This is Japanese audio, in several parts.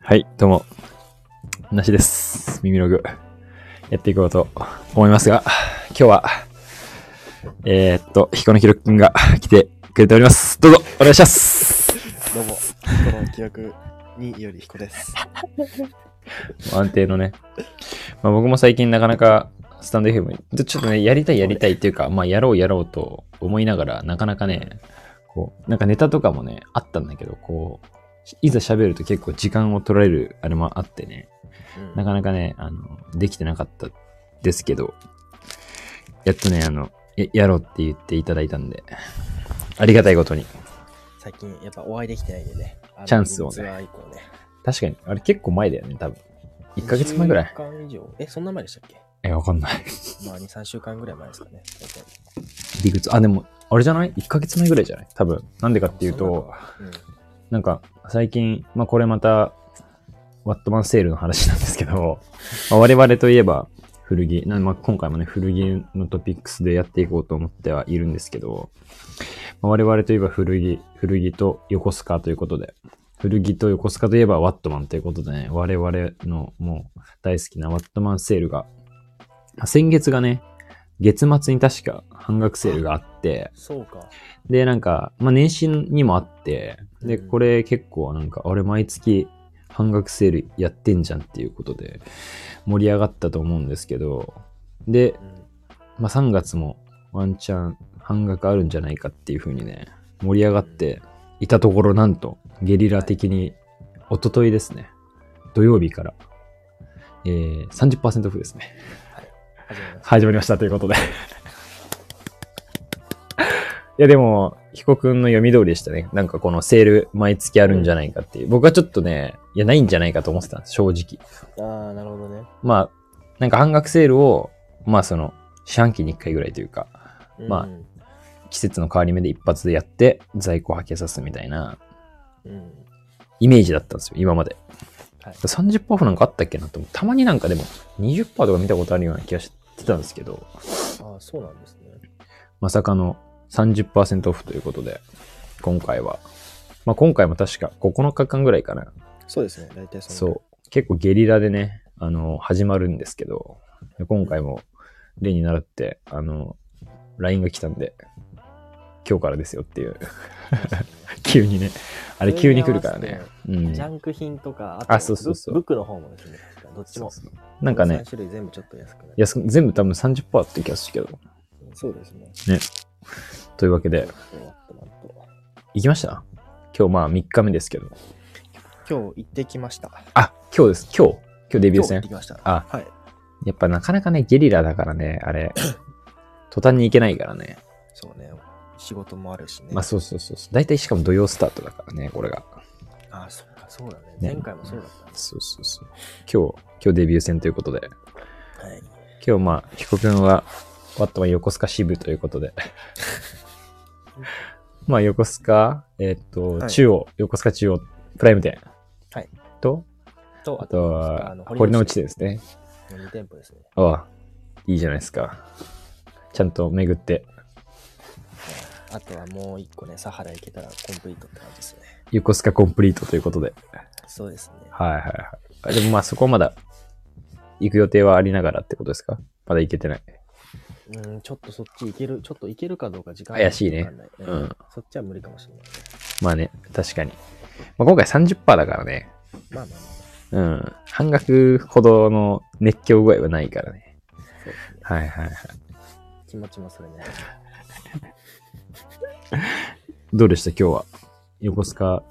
はい、どうも。なしです。耳ログ。やっていこうと思いますが、今日は、えー、っと、彦野ひろくんが来てくれております。どうぞ、お願いします。どうも、この記憶により彦です。安定のね。まあ、僕も最近なかなか、スタンド FM、でちょっとね、やりたいやりたいっていうか、まあ、やろうやろうと思いながら、なかなかね、こう、なんかネタとかもね、あったんだけど、こう、いざ喋ると結構時間を取られるあれもあってね、なかなかね、あの、できてなかったですけど、やっとね、あの、ややろうって言っていただいたんで、ありがたいことに。最近やっぱお会いできてないんでね。あのチャンスをねツアー以降ね。確かに、あれ結構前だよね、多分。1ヶ月前ぐら2週い。間以上。え、そんな前でしたっけえ、わかんない。 まあ2、3週間ぐらい前ですかね。大体理屈。あ、でも、あれじゃない ?1 ヶ月前ぐらいじゃない多分。なんでかっていうそんとなの、かうんなんか、最近、まあ、これまた、ワットマンセールの話なんですけど、まあ我々といえば、古着、なまあ、今回もね、古着のトピックスでやっていこうと思ってはいるんですけど、まあ我々といえば古着、古着と横須賀ということで、古着と横須賀といえばワットマンということでね、我々のもう大好きなワットマンセールが、まあ先月がね、月末に確か半額セールがあって、そうか。で、なんか、まあ、年始にもあって、で、うんこれ結構なんか、俺毎月半額セールやってんじゃんっていうことで、盛り上がったと思うんですけど、で、うんまあ、3月もワンチャン半額あるんじゃないかっていう風にね、盛り上がっていたところ、なんと、ゲリラ的に、おとといですね、土曜日から、えー、30%オフですね。始めます。始まりましたということで。い やでも、ヒコ君の読み通りでしたね。なんかこのセール毎月あるんじゃないかっていう。僕はちょっとね、いやないんじゃないかと思ってたんです、正直。ああ、なるほどね。まあ、なんか半額セールを、まあその、四半期に1回ぐらいというか、うんまあ季節の変わり目で一発でやって、在庫をはけさすみたいなうん。イメージだったんですよ、今まで。はい30%オフなんかあったっけなと思って、たまになんかでも20%とか見たことあるような気がしてたんですけど、ああ、そうなんですね。まさかの30%オフということで、今回は、まあ、今回も確か9日間ぐらいかな。そうですね。大体そそのう。結構ゲリラでね、あの、始まるんですけど、今回も例に習って、あの、LINE が来たんで、今日からですよっていう。急にね。あれ急に来るからね。うんジ。ャンク品とか、あそうそうそうブックの方もですね。どっちそうも。そうなんかね3、種類全部ちょっと安くなる。いや全部多分30%だった気がするけど。そうですね。というわけで、終わったなと行きました今日まあ3日目ですけど。今日行ってきました。あ、今日です。今日。今日デビュー今日行っ戦て。きました。あはい。やっぱなかなかね、ゲリラだからね、あ れ、途端に行けないからね。そうね。仕事もあるしね。まあそうそうそうそう。大体しかも土曜スタートだからね、これが。ああ、そっか、そうだね。ね前回もそうだったんです。そうそうそう。今日、今日デビュー戦ということで、はい。今日まあ、ヒコ君は、ワットマン横須賀支部ということで。 まあ、横須賀、えーっと、はい中央、横須賀中央プライム店。はい。と、と、あとはあの、堀之内店ですね。の2店舗ですね。ああ、いいじゃないですか。ちゃんと巡って、あとはもう1個ね、サハラ行けたらコンプリートって感じですね。横須賀コンプリートということで。そうですね。はいはいはいあ。でもまあそこはまだ行く予定はありながらってことですかまだ行けてない。うん、ちょっとそっち行ける、ちょっと行けるかどうか時間怪しいねわかんなううんん。そっちは無理かもしれない。まあね、確かに。まあ、今回30%だからね。まあまあまうん。半額ほどの熱狂具合はないからね。あ、そうですね。はいはいはい。気持ちもそれね。どうでした今日は。横須賀、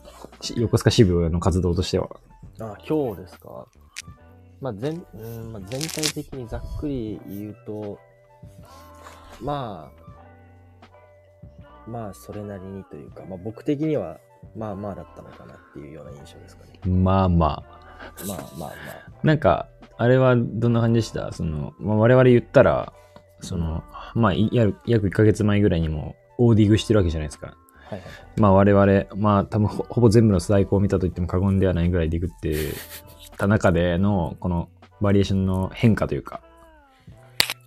し横須賀支部の活動としては。あ、今日ですか。まあ、全、うん、まあ、全体的にざっくり言うと、まあ、まあ、それなりにというか、まあ、僕的には、まあまあだったのかなっていうような印象ですかね。まあまあ。まあまあまあ。なんか、あれはどんな感じでしたその、まあ、我々言ったら、その、まあ、いやる約1ヶ月前ぐらいにもオーディングしてるわけじゃないですか。はいはい。まあ我々、まあ多分ほほぼ全部の在庫を見たと言っても過言ではないぐらいでいくってた中でのこのバリエーションの変化というか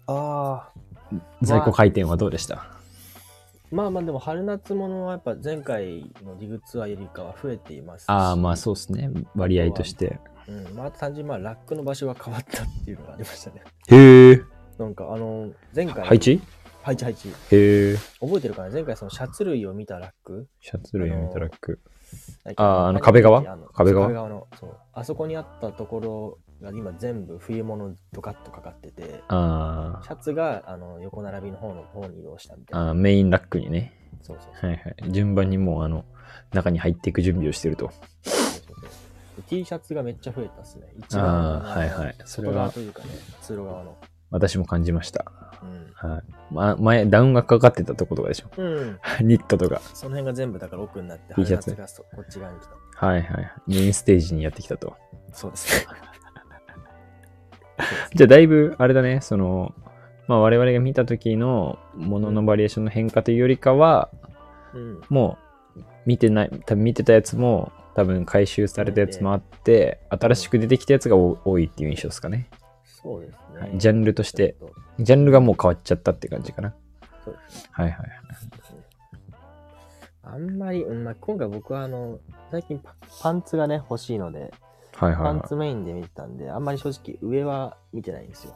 ああ、在庫回転はどうでした、うまあまあでも春夏物はやっぱ前回のリグツアーよりかは増えていますしああ、まあそうですね。割合として。うん、まあ、単純にまあラックの場所が変わったっていうのがありましたね。へえ。なんかあの、前回、配置配置、配置へえ。覚えてるかな前回そのシャツ類を見たラックシャツ類のトラック。ああの壁側壁側のそう。あそこにあったところが今全部冬物ドカッとかかってて、あシャツがあの横並びの方の方に移動したみあたいあな。あ、メインラックにね。そうそうはいはい。順番にもう、あの、中に入っていく準備をしてると。そうそうそうで T シャツがめっちゃ増えたっすね。一あ番あ、はいはい。それ外側はというかね、通路側の。私も感じました。うん。はい。まあ、前、ダウンがかかってたとことかでしょ。 うん、ニットとか。その辺が全部だから奥になって、 T シャ春ツ夏がそこっち側に来た。はいはい。メインステージにやってきたと。そうですね。じゃあだいぶあれだね、その、まあ我々が見た時のもののバリエーションの変化というよりかは、うん。もう見てない、多分見てたやつも、多分回収されたやつもあって、新しく出てきたやつが多多いっていう印象ですかね。そうですね。はいジャンルとしてちょっと。ジャンルがもう変わっちゃったって感じかな。そうですねはいはい。あんまり、うんまあ、今回僕はあの、最近パパンツがね、欲しいので、はいはい、パンはいツ。メインで見てたんで、あんまり正直上は見てないんですよ。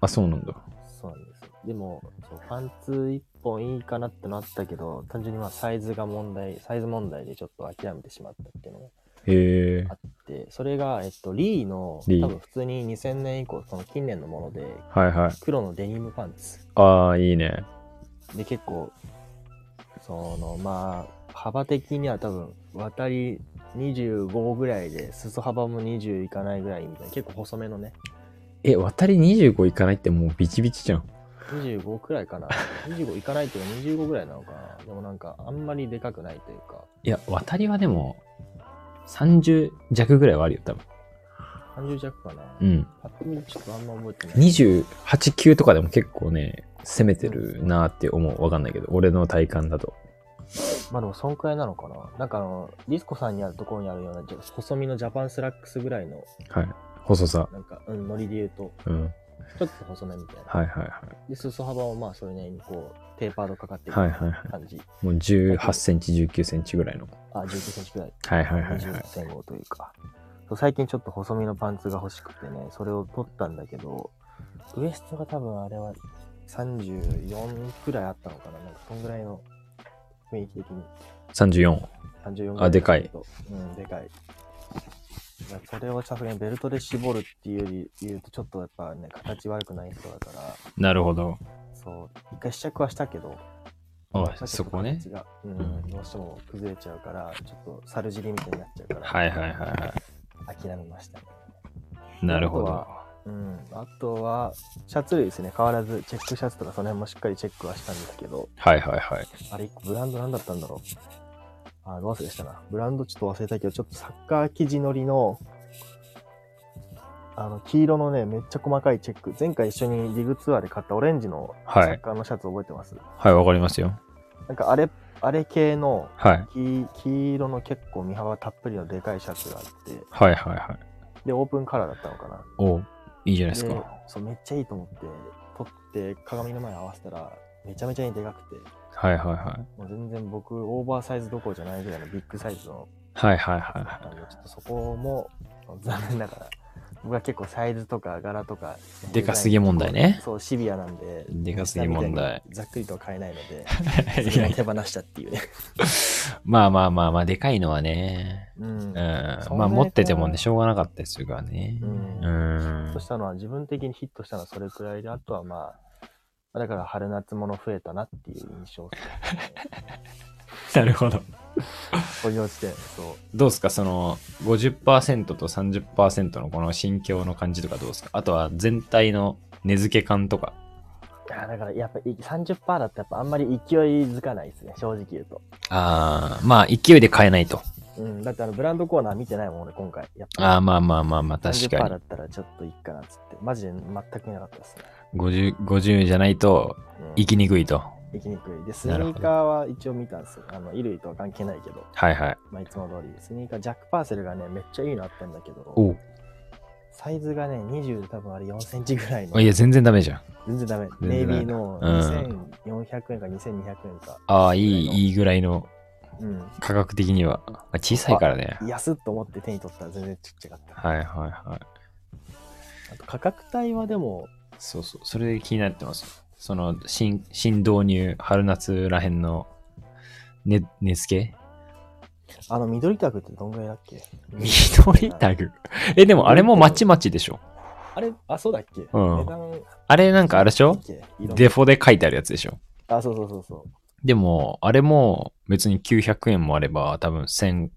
あ、そうなんだ。そうなんですよ。でも、そうパンツ1本いいかなってのあったけど、単純にまあサイズが問題、サイズ問題でちょっと諦めてしまったっていうのがへえあ。って、それが、えっと、リーの、リー多分普通に2000年以降、その近年のもので、はいはい。黒のデニムパンツ。ああ、いいね。で結構そのまあ幅的には多分渡り25ぐらいで裾幅も20いかないぐらいみたいな結構細めのねえ、渡り25いかないってもうビチビチじゃん。 25くらいかな25いかないというか25ぐらいなのかなでもなんかあんまりでかくないというかいや、渡りはでも、30弱ぐらいはあるよ、多分。 30弱かな、うん。パッと見ちょっとあんま覚えてない28、9とかでも結構ね、攻めてるなーって思う。わかんないけど、俺の体感だと。まあでもそんくらいなのかななんかあのディスコさんにあるところにあるようなじゃ細身のジャパンスラックスぐらいのはい。細さ。なんかうんノリで言うとうん。ちょっと細めみたいなはいはいはい。で裾幅もまあそれなりにこうテーパードかかってるはいはいはい。感じもう18センチ、19センチぐらいの。あ、19センチくらい。はいはいはいはい。 20.5というか。そう最近ちょっと細身のパンツが欲しくてね、それを取ったんだけど、ウエストが多分あれは34くらいあったのかな。なんかそんぐらいの雰囲気的に。 34。 34ぐらい。あでかい。うん、でかい。だからそれをさすがにベルトで絞るっていうより言うと、ちょっとやっぱね、形悪くない人だから、なるほど。そう、一回試着はしたけど、あまあそこねち。ょっと形が、ううんん、どうしても崩れちゃうから、ちょっと猿尻みたいになっちゃうから、はいはいはいは諦めましたね。い。なるほど。あとはうん、あとは、シャツ類ですね。変わらず、チェックシャツとかその辺もしっかりチェックはしたんですけど、いはいはい。あれ、一個ブランドなんだったんだろう。あ、どう忘れしたな。ブランドちょっと忘れたけど、ちょっとサッカー生地のりの、あの、黄色のね、めっちゃ細かいチェック。前回一緒にリグツアーで買ったオレンジのサはいッカーのシャツ覚えてます、はい、わかりますよ。なんかあれ、あれ系の、はい。黄黄色の結構身幅たっぷりのでかいシャツがあって、はいはいはい。で、オープンカラーだったのかな。おいいじゃないですでか。そうめっちゃいいと思って撮って鏡の前に合わせたらめちゃめちゃにでかくてはいはいはい。もう全然僕オーバーサイズどころじゃないぐらいのビッグサイズのはいはいはいあはのちょっとそこも残念ながら僕は結構サイズとか柄とかでかすぎ問題ねそうシビアなんでい。でかすぎ問題。ざっくりとは買えないので いそれやを手放したっていうねまあまあまあまあ、でかいのはね。うんうん。まあ持っててもね、しょうがなかったでするからね。ううんヒッんト。したのは自分的にヒットしたのはそれくらいであとはまあだから春夏物増えたなっていう印象です なねるほど。こういうしてそうどうですかその50%と30%のこの心境の感じとかどうですかあとは全体の根付け感とか。いやだからやっぱい30%だったらやっぱあんまり勢いづかないですね正直言うと、ああ、まあ勢いで変えないと。うん、だってあのブランドコーナー見てないもん俺今回やっぱああ、まあまあまあまあ、確30%かに。だったらちょっといいかなっつってマジで全く見なかったですね、 50, 50じゃないとうん、生きにくいと。行きにくいでスニなるほどーカーは一応見たんですよあの衣類とは関係ないけど、はいはい。まあ、いつも通りスニーカージャック・パーセルがねめっちゃいいのあったんだけどおうサイズがね、20で多分あれ4センチぐらいの。あいや、全然ダメじゃん。全然ダメ。全ネイ然ビダメーのうん2400円か2200円か。ああ、いい、いいぐらいの、うん。価格的には。まあ、小さいからね。安っと思って手に取ったら全然ちっちゃかった。はいはいはい。あと価格帯はでも、そうそう、それで気になってます。その、新、新導入、春夏らへんの、ね、値付けあの緑タグってどんぐらいだっけ 緑タグ。え、でもあれもまちまちでしょあれあ、そうだっけうん値段あれなんかあれでしょデでフォで書いてあるやつでしょあ、そうそうそうそう。でも、あれも別に900円もあれば、多分1500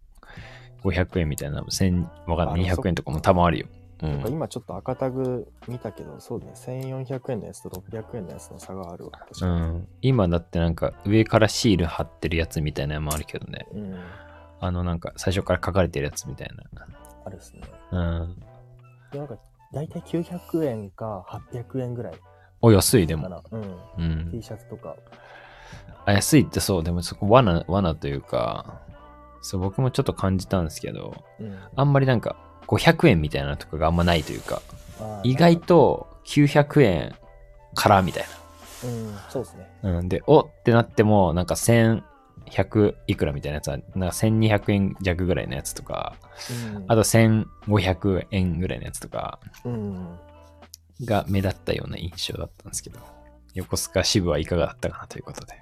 円みたいな、1000、わかんない、あそっか200円とかも多分あるよ。うなんかん。今ちょっと赤タグ見たけど、そうね、1400円のやつと600円のやつの差があるわ。確うかん、今だってなんか上からシール貼ってるやつみたいなのもあるけどね。に。うん。あのなんか最初から書かれてるやつみたいあるですね。な。うん。で、なんか、だいたい900円か800円ぐらいお、安いでかも。な。うん。うん T シャツとか。あ安いってそう、でもそこ罠、罠というか、そう、僕もちょっと感じたんですけど、うん。あんまりなんか500円みたいなのとかがあんまないというか、あー意外。と900円からみたいうん、そうですね。な。うん、で、おってなっても、なんか1100いくらみたいなやつは、なんか1200円弱ぐらいのやつとか、うん、あと1500円ぐらいのやつとかうん。が目立ったような印象だったんですけど、横須賀支部はいかがだったかなということで。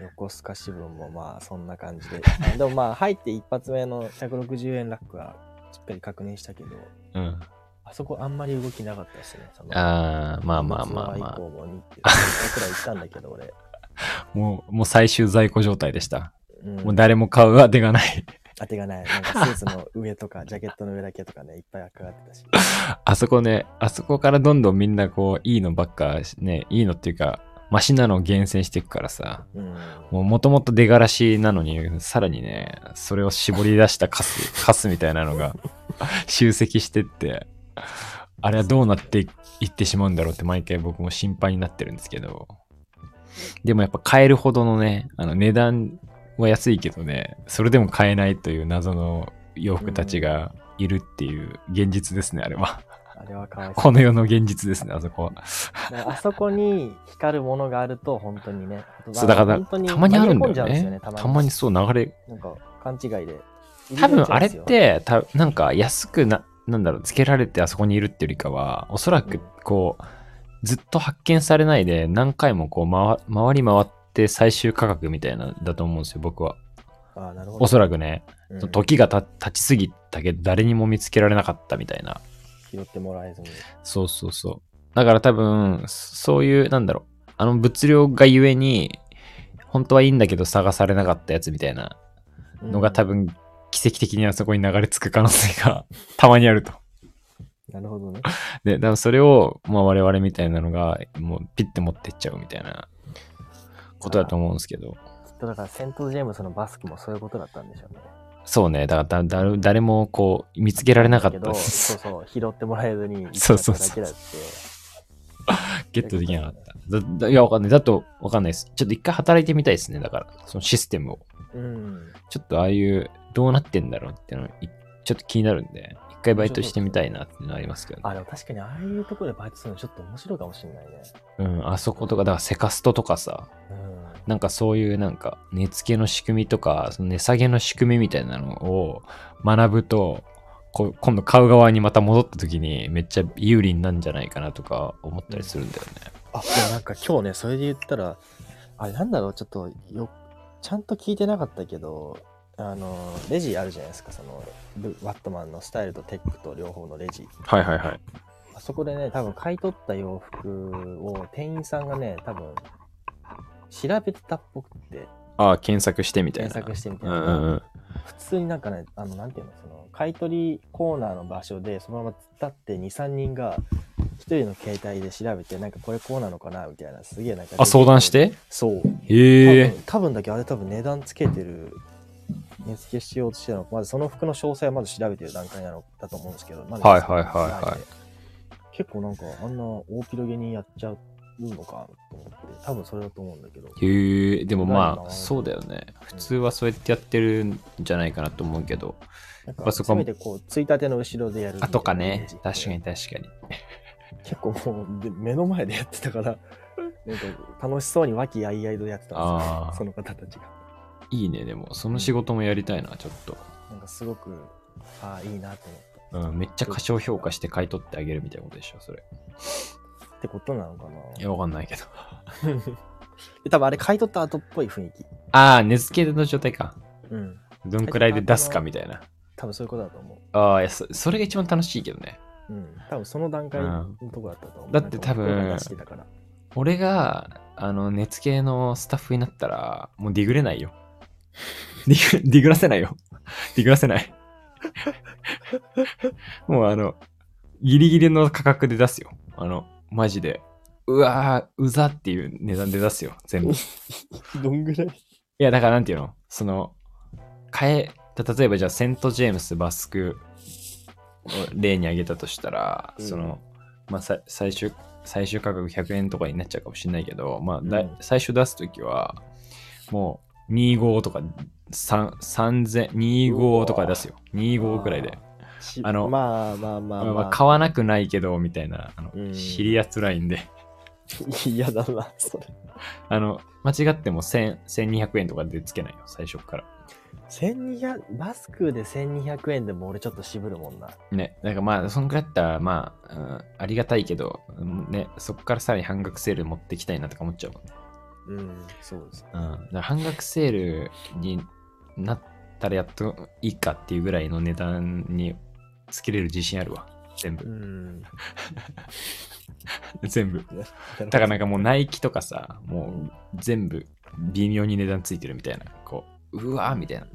横須賀支部もまあそんな感じで。 あでもまあ入って一発目の160円ラックはしっかり確認したけど、うん。あそこあんまり動きなかったですね。そのあー、まあまあまあまいつあの間にか以降も日程僕ら行ったんだけど俺。。もう、もう最終在庫状態でした。うんもう誰も買う当てがない。 当てがない。なんかスーツの上とか、ジャケットの上だけとかね、いっぱい赤がってたし。あそこね、あそこからどんどんみんなこう、いいのばっか、ね、いいのっていうか、マシなのを厳選していくからさ、うん。もう元々出がらしなのに、さらにね、それを絞り出したカス、 カスみたいなのが集積してって、あれはどうなっていってしまうんだろうって毎回僕も心配になってるんですけど、でもやっぱ買えるほどのね、あの値段は安いけどね、それでも買えないという謎の洋服たちがいるっていう現実ですね、あれは。 あれはかわいそこう。の世の現実ですね、あそこは。だからあそこに光るものがあると、本当にね。そうだから、本当たまにあるんだ紛れ込じゃようですね。たまに。たまにそう流れ、なんか、勘違いで。多分あれっ入れて、たなんか安くな、なんだろう、つけられてあそこにいるっていうよりかは、おそらうくんこう、ずっと発見されないで、何回もこう回、回り回って最終価格みたいなんだと思うんですよ、僕は。ちゃうんですよ。あーなるほど。おそらくね、うん時がた経ちすぎたけど、誰にも見つけられなかったみたいな。拾ってもらえずに。そうそうそう。だから多分、そういう、なんだろう、あの物量がゆえに、本当はいいんだけど探されなかったやつみたいなのが多分。分、奇跡的にあそこに流れ着く可能性が たまにあると。なるほどね。で、だからそれを、まあ我々みたいなのが、もうピッて持ってっちゃうみたいなことだと思うんですけど。きっとだから、セントジェームスのバスクもそういうことだったんでしょうね。そうね、だからだだ誰もこう、見つけられなかったけど、そうそう、拾ってもらえずに、そうそうそう行っちゃっただけだって。 ゲットできなかった。だだいや、わかんない。だとわかんないです。ちょっと一回働いてみたいですね、だから、そのシステムを。うん。ちょっとああいう、どうなってんだろうっていうの、いちょっと気になるんで、一回バイトしてみたいなっていうのはありますけど、あ、ね、でも確かにああいうところでバイトするのちょっと面白いかもしれないね。うん、あそことか、だからセカストとかさ、うん。なんかそういうなんか、値付けの仕組みとか、その値下げの仕組みみたいなのを学ぶと、こ今度買う側にまた戻った時にめっちゃ有利になるんじゃないかなとか思ったりするんだよね。あ、でもなんか今日ね、それで言ったら、あれなんだろう、ちょっとよ、ちゃんと聞いてなかったけど、あの、レジあるじゃないですか、その、ブワットマンのスタイルとテックと両方のレジ。はいはいはい。あそこでね、多分買い取った洋服を店員さんがね、多分、調べてたっぽくて、ああ、検索してみ検索してみたいうんな。うんうん。普通になんかね、あの、なんていうの、その、買い取りコーナーの場所で、そのまま突っ立って2、3人が、1人の携帯で調べて、なんかこれこうなのかな、みたいな、すげえなんか。あ、相談してそう。多へえ分。多分だけどあれ多分値段つけてる、値付けしようとしてるのか、まずその服の詳細はまず調べてる段階なのだと思うんですけど、まだはいはいはいはい結構なんか、あんな大広げにやっちゃういいのかと思って、多分それだと思うんだけど。へえ、でもままああ、そうだよね。普通はそうやってやってるんじゃないかなと思うけど、なんまか、あそこせもめてこう、ついたての後ろでやるみたいな後かねイメ、ー確ジかに。確かに。結構もう、で目の前でやってたから、 なんか楽しそうに和気あいあいとやってたんですあよあ、その方たちが。いいね、でも、その仕事もやりたいな、ちょっと。なんかすごく、ああ、いいなと思った。うん、めっちゃ過小評価して買い取ってあげるみたいなことでしょ、それ。ってことなのかないや、わかんないけど。で多分あれ買い取った後っぽい雰囲気。 ああ、根付けの状態か。うん。どんくらいで出すかみたいな。多分そういうことだと思ああ、いやそ、それが一番楽しいけどね。う。うん。多分その段階うのんとこだったと思う。だって多分なんか音が出してたから。俺が、あの、熱系のスタッフになったら、もうディグれないよ。 ディグ、ディグらせないよ。 ディグらせない。 もうあの、ギリギリの価格で出すよ。あの、マジで。うわー、うざっていう値段で出すよ、全部。いどんぐらいや、だからなんていうのその、変え、た例えばじゃあ、セント・ジェームス・バスクを例に挙げたとしたら、うんその、まあ、さ最終、最終価格100円とかになっちゃうかもしれないけど、まあ、だうん最初出すときは、もう、25とか、3 3000、25とか出すよ。25くらいで。しあのまあまあままあ、あままああ、買わなくないけど、みたいな、あのうんシリアスラインで、嫌だな、それ。あの、間違っても1000 1200円とかでつけないよ、最初から。 1200、マスクで1200円でも俺ちょっと渋るもんな。ね、なんかまあ、そんくらいだったら、まあ、うんありがたいけど、うんね、そこからさらに半額セール持ってきたいなとか思っちゃうもんね。うん、そうです。うん、だから半額セールになったらやっといいかっていうぐらいの値段につけれる自信あるわ。全う部。ん。だ全部。だからなんかもうナイキとかさ、もう全部微妙に値段ついてるみたいな。こう、うわーみたいな。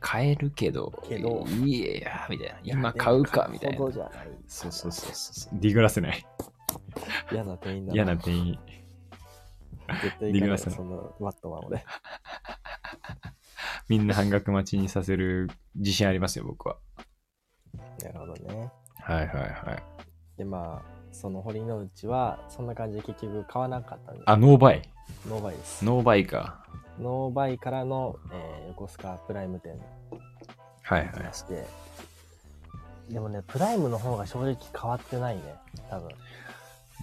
買えるけど、けどいやいや、みたいな。今買うかみたいな。ほどじゃない。そうそうそうそう。ディグらせない。嫌な店員だ嫌な店員。絶対行かないリグよラスのそのワットマン 俺。みんな半額待ちにさせる自信ありますよ、僕は。なるほどね。はいはいはい。でまあその堀之内はそんな感じで結局買わなかったんであ、ノーバイ。ノーバイですノーバイか。ノーバイからの、えー横須賀プライム店にはいは行きまい。して、でもねプライムの方が正直変わってないね多分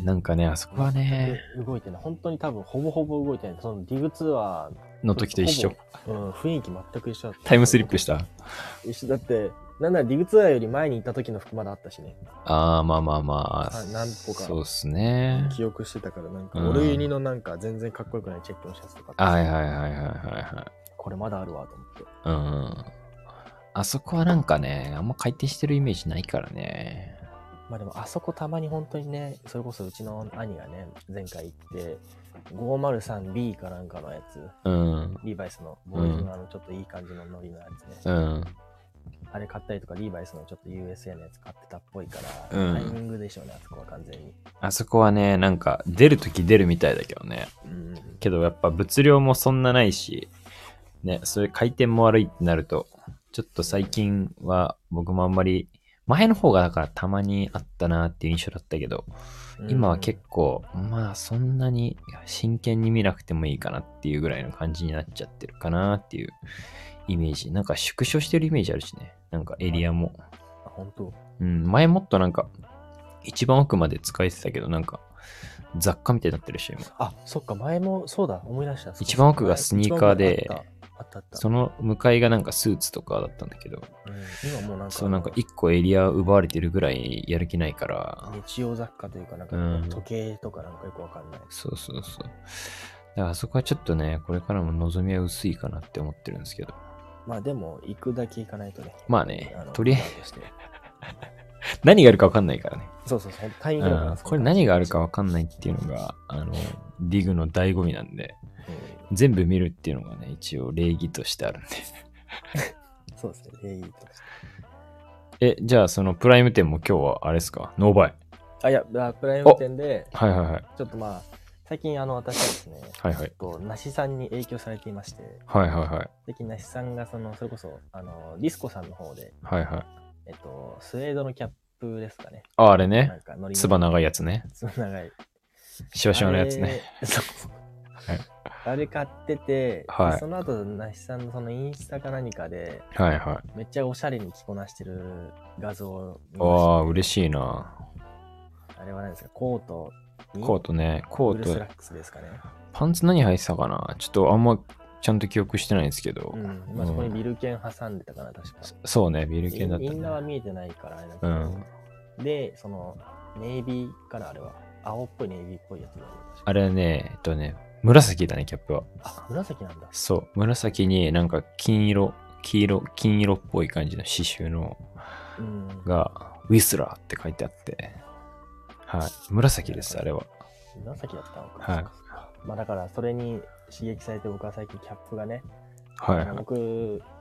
なんかね、あそこはね、で動いてない本当に多分ほぼほぼ動いてないそのディグツアの時と一緒ほ。ー、うん、雰囲気全く一緒だったタイムスリップした。一緒だってなんならディグツアーより前に行った時の服まだあったしねあー、まあまあまああ。何個かそうっすね。記憶してたからなんかうんオルユニのなんか全然かっこよくないチェックのシャツとかあったしはいはいはいはいはこれまだあるわと思っていはい。うん。あそこはなんかね、あんま回転してるイメージないからね。まあでもあそこたまに本当にねそれこそうちの兄がね前回行って 503B かなんかのやつうん。リーバイスのボーイズのあのちょっといい感じのノリのやつうね、ん。あれ買ったりとかリーバイスのちょっと USA のやつ買ってたっぽいから、うんタイミングでしょうねあそこは完全に、あそこはね、なんか出るとき出るみたいだけどね。うん、けどやっぱ物量もそんなないし、ね、それ回転も悪いってなると、ちょっと最近は僕もあんまり、前の方がだからたまにあったなっていう印象だったけど、今は結構、まあそんなに真剣に見なくてもいいかなっていうぐらいの感じになっちゃってるかなっていうイメージ。なんか縮小してるイメージあるしね。なんかエリアも。構本当うん、前もっとなんか、一番奥まで使えてたけど、なんか雑貨みたいになってるし、今。あそっか前もそうだ思い出した一番奥がスニーカーで一番奥あったあったあったその向かいがなんかスーツとかだったんだけど、うん今もうなんかそうなんか一個エリア奪われてるぐらいやる気ないから、日用雑貨というかなんうかん時計とかなんかよくわかんない、そうそうそう。だからあそこはちょっとね、これからも望みは薄いかなって思ってるんですけど、まあでも行くだけ行かないとね。まあねのとりあえずツアーとして何があるか分かんないからね。 そうそうそう、タイミングだからうんこれ何があるか、分かんないっていうのが、あの、ディグの醍醐味なんで、うん全部見るっていうのがね、一応礼儀としてあるんで。そうですね、礼儀として。え、じゃあそのプライム店も今日はあれですかノーバイ。あ、いや、あプライム店で、はいはいはい。ちょっとまあ、最近あの私はですね、はいはい。ちょっと梨さんに影響されていまして、はいはいはい。最近梨さんがその、それこそ、あの、ディスコさんの方で、はいはい。えっと、スウェードのキャップですかね。あ、あれなね。んか乗りつば長いやつね。つば長い。しわしわのやつね。あれ。そうはいあれ買ってて、はいでその後、なしさんのそのインスタか何かで、はいはめっちゃおしゃれに着こなしてる画像を見い。ましたわあ、嬉しいな。あれは何ですかコートにコートね、コブールースラトッ。クスですかね。パンツ何履いてたかなちょっとあんまちゃんと記憶してないんですけど。うん。今そこにビルケン挟んでたかな、確か。そそうね、ビル系だったインナーはね。見えてないからあれだけうど、ん。で、その、ネイビーからあれは、青っぽいネイビーっぽいやつだよね確かあれね、えっとね、紫だね、キャップは。あ、紫なんだ。そう、紫になんか金色、黄色、金色っぽい感じの刺繍のうん。が、ウィスラーって書いてあって。はい。紫です、あれは。紫だったのか。はいまあだから、それに刺激されて、僕は最近キャップがね、はいあのはい。僕、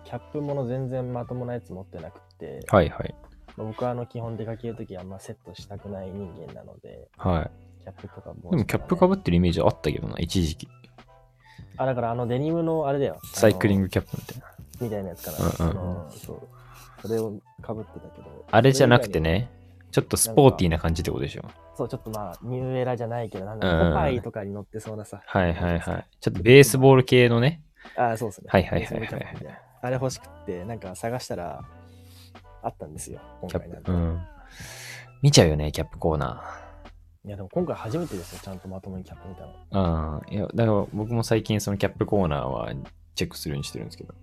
キャップもの全然まともなやつ持ってなくって、はいはい。まあ僕はあの基本出かけるときあんまセットしたくない人間なので、はい。キャップとかも、でもキャップかぶってるイメージあったけどな、一時期。あ、だからあのデニムのあれだよ。サイクリンググキャップみたいな。みたいなやつかな。うんうんそのそう。それをかぶってたけど。あれじゃなくてそれ以ね、ちょっとスポーティーな感じってことでしょ。外に。そう、ちょっとまあ、ニューエラじゃないけど、なんうんうかんポパイとかに乗ってそうなさ。はいはいはい。ちょっとベースボール系のね。ああ、そうですね。はいはいはいはいはいベースボールキャップみたなあれ欲しくって、なんか探したら、あったんですよ。今キャ回なんップ。か。うん。見ちゃうよね、キャップコーナいや、でも今回初めてですよ。ちゃんとまともにキャップ見たの。ー。うん。いや、だから僕も最近そのキャップコーナーはチェックするようにしてるんですけど。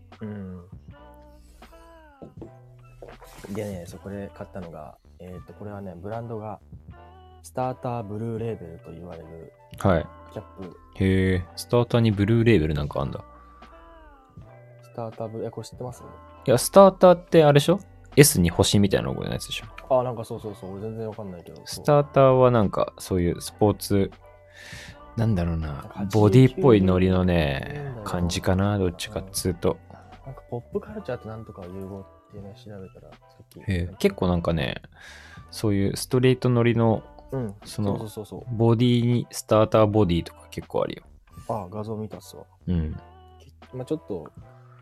うん。でね、そうこれ買ったのが、えっ、と、これはね、ブランドが、スターターブルーレーベルと言われるはい。キャップ、へえ、スターターにブルーレーベルなんかあんだ。スターターブルー、え、これ知ってますいや、スターターってあれでしょ ?S に星みたいなロゴのやつでしょ。あ、なんかそうそうそう、俺全然わかんないけど。スーターターはなんかそういうスポーツ、なんだろうな89、ボディっぽいノリのなんだねろう、感じかな、どっちかっつうと。なんかポップカルチャーとなんとかを融合ってね、調べたら、さっき。へえ結構なんかね、そういうストレートノリのうん、そそのの。そうそうそうそボディに、スターターボディとか結構あるよ。う。あ、画像見たっすわ。うん。きまあちょっと、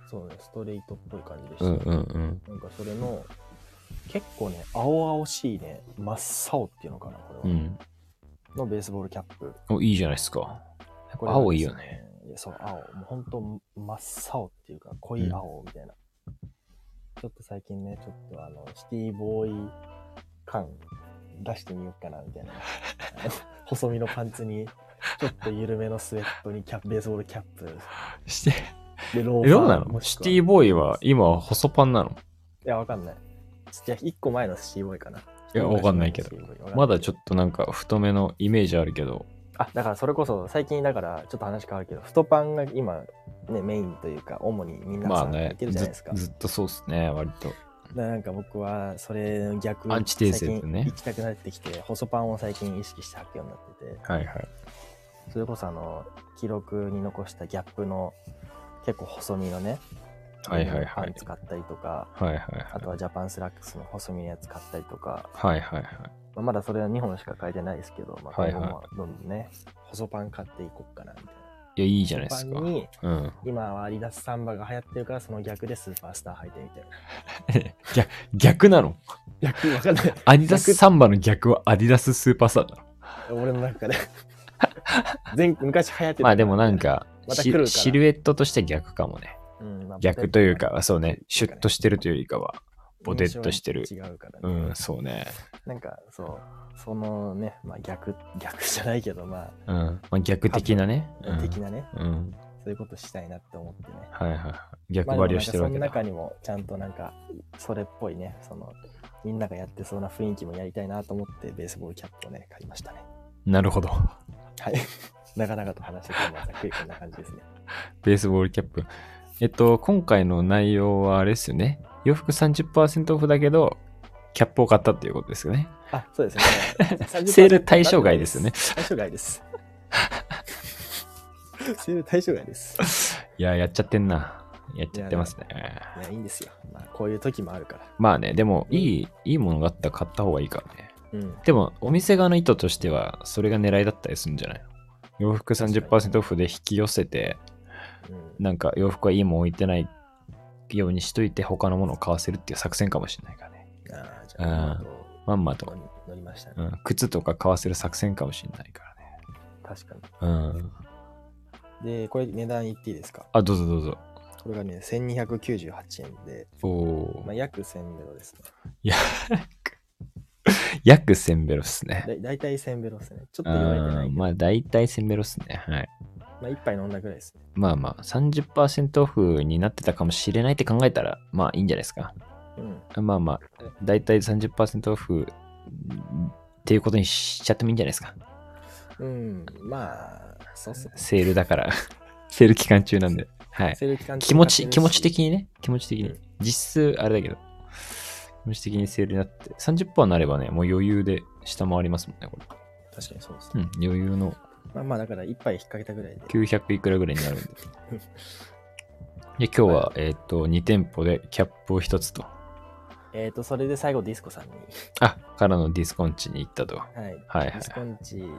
そうね、ストレートっぽい感じでしうた。んうんうん。なんかそれの、結構ね、青々しいね、真っ青っていうのかな、これは。うん。のベースボールキャップ。お、いいじゃないですか。これが青いいよねです。いやそう、青。もう本当真っ青っていうか、濃い青みたいな。ちょっと最近ね、ちょっとあの、シティボーイ感出してみようかな、みたいな。 細身のパンツに、ちょっと緩めのスウェットにキャップ、ベースボールキャップ。して、で、ローファーどうなのもしシくはティボーイは今は細パンなのいや、わかんない。いや、一個前のシティボーイかな。いやわかんないけどまだちょっとなんか太めのイメージあるけど。あだからそれこそ最近だからちょっと話変わるけど太パンが今ねメインというか主にみんなまあさんやねってるじゃなずいですか,、、ずっとそうっすね、割と。なんか僕はそれの逆アンチテーゼ最ですね近行きたくなってきて細パンを最近意識して履くようになっててはいはい。それこそあの記録に残したギャップの結構細身のねはいはいはパンい。ツ買ったりとかはいはいはい。あとはジャパンスラックスの細身のやつ買ったりとか、はいはいはい。まあ、まだそれは2本しか買えてないですけど、まあ、はい今は後いもどんどんね、細パン買っていこうかなみたいいや、いいじゃないなで細すパかン。に うん。今はアリダスサンバが流行ってるからその逆でスーパースター履いてみたいな。逆逆なの逆わかんない。アディダスサンバの逆はアディダススーパースターだろ。 俺の中で。前昔流行ってた。まあでもなん。か、まシた来るからシルエットとして逆かもね。うんまあ逆というか、そうね、シュッとしてるというよりかは、ボテッとしてる印象が違うからうね。ん、そうね。なんかそう、そのね、まあ逆、逆じゃないけど、まうん。まあ、逆的なね。あ、的なね、うん。うん。そういうことしたいなって思ってね。はいはいはい。ま逆あでも張りなをんしかてそるわのけだ。中にもちゃんとなんか、それっぽいね、その、みんながやってそうな雰囲気もやりたいなと思って、ベースボールキャップをね、買いましたね。なるほど。 はい。 なかなかと話してくれました。こんな感じですね。ベースボールキャップ。えっと、今回の内容はあれですよね。洋服30%オフだけど、キャップを買ったっていうことですよね。あ、そ うですね。セール対象外ですよね。対象 外です。セール対象外です。いや、やっちゃってんな。やっちゃってますね。いや、いいんですよ。まあ、こういう時もあるから。まあね、でも、いい、いいものがあったら買った方がいいからね。うん。でも、お店側の意図としては、それが狙いだったりするんじゃないの洋服30%オフで引き寄せて、うん、なんか洋服はいいもん置いてないようにしといて、他のものを買わせるっていう作戦かもしれないからね。ああ、じゃあ、まんま、ことの後乗りましたうね。ん、靴とか買わせる作戦かもしれないからね。確かに。うん。で、これ値段言っていいですかあ、どうぞどうぞ。これがね、1298円で、おおまあ、。約1000ベロですね。約1000ベロっすね。だだいたい1000ベロですね。ちょっと言われてなあいーけど。まあ大体1000ベロっすね。はい。まあ、一杯飲んだぐらいですね。まあまあ30%オフになってたかもしれないって考えたらまあいいんじゃないですか。うん。まあまあ大体30%オフっていうことにしちゃってもいいんじゃないですか。うん、まあ、そうっすね。セールだ から。セール期間中なんで。はい。セール期間中気持買ち、ってるし気持ち的にね。気持ち的にうん。実質あれだけど。気持ち的にセールになって。30%になればね、もう余裕で下回りますもんね、これ。確かにそうですうね。ん、余裕のまあまあ、だから一杯引っ掛けたぐらいで。 900いくらぐらいになるん で。で、今日は、はえーっ、と、2店舗でキャップを1つと、えっ、と、それで最後ディスコさんに、あ、からのディスコンチに行ったと。ははい、いはディいス。コンチ行っ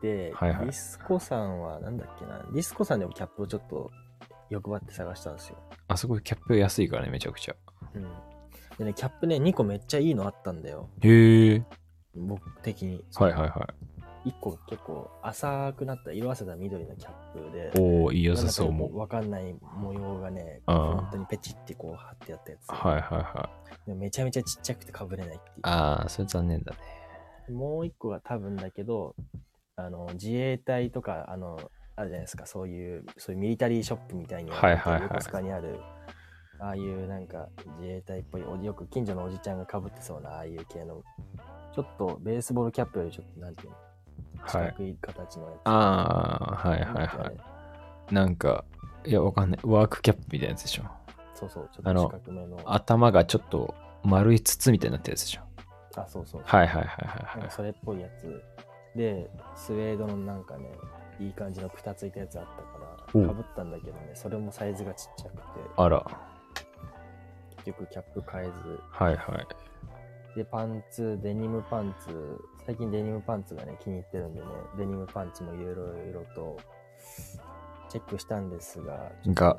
て、はいはいディスコさんはなんだっけな、ディスコさんでもキャップをちょっと欲張って探したんですよ。あそこキャップ安いからね、めちゃくちゃ。うん。でね、キャップね、2個めっちゃいいのあったんだよ。へえ。僕的に。はいはいは1個結構浅くなった、色あせた緑のキャップでい。、おお、いい良なさんだかそう思う。わかんない模様がね、あー本当にペチってこう貼ってやったやつ。はいはいはい。でもめちゃめちゃちっちゃくてかぶれないっていう。ああ、それ残念だね。もう一個が多分だけど、あの自衛隊とか、あの、あるじゃないですか、そういう、そういうミリタリーショップみたいに、はいはいはい横須賀にある、ああいうなんか自衛隊っぽい、およく近所のおじちゃんがかぶってそうな、ああいう系の、ちょっとベースボールキャップよりちょっと、なんていうの、四はい。角い形のやつ。ああ、はいなんはだいっけあはれい。なんか、いや、わかんない。ワークキャップみたいなやつでしょ。そうそう、ちあょっとの四角めの。あ頭がちょっと丸い筒みたいになってるやつでしょ。そうそう。はいはいはいはいなんはかい。それっぽいやつ。で、スウェードのなんかね、いい感じのくたついたやつあったかおら、うかぶったんだけどね、それもサイズがちっちゃくて、あら、結局キャップ変えず、はいはい。で、パンツ、デニムパンツ、最近デニムパンツがね、気に入ってるんでね、デニムパンツもいろいろとチェックしたんですが、が、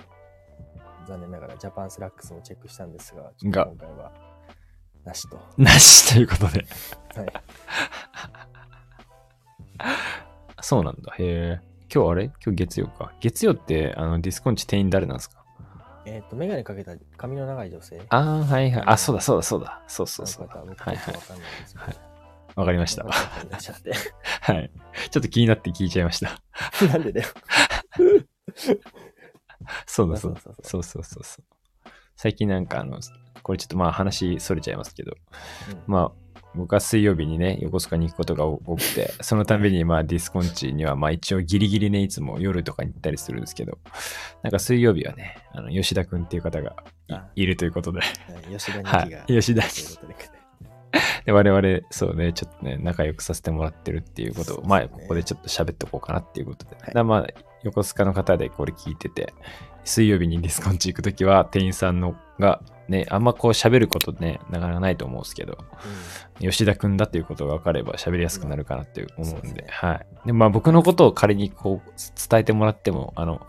残念ながらジャパンスラックスもチェックしたんですが、ちょっとが今回は、なしと。なしということで。はい。そうなんだ。へえ。今日あれ今日月曜か。月曜ってあのディスコンチ店員誰なんですかえっ、と、メガネかけた髪の長い女性。ああ、はいはい。あ、そうだそうだそうだ。そうそうそうだ。あの方は僕いちはょっといわ。かんないんですけど、はわかりました。わかんないんでしちゃって。 はい。ちょっと気になって聞いちゃいました。なんでだよ。そうだそうだ。そうそそうそううそうそう。最近なんかあの、これちょっとまあ話それちゃいますけど、まあ僕は水曜日にね、横須賀に行くことが多くて、そのためにまあディスコンチにはまあ一応ギリギリね、いつも夜とかに行ったりするんですけど、なんか水曜日はね、あの吉田くんっていう方があいいるということで、はい吉田にはが。い。吉田ということでで我々、そうね、ちょっとね、仲良くさせてもらってるっていうことそうを、ですねまあ、ここでちょっと喋っとこうかなっていうことで。いだからまあ、横須賀の方でこれ聞いてて、水曜日にディスコンチ行くときは、店員さんのが、ね、あんまこう喋ることね、なかなかないと思うんですけど、吉田くんだっていうことが分かれば喋りやすくなるかなっていう思うんそうで、ですねはい。で、まあ僕のことを仮にこう伝えてもらっても、あの、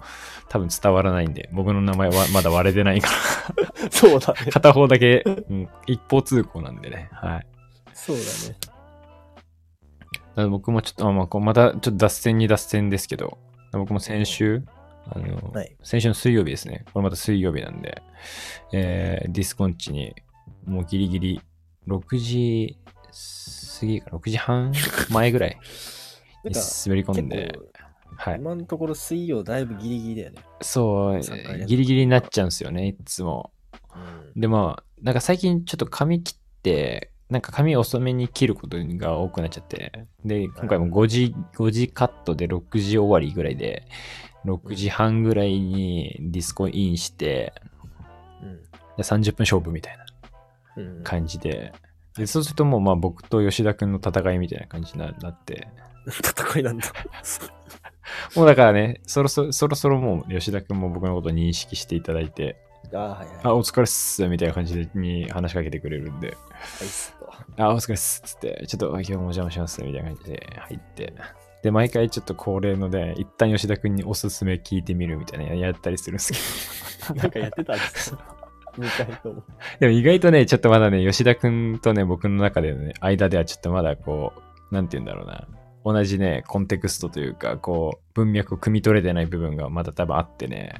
多分伝わらないんで、僕の名前はまだ割れてないから、 うんそ うだね。片方だけ、うん、一方通行なんでね、はい。そうだね。だから僕もちょっと、あまあ、こうまたちょっと脱線に脱線ですけど、僕も先週、あのはい先週の水曜日ですね、これまた水曜日なんで、えーディスコンチに、もうギリギリ6時過ぎか、6時 半前ぐらいなにんか、滑り込んで結、はい、今のところ水曜だいぶギリギリだよね。そう三回連、続ギリギリになっちゃうんですよね、いつも。うんで、まあ、なんか最近ちょっと髪切って、なんか髪遅めに切ることが多くなっちゃって、で、今回も5時、5時カットで6時終わりぐらいで、6時半ぐらいにディスコインして、で30分勝負みたいなうん。うん。感じで、でそうするともうまあ僕と吉田くんの戦いみたいな感じにななって、戦いなんだ。 もうだからね、そろそろ、そろそろもう吉田くんも僕のこと認識していただいて、ああ、はいはい。あ、お疲れっす、みたいな感じでに話しかけてくれるんで、アイスと。あ、お疲れっすっつって、ちょっと今日もお邪魔しますみたいな感じで入って。で、毎回ちょっと恒例ので、一旦吉田くんにおすすめ聞いてみるみたいなやったりするんですけなんかやってたんです よ。2回とも。ど。で も意外とね、ちょっとまだね、吉田くんとね、僕の中でのね、間ではちょっとまだこう、なんて言うんだろうな。同じね、コンテクストというか、こう、文脈を汲み取れてない部分がまだ多分あってね、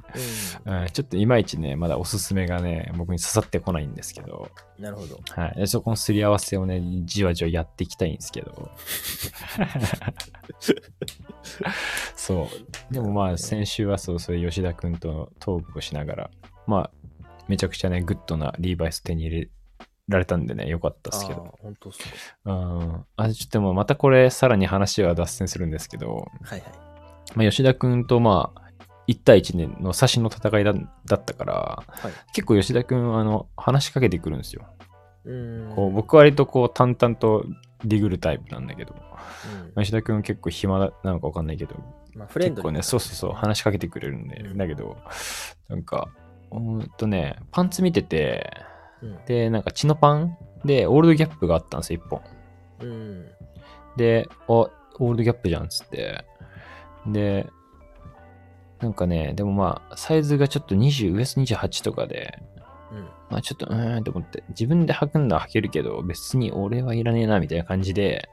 うん、ちょっといまいちね、まだおすすめがね、僕に刺さってこないんですけど、うん、なるほど。はい。でそこのすり合わせをね、じわじわやっていきたいんですけ ど。そう。でもまあ、先週はそう、それ吉田くんとのトークをしながら、まあ、めちゃくちゃね、グッドなリーバイス手に入れられたんでね、よかったですけど。あー本当っすか。うん。あ、ちょっとでもまたこれ、さらに話は脱線するんですけど、はいはい。まあ、吉田くんとまあ、1対1での差しの戦いだだったから、はい。結構吉田くんはあの、話しかけてくるんですよ。うーん。こう僕割とこう淡々とディグるタイプなんだけど、うん吉田君結構暇なのか分かんないけど、まあ、フレン結ド構ね、そうそうそう、話しかけてくれるんで、うんだけど、なんか、うーんとね、パンツ見てて、うん。で、なんか血のパンで、オールドギャップがあったんですよ、1本。うん。で、あ、オールドギャップじゃんっつって。で、なんかね、でもまあ、サイズがちょっと20、ウエスト28とかで、うん。まあちょっと、うーんと思って、自分で履くんだ履けるけど、別に俺はいらねえな、みたいな感じで、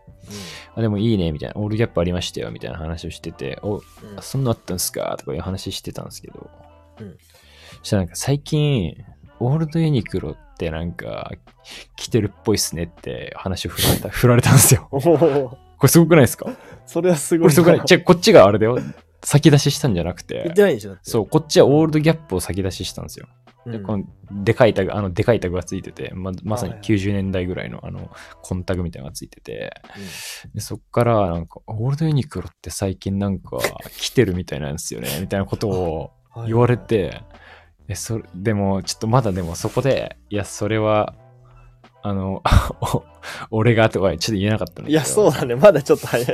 あ、でもいいね、みたいな、オールギャップありましたよ、みたいな話をしてて、お、うん。そんなあったんすかとかいう話してたんですけど、うんそしたらなんか最近、オールドユニクロってなんか、着てるっぽいっすねって話を振られた、振られたんですよ。 おお、これすごくないですかこ それはすごれいな。すごく ないじゃこっちがあれだよ。先出ししたんじゃなく言てっ、てないでしょ。だってそう、こっちはオールドギャップを先出ししたんですよ。うん。で、このでかいタグ、あの、でかいタグがついてて、ままさにはいはい90年代ぐらいの、あの、コンタグみたいなのがついてて、でそっから、なんか、オールドユニクロって最近なんか、来てるみたいなん ですよね、みたいなことをうん言われ。て、え、それ、でも、ちょっとまだでもそこで、いや、それは、あの、 お俺がとかちょっと言えなかったんだけど。いや、そうだね。まだちょっと早 いね。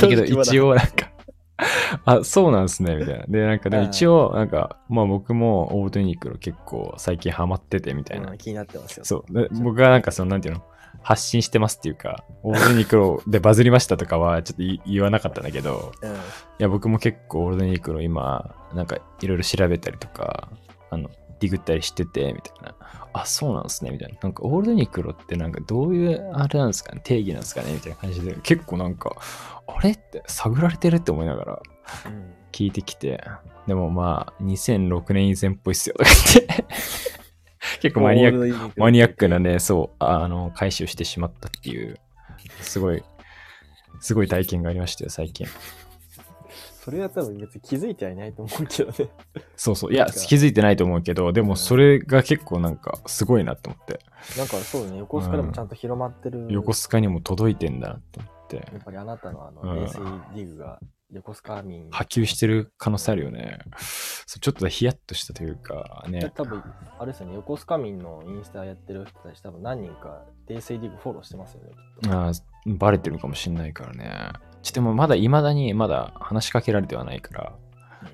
だけど正直まだ一。応なんか、 あ、そうなんですね、みたいな。で、なんかでもうん一応、なんか、まあ僕もオールドユニクロ結構最近ハマっててみたいなうん。気になってますよ。そう。で僕がなんかその、なんていうの発信してますっていうか、オールドユニクロでバズりましたとかはちょっとい言わなかったんだけど、うん。はいいや僕も結構オールドユニクロ今、なんかいろいろ調べたりとか、あの、ディグったりしてて、みたいな。あ、そうなんですね、みたいな。なんかオールドユニクロってなんかどういうあれなんですかね、定義なんですかね、みたいな感じで、結構なんか、あれって探られてるって思いながらうん聞いてきて、でもまあ、2006年以前っぽいっすよ、とか言って。 結構マニアックオールドユニクロマニアックなね、そう、ああの、回収してしまったっていう、すごい、すごい体験がありましたよ、最近。それは多分別に気づいてはいないと思うけど ね。そうそう。いや、なんか気づいてないと思うけど、でもそれが結構なんか、すごいなと思って、なんかそうだね、横須賀でもちゃんと広まってる。横須賀にも届いてんだなって思ってや、っぱりあなたのあうの、ん冷水リーグが横須賀民。波及してる可能性あるよね。そうちょっとヒヤッとしたというか、ね。多分、あれですよね、横須賀民のインスタやってる人たち、多分何人か、冷水リーグフォローしてますよね、きっと。あーバレてるかもしんないからね。ちょっとでもまだ未だにまだ話しかけられてはないから、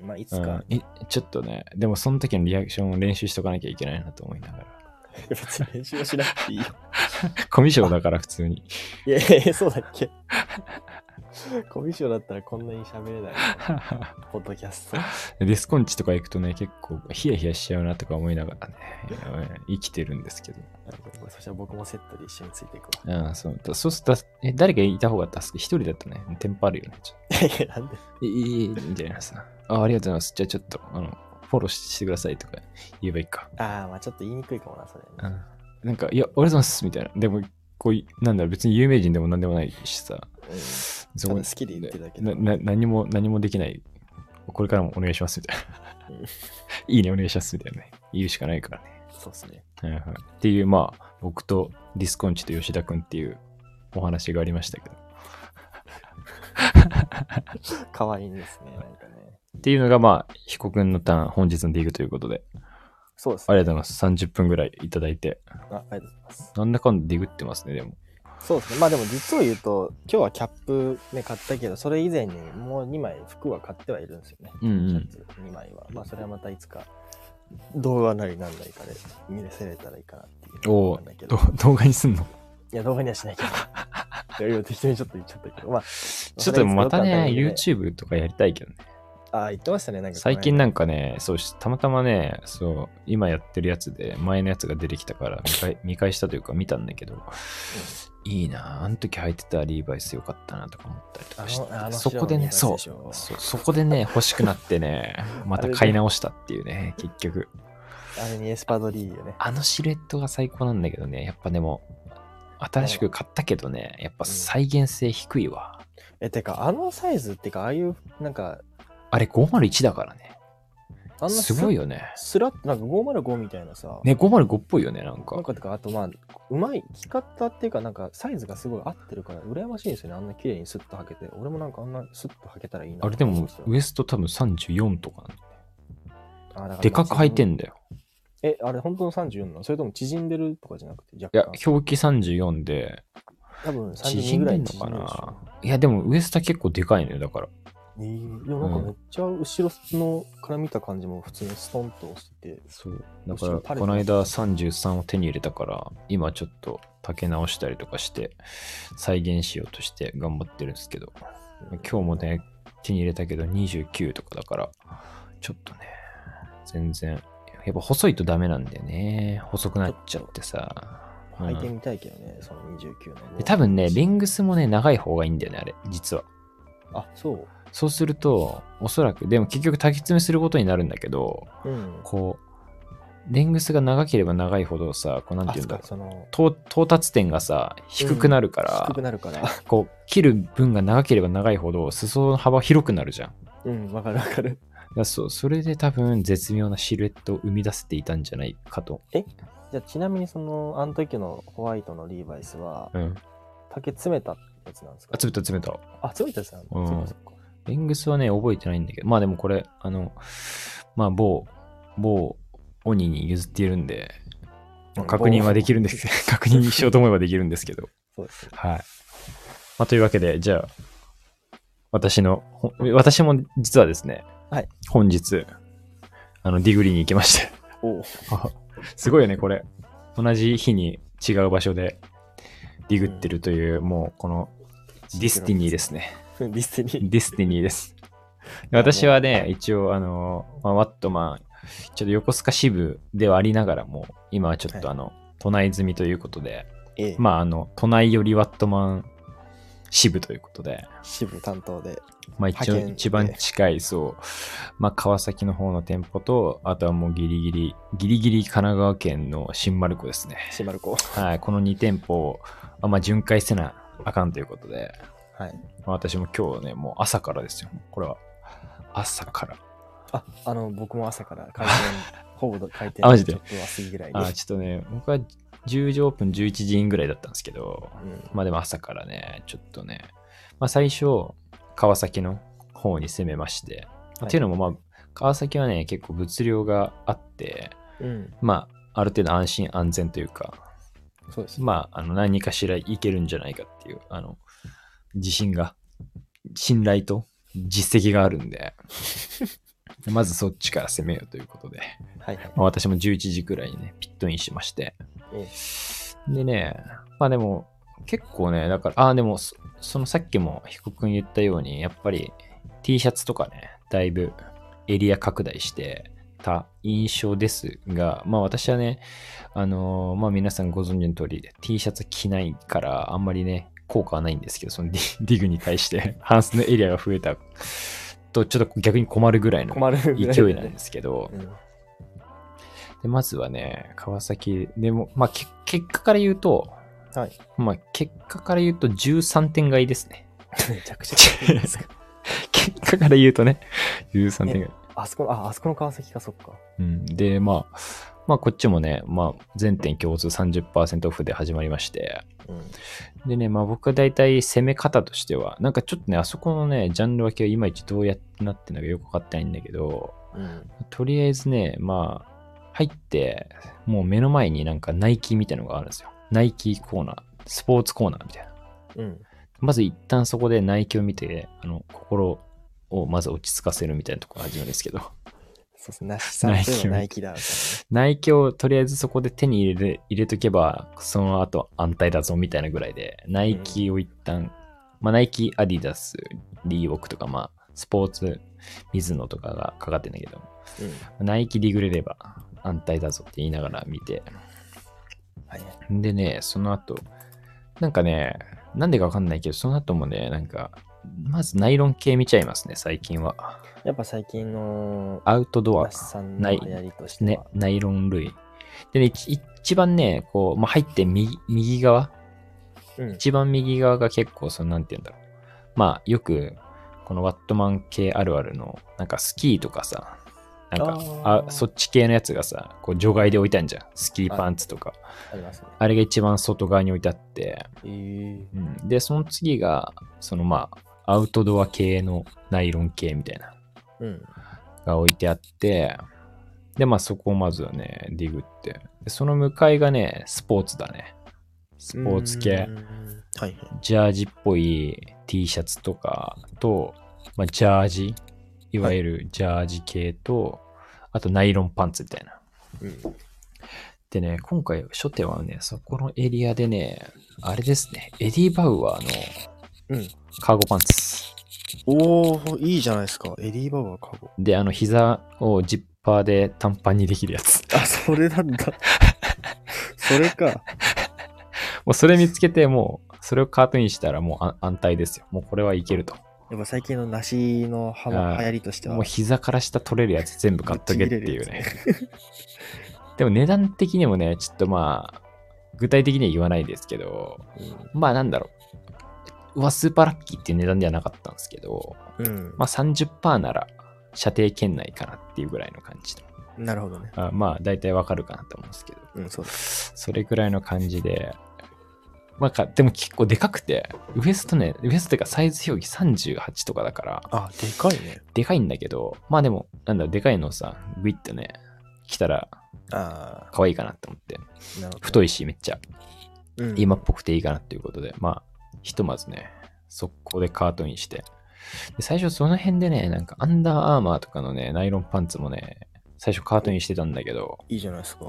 まあ、いつうかん、、えちょっとね、でもその時のリアクションを練習しとかなきゃいけないなと思いながら。 別に練習はしなく ていいよ。コミュ障だから普通に。いやいやいや、そうだっけ。コミュ障だったらこんなに喋れないよ。ポッドキャスト。デスコンチとか行くとね、結構ヒヤヒヤしちゃうなとか思いながらね、生きてるんですけど。そしたら僕もセットで一緒についていくわ。ああそうだそうすると、え誰かいた方が助け、一人だとね、テンパるよね。ちょっいやいや、なんで。といいいいいみたいなさ。あありがとうございます。じゃあちょっと、あの、フォローしてくださいとか言えばいいか。ああ、まあちょっと言いにくいかもな、それ、うね。んなんか、いや、ありがとうございます。みたいな。でも、こうい、なんだろう、別に有名人でもなんでもないしさ。うんそただ好きで言ってるだけだなな何も何もできないこれからもお願いしますみたい なうんいいねお願いしますみたいなね言うしかないからね、そうですね。はいはい、っていうまあ僕とディスコンチと吉田君っていうお話がありましたけど可愛いんですね、なんかね。っていうのがまあ彦君のターン本日のディグということでそうですあね。りがとうございます30分ぐらいいただいてあありがとうございます。なんだかんだディグってますねでもそうですね。まあでも実を言うと、今日はキャップね、買ったけど、それ以前にもう2枚服は買ってはいるんですよね。うんうんシャツ2枚は。まあそれはまたいつか、動画なりなんなりかで見せれたらいいかなっていう。おわおかんないけどど 動画にすんのいや、動画にはしないけ ど。いや今適当にちょっと言っちゃったけど。まあ、ちょっとでもまたねそれはいつか YouTube とかやりたいけどねのタイミングで。ああ、言ってましたね。なんか最近なんんかね、そうし、たまたまね、そう、 今やってるやつで、前のやつが出てきたから見返、見返したというか見たんだけど、いいなあの時履いてたリーバイスよかったなとか思ったりとかしてあのあのそこでね白そのうリーバイスでそしょうそこで ね欲しくなってねまた買い直したっていうね結局あれにエスパドリーよね。あのシルエットが最高なんだけどねやっぱでも新しく買ったけどねやっぱ再現性低いわ、え、てか、あのサイズってか、ああいう、なんか、あれ501だからねあんなすごいよねスラッとなんか505みたいなさ、ね505っぽいよねなんなかんかてかあとまあうまい着方っていうかなんかサイズがすごい合ってるから羨ましいですよねあんな綺麗にスッと履けて俺もなんかあんなスッと履けたらいいなあれでもウ上エスト多分34とかなんだよでかく履いてんんだよえあれ本当の34なのそれとも縮んでるとかじゃなくていや若干表記34で多分32縮んぐらでいんにのか縮んでるでしな、いやでもウエストは結構でかいのよだからょえーでもなんかめっちゃ後ろのから見た感じも普通にストンと押しててそうだむかしろパらレこのットの間33を手に入れたから今ちょっと丈直したりとかして再現しようとして頑張ってるんですけど今日もね手に入れたけど29とかだからちょっとね全然やっぱ細いとダメなんだよね細くなっちゃってさうん履いてみたいけどね、その29ので多分ねレングスもね長い方がいいんだよねあれ実はあそうそうするとおそらくでも結局滝き詰めすることになるんだけどうんこうレングスが長ければ長いほどさこうなんていうんだあろうそっかその到到達点がさ低くなるから低、くなるからこう切る分が長ければ長いほど裾の幅広くなるじゃんだかうんわかるわかるらそそれで多分絶妙なシルエットを生み出せていたんじゃないかと、じゃあちなみにそのあの時のホワイトのリーバイスはうん、竹詰めたやつなんですかあ詰めた詰めたあ詰めたやつなんだ、うんそっかそっかレングスはね、覚えてないんだけど、まあでもこれ、あの、まあ某、某鬼に譲っているんで、まあ確認はできるんですけど、 確認しようと思えばできるんですけど、そうですねはい。まあというわけで、じゃあ、私の、ほ私も実はですね、はい本日、あの、ディグリーに行きまして、 おうすごいよね、これ。同じ日に違う場所でディグってるという、もうこの、ディスティニーですね。ディスティニーディスティニーです。私はね、一応、あの、まあ、ワットマン、ちょっと横須賀支部ではありながらも、今はちょっとはあの、都内済みということで、ええ、まあ、あの、都内よりワットマン支部ということで、支部担当でまあ、一応、派遣で一番近い、そう、まあ、川崎の方の店舗と、あとはもうギリギリ、ギリギリ神奈川県の新丸子ですね。シマルコはい、この2店舗を、あまあ、巡回せなあかんということで、はいまあ私も今日はね、もう朝からですよ。これは。朝から。ああの僕も朝から開店 ほぼ開店あマジでちょっとは過ぎぐらいにあちょっとね、僕は10時オープン11時インぐらいだったんですけど、うんまあでも朝からね、ちょっとね、まあ最初、川崎の方に攻めまして、はいっていうのもまあ、川崎はね、結構物量があって、うん、まあ、ある程度安心安全というか、そうですねまあ、あの何かしらいけるんじゃないかっていう、あの、自信が、信頼と実績があるん で、まずそっちから攻めようということで、はいはいまあ私も11時くらいにね、ピットインしまして、えでね、まあでも、結構ね、だから、ああ、でもそ、そのさっきも彦君言ったように、やっぱり T シャツとかね、だいぶエリア拡大してた印象ですが、まあ私はね、あのーまあ皆さんご存知の通り、T シャツ着ないから、あんまりね、効果はないんですけど、そのディ ディグに対して、ハンスのエリアが増えたと、ちょっと逆に困るぐらいえの困るぐらいだ勢ねいなんですけど、うんでまずはね、川崎でも、まあ、け結果から言うと、はい まあ、結果から言うと13点買いですね。めちゃくちゃ買ってますか結果から言うとね、13点買い。あそこのああそこの川崎かそっかうん、で、まあ、まあ、こっちもね、まあ、全店共通30%オフで始まりまして、うんでね、まあ、僕は大体攻め方としては、なんかちょっとね、あそこのね、ジャンル分けはいまいちどうやってなってんのかよくわかってないんだけど、うんとりあえずね、まあ、入って、もう目の前になんかナイキみたいなのがあるんですよ。ナイキコーナー、スポーツコーナーみたいな。うんまず一旦そこでナイキを見て、あの、心をまず落ち着かせるみたいなところが始まるんですけど、 そうですねなしさんといえばナイキだからねナイキをとりあえずそこで手に入れ入れとけば、その後安泰だぞみたいなぐらいで、ナイキを一旦、まあ、ナイキ、アディダス、リーボックとか、まあ、スポーツ、ミズノとかがかかってんだけど、うんナイキディグれれば安泰だぞって言いながら見て、はいでね、その後、なんかね、なんでかわかんないけど、その後もね、なんか、まずナイロン系見ちゃいますね、最近は。やっぱ最近の、アウトドアダッ。シュさんなのい流行りとしてねは、、ナイロン類。でね、一一番ね、こう、まあ、入って右右側、うん、一番右側が結構、その、なんて言うんだろう。まあ、よく、このワットマン系あるあるの、なんかスキーとかさ、なんかああーそっち系のやつがさ、こう除外で置いたんじゃん。スキーパンツとか。ありますね。あれが一番外側に置いてあって、えー、うん、で、その次が、そのまあ、アウトドア系のナイロン系みたいな、うん。が置いてあって、で、まあそこをまずはね、ディグって。でその向かいがね、スポーツだね。スポーツ系う。ん。はいはい。ジャージっぽい T シャツとかと、まあ、ジャージ、いわゆるジャージ系と、あとナイロンパンツみたいな。うん、でね、今回、初手はね、そこのエリアでね、あれですね、エディ・バウアーのうんカーゴパンツ。おー、いいじゃないですか。エディー・ババーカゴ。で、あの、膝をジッパーで短パンにできるやつ。 あ、それなんだ。 それか。もうそれ見つけて、もう、それをカートインしたらもうあ安泰ですよ。もうこれはいけると。やっぱ最近の梨のはあーま流行りとしては。もう膝から下取れるやつ全部買っとけっていうね。 でも値段的にもね、ちょっとまあ、具体的には言わないですけど、まあなんだろう。うわ、スーパーラッキーっていう値段ではなかったんですけど、うん。まあ30%なら射程圏内かなっていうぐらいの感じで。なるほどね。あまあ大体わかるかなと思うんですけど、うん、そうだ。それぐらいの感じで、まあか、でも結構でかくて、ウエストね、ウエストがサイズ表記38とかだから、あ、でかいね。でかいんだけど、まあでも、なんだろう、でかいのをさ、グイッとね、来たらあ可愛いかなって思って、ー、なるほど。太い。いし、めっちゃ、うん、今っぽくていいかなっていうことで、まあ、ひとまずね、速攻でカートインして、で最初その辺でね、なんかアンダーアーマーとかのね、ナイロンパンツもね、最初カートインしてたんだけど、いいじゃないですか。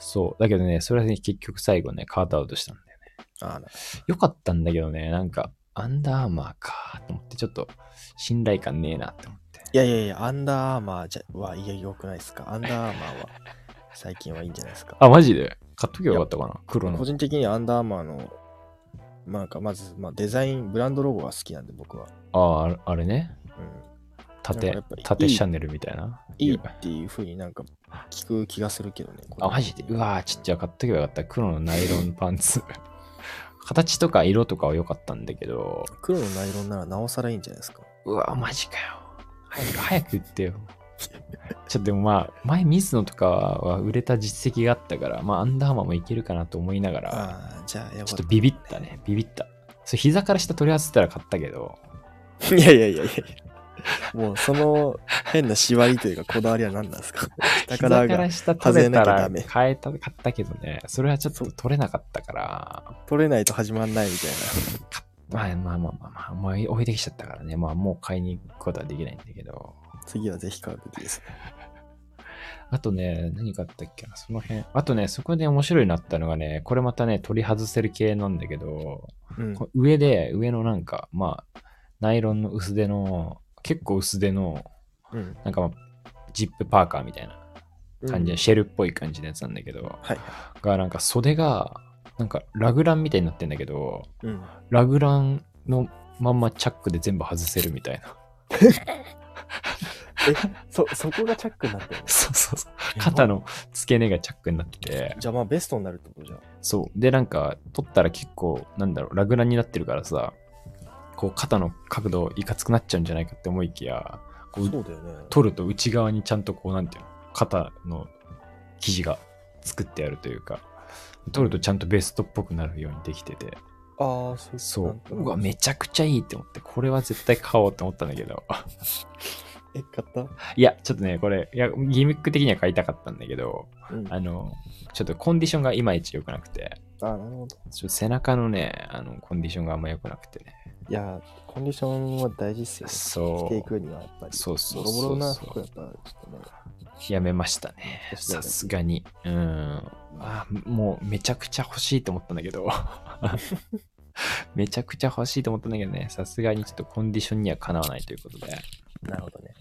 そう、だけどね、それはね、結局最後ね、カートアウトしたんだよね。あーなよかったんだけどね、なんか、アンダーアーマーかと思って、ちょっと信頼感ねえなって思って。いやいやいや、アンダーアーマーじゃはいや、よくないですか。アンダーアーマーは最近はいいんじゃないですか。あ、マジで買っときゃよかったかな黒の個。人的にアンダーアーマーの、まあ、なんかまず、まあ、デザイン、ブランドロゴが好きなんで僕は。あああ、あれね。うん、なんかや縦っぱり、縦いいシャネルみたいな。いいっていうふうになんか聞く気がするけどね。あ、マジで。うわーちっちゃ買っとけばよかった。黒のナイロンパンツ。 形とか色とかは良かったんだけど、黒のナイロンならなおさらいいんじゃないですか。うわーマジかよ。早く、早く言ってよ。 ちょっとでもまあ、前ミスノとかは売れた実績があったから、まあ、アンダーマンもいけるかなと思いながら、ああ、じゃあ、やばちょっとビビったね。ビビった。そう膝から下取り外せたら買ったけど、いやいやいやいや。もうその変な縛りというかこだわりは何なんで すかだか膝らから下取外れれたなきゃらダメ買えた、買ったけどね、それはちょっと取れなかったから、取れないと始まんないみたいまあまあまあまあまあ、もう置いてきちゃったからね、まあもう買いに行くことはできないんだけど。な。次はぜひ買うべきです。あとね、何があったっけな、その辺。あとね、そこで面白いなったのがね、これまたね、取り外せる系なんだけど、うん。こ上で、上のなんか、まあ、ナイロンの薄手の、結構薄手の、うんなんかまあ、ジップパーカーみたいな感じで、シェルっぽい感じのやつなんだけど、はいが、なんか袖が、なんかラグランみたいになってんだけど、うん。ラグランのまんまチャックで全部外せるみたいな。そ、そこがチャックになってる のそうそうそう。 肩の付け根がチャックになってて、じゃあまあベストになるってことじゃん。そう。で、なんか、取ったら結構、なんだろう、ラグランになってるからさ、こう、肩の角度、いかつくなっちゃうんじゃないかって思いきや、こそうう、だよね。取ると内側にちゃんとこう、なんていうの、肩の生地が作ってあるというか、取るとちゃんとベストっぽくなるようにできてて、ああ、そうそなんう。となくうわ、めちゃくちゃいいって思って、これは絶対買おうって思ったんだけど、 え、買ったいや、ちょっとね、これ、いや、ギミック的には買いたかったんだけど、うん。ああの、ちょっとコンディションがいまいち良くなくて、ーなるほど。ちょっと背中のね、あの、コンディションがあんま良くなくてね。いやー、コンディションは大事っすよね。着そ。ていうくにはやっぱり。そうそうボロボロそうなそ服うやっぱちょっとね。やめましたね。さすがに。うん。あ、もうめちゃくちゃ欲しいと思ったんだけ ど。めちゃくちゃ欲しいと思ったんだけどね、さすがにちょっとコンディションにはかなわないということで、なるほどね。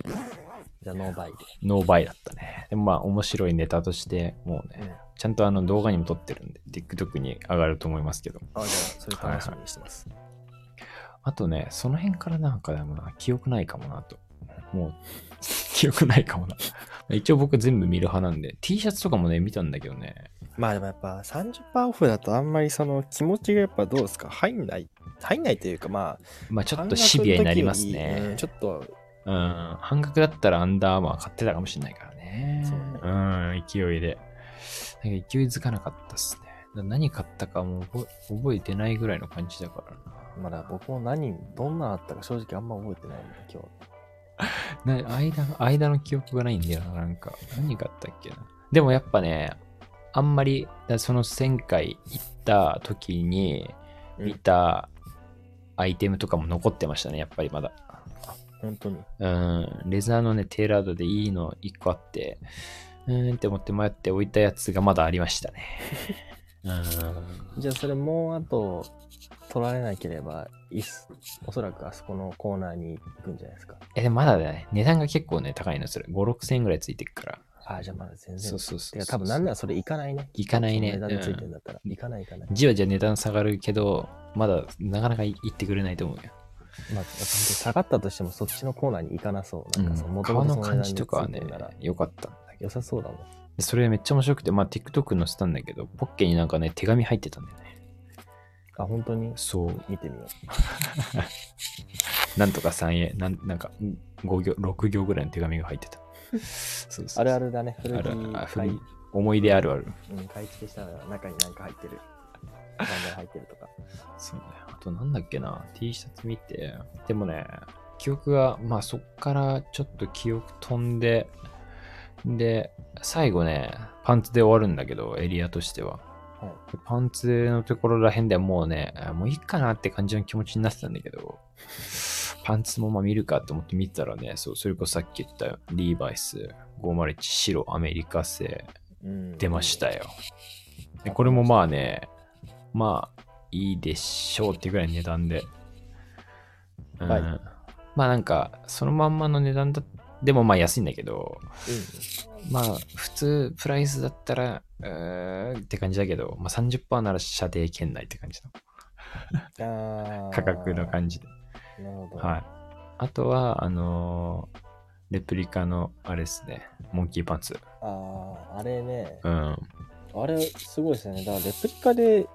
じゃあノーバイで。ノーバイだったね。でもまあ面白いネタとして、もうね、ちゃんとあの動画にも撮ってるんで、TikTok に上がると思いますけど。あ、じゃあ、それ楽しみにしてます。あとね、その辺からなんかでもな、記憶ないかもなと。もう、 記憶ないかもな。一応僕全部見る派なんで、T シャツとかもね、見たんだけどね。まあでもやっぱ30%オフだとあんまりその気持ちがやっぱどうですか入んない、入んないというかまあ、まあちょっとシビアになります半額の時よりうねん。ちょっと、うん、半額だったらアンダーアーマー買ってたかもしれないからね。そううん、勢いで。なんか勢いづかなかったっすね。な何買ったかもう覚え覚えてないぐらいの感じだからまだ僕も何、どんなあったか正直あんま覚えてないんで今日。な。な間の間の記憶がないんだよな、なんか。何買ったっけな。でもやっぱね、あんまり、だその前回行った時にうん見たアイテムとかも残ってましたね、やっぱりまだ。本当に。うん、レザーのね、テーラードでいいの1個あって、うーんって思って迷って置いたやつがまだありましたね。 うん。じゃあそれもうあと、取られなければ、いっすおそらくあそこのコーナーに行くんじゃないですか。え、でもまだね、値段が結構ね、高いの、それ。5、6千円ぐらいついてくから。ああ、じゃあまだ全然。そうそうそう。てか多分なんならそれ行かないね。行かないね値段ついてうるんんだったら。行かない行かない。じわじわ値段下がるけど、まだなかなかい行ってくれないと思うよ。まあ、下がったとしてもそっちのコーナーに行かなそう。なんかそのうん、元顔々のそ値感段にじとかはねついてるなら、良かったんだけど良さそうだもん。でそれめっちゃ面白くて、まあ TikTok 載せたんだけど、ポッケになんかね、手紙入ってたんだよね。あ、本当にそう。見てみよう。なんとか3円、なんなんか5行、6行ぐらいの手紙が入って た。そうそうあるあるだね。古あ着るあ買い、る思い出あるある。うん、買い付けしたら中に何か入ってる。何が入ってるとか。そうね。あとなんだっけな、T シャツ見て。でもね、記憶が、まあそっからちょっと記憶飛んで、で、最後ね、パンツで終わるんだけど、エリアとしては。はでパンツのところらへんでもうね、あもういいかなって感じの気持ちになってたんだけど、パンツもまあ見るかと思って見てたらね、そう、それこそさっき言ったリーバイス501白アメリカ製うん出ました。よ。でこれもまあね、まあいいでしょうっていうぐらいの値段で。うんはいまあなんか、そのまんまの値段だでもまあ安いんだけど、うまあ普通プライスだったら、うーんって感じだけど、まあ30%なら射程圏内って感じのん、あー価格の感じで。なるほど。はい。あとは、あのーレプリカのあれですね、モンキーパンツ。ああ、あれね。うん。あれ、すごいですね。だから、レプリカで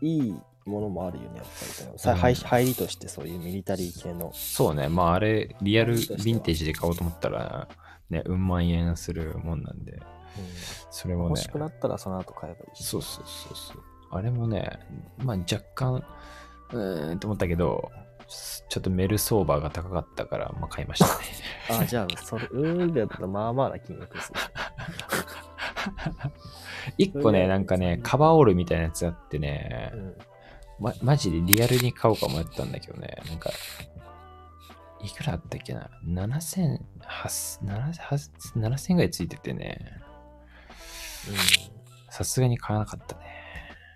いいものもあるよね、やっぱり。さうん入入りとして、そういうミリタリー系の。そうね、まああれ、リアルヴィンテージで買おうと思ったら、ね、うん万円するもんなんで、それも欲ねし、くなったら、その後買えばいいし。そうそうそうそう。あれもね、まあ若干、うーんと思ったけど、ちょっとメル相場が高かったから、まあ買いましたね。 ああ、じゃあ、それ、うーんってやったら、まあまあな金額ですね。一個ね、なんかね、カバーオールみたいなやつあってねう、ん。ま、マジでリアルに買おうか迷ったんだけどね、なんか、いくらあったっけな ?7000、8000 7000ぐらいついててね、さすがに買わなかったね。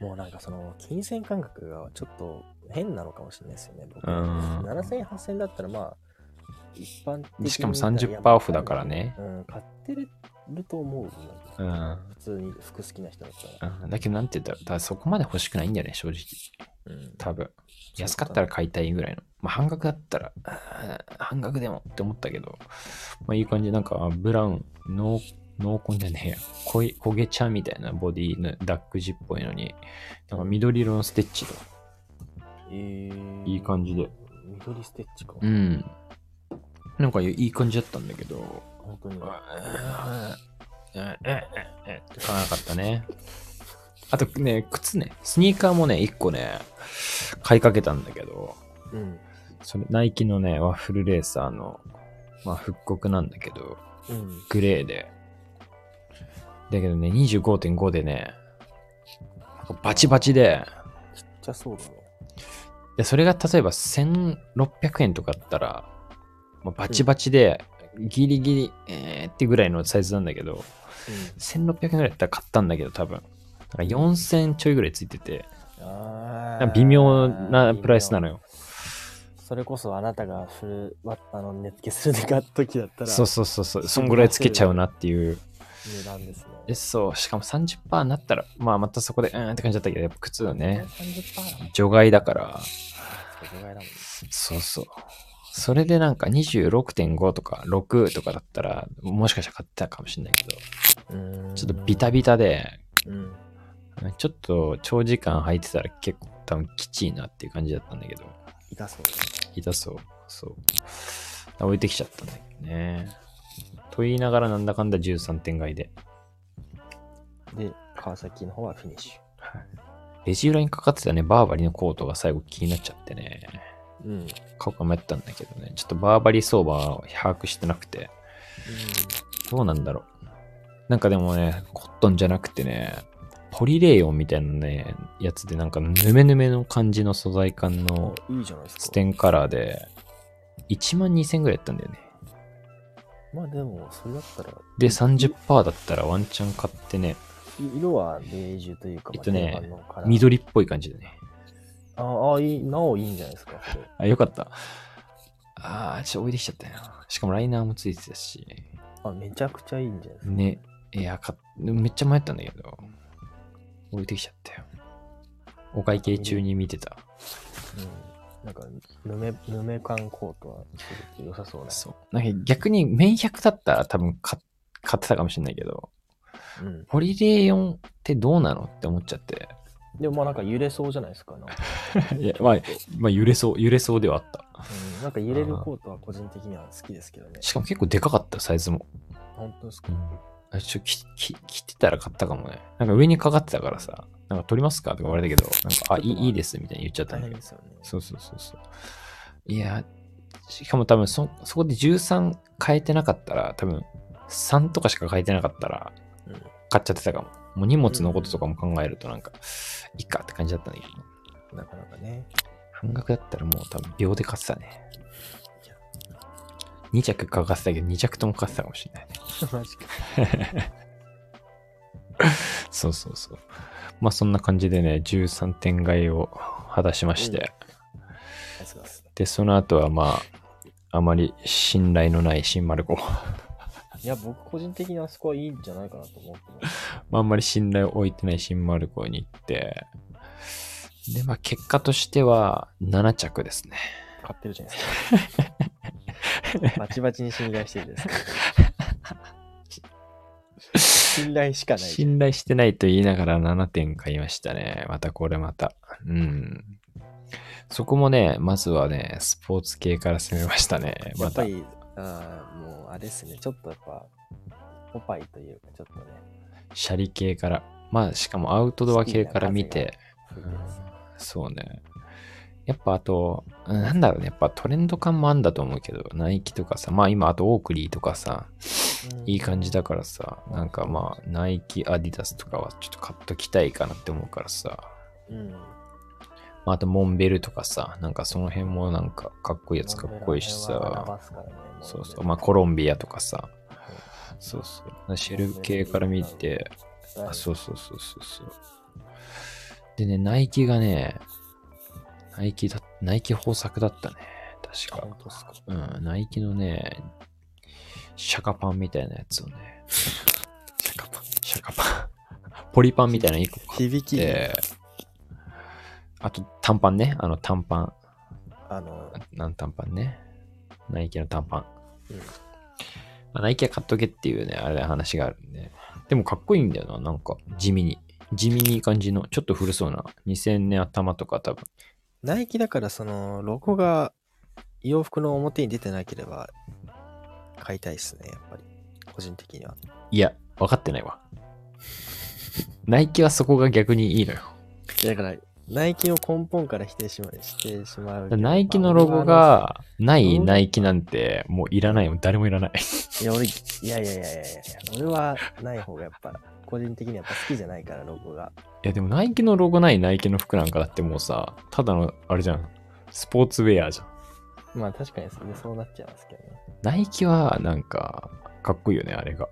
うん、もうなんか、その、金銭感覚がちょっと変なのかもしれないですよね、僕。うん7000円、8000円だったら、まあ、一般的にしかも30%オフだからね。うん、買ってると思うんだけうどん。普通に服好きな人だったら。うんだけど、なんて言ったら、だからそこまで欲しくないんだよね、正直。うん多分。安かったら買いたいぐらいの。まあ、半額だったら、あー半額でもって思ったけど、まあ、いい感じ。なんか、あブラウン、濃濃紺じゃねえや。濃い、焦げ茶みたいなボディのダックジっぽいのに、なんか緑色のステッチとか、えーいい感じで。緑ステッチか。うん。なんかいい感じだったんだけど、本当に。うんうんうんうんって買わなかったね。あとね、靴ね、スニーカーもね、1個ね、買いかけたんだけど、うん。それナイキのね、ワッフルレーサーの、まあ、復刻なんだけど、うん。グレーで。だけどね、25.5でね、なんかバチバチで、じゃあそうだね。でそれが例えば1600円とかだったら、まあ、バチバチで、ギリギリ、えーってぐらいのサイズなんだけど、1600円ぐらいだったら買ったんだけど、多分。なんか4000ちょいぐらいついてて、うん、あなんかー微妙なプライスなの微妙よ。それこそあなたがフルワッタの値付けするで買った時だったら。そうそうそうそう、そんぐらいつけちゃうなっていう。値段ですね。 え、そう、しかも30%になったら、まあまたそこで、うーんって感じだったけど、やっぱ靴はね、 30%だもん。除外だから、そこぐらいだもん。そうそう。それでなんか26.5とか6とかだったら、もしかしたら買ってたかもしれないけど、ちょっとビタビタで、うん。ちょっと長時間履いてたら結構多分きちいなっていう感じだったんだけど、痛そう。痛そう。そう。置いてきちゃったんだけどね。と言いながらなんだかんだ13点買いで。で、川崎の方はフィニッシレジ裏にかかってたね、バーバリのコートが最後気になっちゃってね。ュ。うん。うん、買うか迷ったんだけどね。ちょっとバーバリ相場を把握してなくて。どうなんだろう。なんかでもね、コットンじゃなくてね、ポリレーヨンみたいなね、やつでなんかヌメヌメの感じの素材感のいいじゃないですか。ステンカラーで、1万2000ぐらいやったんだよね。まあでも、それだったら、で、30%だったらワンチャン買ってね、い色はベージュというか、えっとねまあ定番のカラー緑っぽい感じだね。ああ、いい、なおいいんじゃないですか、それ。あ、よかった。あー、ちょっと置いてきちゃったよな。しかもライナーもついてたし。あ、めちゃくちゃいいんじゃないですか。ね、いや、かめっちゃ迷ったんだけど、置いてきちゃったよ。お会計中に見てた。うん。なんか、ぬめ、ぬめ感コートは良さそうね。そう。なんか逆に綿100だったら多分買っ買ってたかもしれないけど、うん。ポリレーヨンってどうなのって思っちゃって。でもまあなんか揺れそうじゃないですか。なんか,、 いや、まあ、まあ、揺れそう、揺れそうではあった。うん、なんか揺れるコートは個人的には好きですけどね。しかも結構でかかった、サイズも。本当ですかあちょきき切ってたら買ったかもね。なんか上にかかってたからさ、なんか取りますかとか言われたけど、なんか、あ、いいいいですみたいに言っちゃった大んだ変けどで。すよね。そうそうそうそう。いや、しかも多分そ、そこで13変えてなかったら、多分、3とかしか変えてなかったらうん、買っちゃってたかも。もう荷物のこととかも考えるとなんか、いいかって感じだったんだけど、なかなかね。半額だったらもう多分秒で買ってたね。2着かかってたけど、2着とも買ってたかもしれないね。マジか。そうそうそう。まあそんな感じでね、13点買いを果たしまして、うんさすがっすねで、その後はまあ、あまり信頼のない新丸子。いや、僕個人的にあそこはいいんじゃないかなと思ってます。 まあ、あんまり信頼を置いてない新丸子に行って、で、まあ、結果としては7着ですね。買ってるじゃないですか。バチバチに信頼してるじゃないですか。信頼しかないじゃん。信頼してないと言いながら7点買いましたね。またこれまた。うん。そこもね、まずはね、スポーツ系から攻めましたね。やまっぱた。り、あーもうあれですね、ちょっとやっぱ、ポパイというか、ちょっとね、シャリ系から。まあ、しかもアウトドア系から見て、吹いてますそうね。やっぱあと、なんだろうね、やっぱトレンド感もあんだと思うけど、ナイキとかさ、まあ今あとオークリーとかさ、うんいい感じだからさ、なんかまあ、ナイキ、アディダスとかはちょっと買っときたいかなって思うからさ、うん。まあ、あとモンベルとかさ、なんかその辺もなんかかっこいいやつかっこいいしモンベラはさ花、バスからねそうそう、まあコロンビアとかさ、そうそう、シェル系から見て、あ、そうそうそうそうそう。でね、ナイキがね、ナイキだ、ナイキ豊作だったね、確か本。当っすか。うん、ナイキのね、シャカパンみたいなやつをね、シャカパン、シャカパン、ポリパンみたいなの一個買っ響き、て、あと短パンね、あの短パン、あの、なん短パンね、ナイキの短パン。うんまあナイキは買っとけっていうね、あれ話があるんで。でもかっこいいんだよな、なんか地味に。地味にいい感じの、ちょっと古そうな、2000年頭とか多分。ナイキだからそのロゴが洋服の表に出てなければ買いたいですねやっぱり個人的にはいや、分かってないわ。ナイキはそこが逆にいいのよ。だからナイキを根本から否定しましてしまうけどナイキのロゴまあがないナイキなんてもういらないよ。誰もいらない。俺はいや俺いやいやいやいやいや俺はない方がやっぱ個人的にはやっぱ好きじゃないからロゴがいやでもナイキのロゴないナイキの服なんかだってもうさ、ただのあれじゃん。スポーツウェアじゃん。まあ確かにそれでそうなっちゃいますけどねナイキはなんかかっこいいよね、あれが。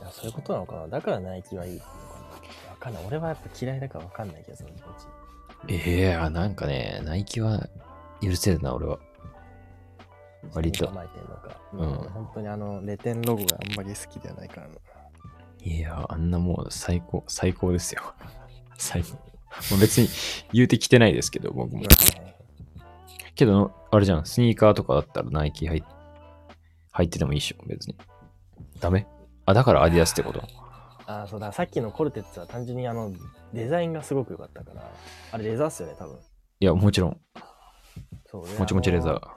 いやそういうことなのかなだからナイキはいいのかなわかんない俺はやっぱ嫌いだからわかんないけどその気持ちええなんかね、ナイキは許せるな、俺は。割と構えてんのか。んうん本当にあの、レテンロゴがあんまり好きじゃないからな。いや、あんなもう最高、最高ですよ。 最高。もう別に言うてきてないですけど、僕も。けど、あれじゃん、スニーカーとかだったらナイキ入っ入っててもいいっしょ、別に。ダメあ、だからアディアスってことああ、そうだ、さっきのコルテッツは単純にあの、デザインがすごく良かったから、あれレザーっすよね、多分。いや、もちろん。そうもちもちレザ。であのー。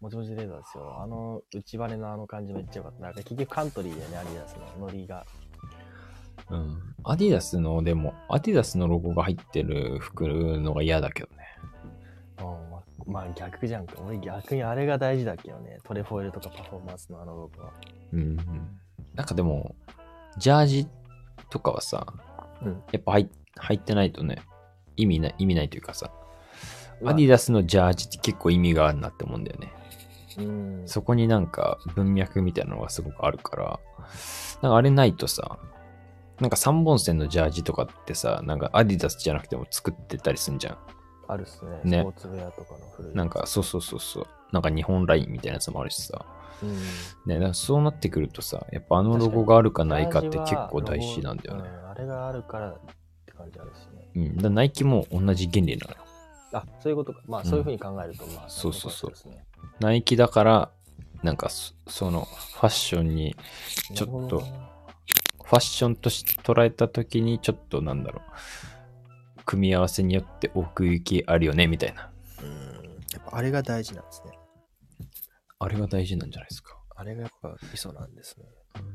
もちもちレザーですよ。あの、内バネのあの感じめっちゃ良かった。なんか結局カントリーだよね、アディダスのノリが。うん。アディダスの、でも、アディダスのロゴが入ってる服のが嫌だけどね。うんままあ逆じゃんか。俺逆にあれが大事だっけどね。トレフォイルとかパフォーマンスのあのロゴは。うん。なんかでも、ジャージとかはさ、うんやっぱ入入ってないとね、意味ない、意味ないというかさ、まあアディダスのジャージって結構意味があるなって思うんだよね。うん。そこになんか文脈みたいなのがすごくあるから、なんかあれないとさ、なんか3本線のジャージとかってさ、なんかアディダスじゃなくても作ってたりすんじゃん。あるっすね。ねスポーツウェアとかの古い。なんかそうそうそうそう。なんか日本ラインみたいなやつもあるしさ。うん、ね、だからそうなってくるとさ、やっぱあのロゴがあるかないかって結構大事なんだよね。ジャージはロゴうんあれがあるからって感じあるっすね。うん、だからナイキも同じ原理なのよ。あ、そういうことか。まあうんそういうふうに考えると、まあ、そうそうそうですね。ナイキだから、なんかそそのファッションに、ちょっとなるほどねファッションとして捉えた時に、ちょっとなんだろう、組み合わせによって奥行きあるよね、みたいな。うん。やっぱあれが大事なんですね。あれが大事なんじゃないですか。あれがやっぱ基礎なんですね。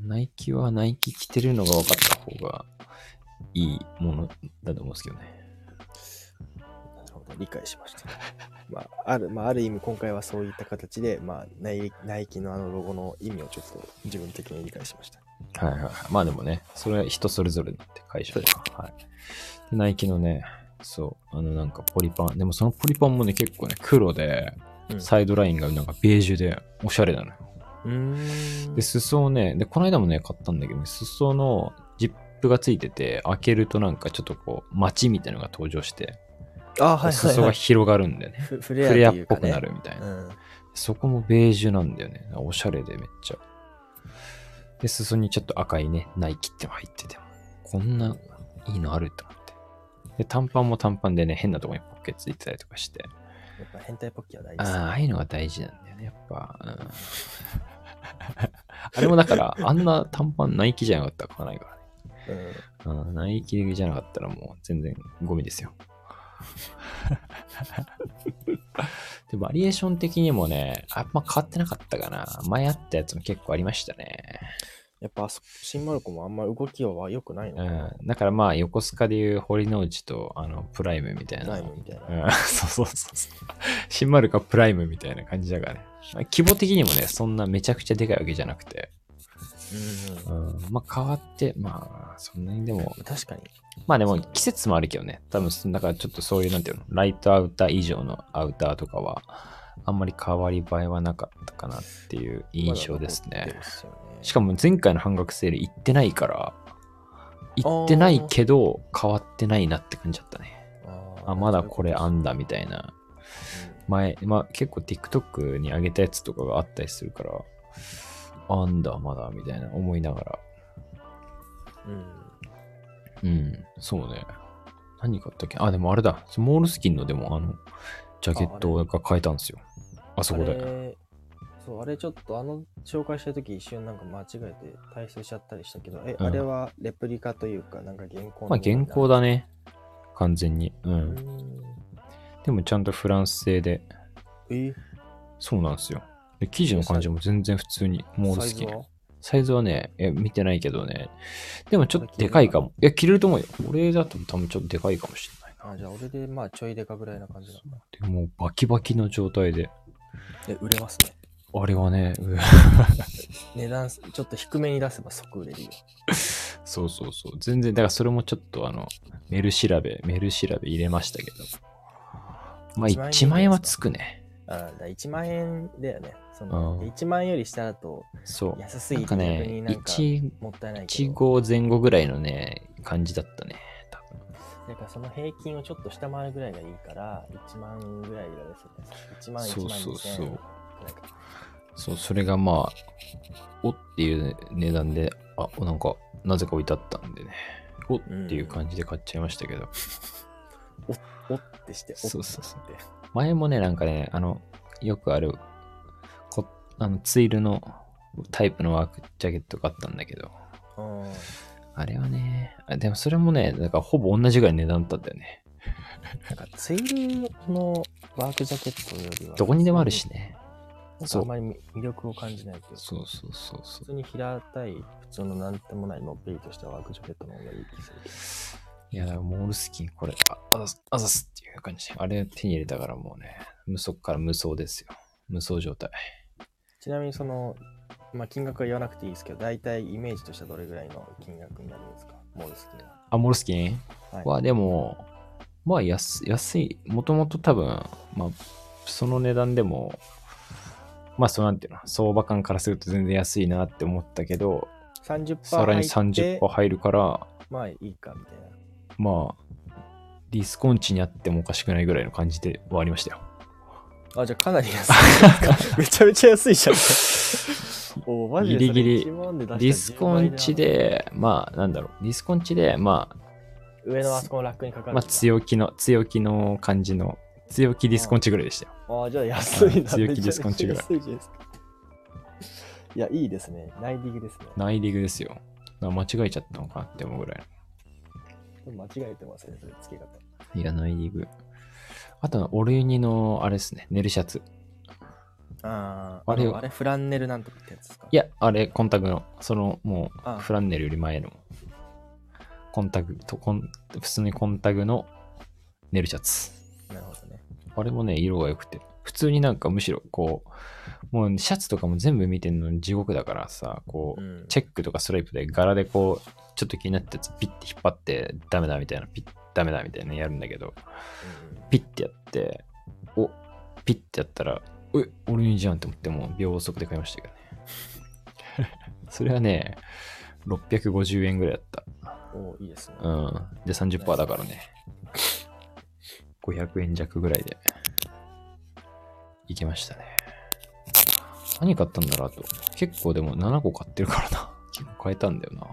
ナイキはナイキ着てるのが分かった方がいいものだと思うんですけどね。なるほど、理解しました。まあ、ある、まあ、ある意味、今回はそういった形で、まあ、ナイナイキのあのロゴの意味をちょっと自分的に理解しました。はいはいはい。まあでもね、それは人それぞれなんて会社は。はい。でナイキのね、そう、あのなんかポリパン。でもそのポリパンもね、結構ね、黒で、うんサイドラインがなんかベージュでおしゃれなのよ。うんで、裾をね、で、この間もね、買ったんだけどね、裾のジップがついてて、開けるとなんかちょっとこう、街みたいなのが登場して、あ、はい、はい裾はがい。広がるんだよね。フフフレレアっアというぽかくねなるみたいな。うん。そこもベージュなんだよね。おしゃれでめっちゃ。で、裾にちょっと赤いね、ナイキっての入ってても、こんないいのあると思って。で、短パンも短パンでね、変なとこにポッケついてたりとかして、やっぱ変態ポッキーは大あ事ですあね。ああいうのが大事なんだよね、やっぱ。うん あれもだから、あんな短パンナイキじゃなかったら買わないからね。うんうんナイキじゃなかったらもう全然ゴミ ですよ。で、バリエーション的にもね、あんま変わってなかったかな。前あったやつも結構ありましたね。やっぱ、あそこ新丸子もあんま動きは良くないのうかな。ん。だからまあ、横須賀でいう堀之内とあのプライムみたいな。ライムみたいな。うん そうそうそうそう。新丸かプライムみたいな感じだからね。まあ規模的にもね、そんなめちゃくちゃでかいわけじゃなくて。ううん。まあ変わって、まあ、そんなにでもん。確かに。まあでも季節もあるけどね、多分そだからちょっとそういうなんていうの、ライトアウター以上のアウターとかは、あんまり変わり映えはなかったかなっていう印象ですまだ残ってね。ますよね。しかも前回の半額セール行ってないから、行ってないけど変わってないなって感じだったね。もあ、まだこれあん。んだみたいな。前、まあ結構 TikTok に上げたやつとかがあったりするから、あんだまだみたいな思いながら。うん。うん、そうね。何買ったっけあ、でもあれだ。モールスキンのでも、あの、ジャケットが買えたんですよ。あそこあで。れそうあれちょっとあの紹介した時一瞬なんか間違えて体操しちゃったりしたけどえ、うんあれはレプリカというかなんか原稿まあ、現行だだね。完全に。うん。でも、ちゃんとフランス製で。えそうなんですよ。で生地の感じも全然普通に、モールサイスズキン。サイはズはね、え見てないけどね。でも、ちょっとでかいかも。いや、着れると思うよ。俺だと多分ちょっとでかいかもしれないな。あじゃあ俺でまあちょいでかぐらいな感じなんだでも、バキバキの状態で。え売れますねあれはね、うわ値段ちょっと低めに出せば即売れるよそうそうそう。全然、だからそれもちょっとあの、メル調べ、メル調べ入れましたけど。まあ、 1万円1万円はつくね。あだから1万円だよねその、うん1万円より下だとそ安すう。なぎんかて逆ね、になんか1、もったいないけ1ど号前後ぐらいのね、感じだったね。多分だからその平均をちょっと下回るぐらいがいいから1万ぐらいがですね1万1そう万そうそう2千円ぐらいかそう、それがまあ、おっていう値段で、あ、なんか、なぜか置いてあったんでね。おっていう感じで買っちゃいましたけど。おってして、おってして。そうそうそう前もね、なんかね、あの、よくある、こあのツイルのタイプのワークジャケットがあったんだけど、あーあれはね、あでもそれもね、だからほぼ同じぐらい値段だったんだよね。なんか、ツイルのワークジャケットよりは、どこにでもあるしね。なんかそうあんまり魅力を感じないというか、そうそうそうそ普う。通に平たい、普通のなんてもないのっぺりとしたワークジャケットの方がいい気する。いや、だからモールスキン、これ、ああざす、あざすっていう感じ。あれ手に入れたからもうね、無双から無双ですよ。無双状態。ちなみにその、まあ、金額は言わなくていいですけど、大体イメージとしてはどれぐらいの金額になるんですかモールスキンは。あ、モールスキンはいはでも、まあ安安い、もともと多分、まあ、その値段でも、まあそうなんていうの、相場感からすると全然安いなって思ったけど、 30%さらに入って30%入るから、まあいいかみたいな。まあ、ディスコンチにあってもおかしくないぐらいの感じではありましたよ。あ、じゃあかなり安 い。めちゃめちゃ安いじゃん。おマジでギそれリギリ1万で出したらディスコンチで、まあなんだろう、ディスコンチで、まあ、 10倍だ。上のあそこのラックにかかる。まあ、強気の、強気の感じの、強気ディスコンチぐらいでしたよ。あじゃあ安いな。強気ディスコンチぐらいめちゃめちゃ安いじゃないですか。いや、いいですね。ナイディングですね。内リーグですよ。だから間違えちゃったのかなって思うぐらい。でも間違えてますね、それ付け方。いらないリーグ。あとは、オルユニの、あれですね、寝るシャツ。ああれあれフランネルなんとかってやつですかいや、あれ、コンタクの、その、もあう、フランネルより前の、コンタクと、コン普通にコンタクの寝るシャツ。なるほどね。あれもね、色が良くて。普通になんかむしろ、こう、もうシャツとかも全部見てんのに地獄だからさ、こう、うんチェックとかストライプで柄でこう、ちょっと気になったやつピッて引っ張って、ダメだみたいな、ピッ、ダメだみたいなのやるんだけど、うんピッてやって、おピッてやったら、え、俺にじゃんって思って、もう秒速で買いましたけどね。 それはね、650円ぐらいだった。おーいいですね。うん。で、30%だからね。500円弱ぐらいで。いけましたね。何買ったんだろうあと。結構でも7個買ってるからな。 結構買えたんだよな。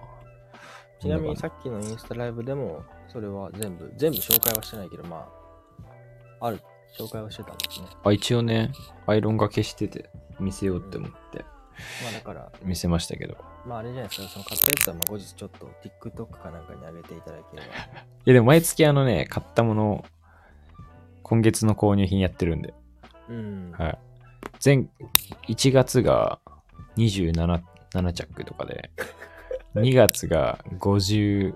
ちなみにさっっきのインスタライブでも、それは全部、全部紹介はしてないけど、まあ、ある、紹介はしてたもんね。あ、一応ね、アイロンが消してて、見せようって思って、まあだから、見せましたけど。いまああれじゃないですか、その買ったやつはまあ後日ちょっと TikTok かなんかに上げていただければ。や、でも毎月あのね、買ったものを、今月の購入品やってるんで。うん。はい。前、1月が27 7着とか で、2月が57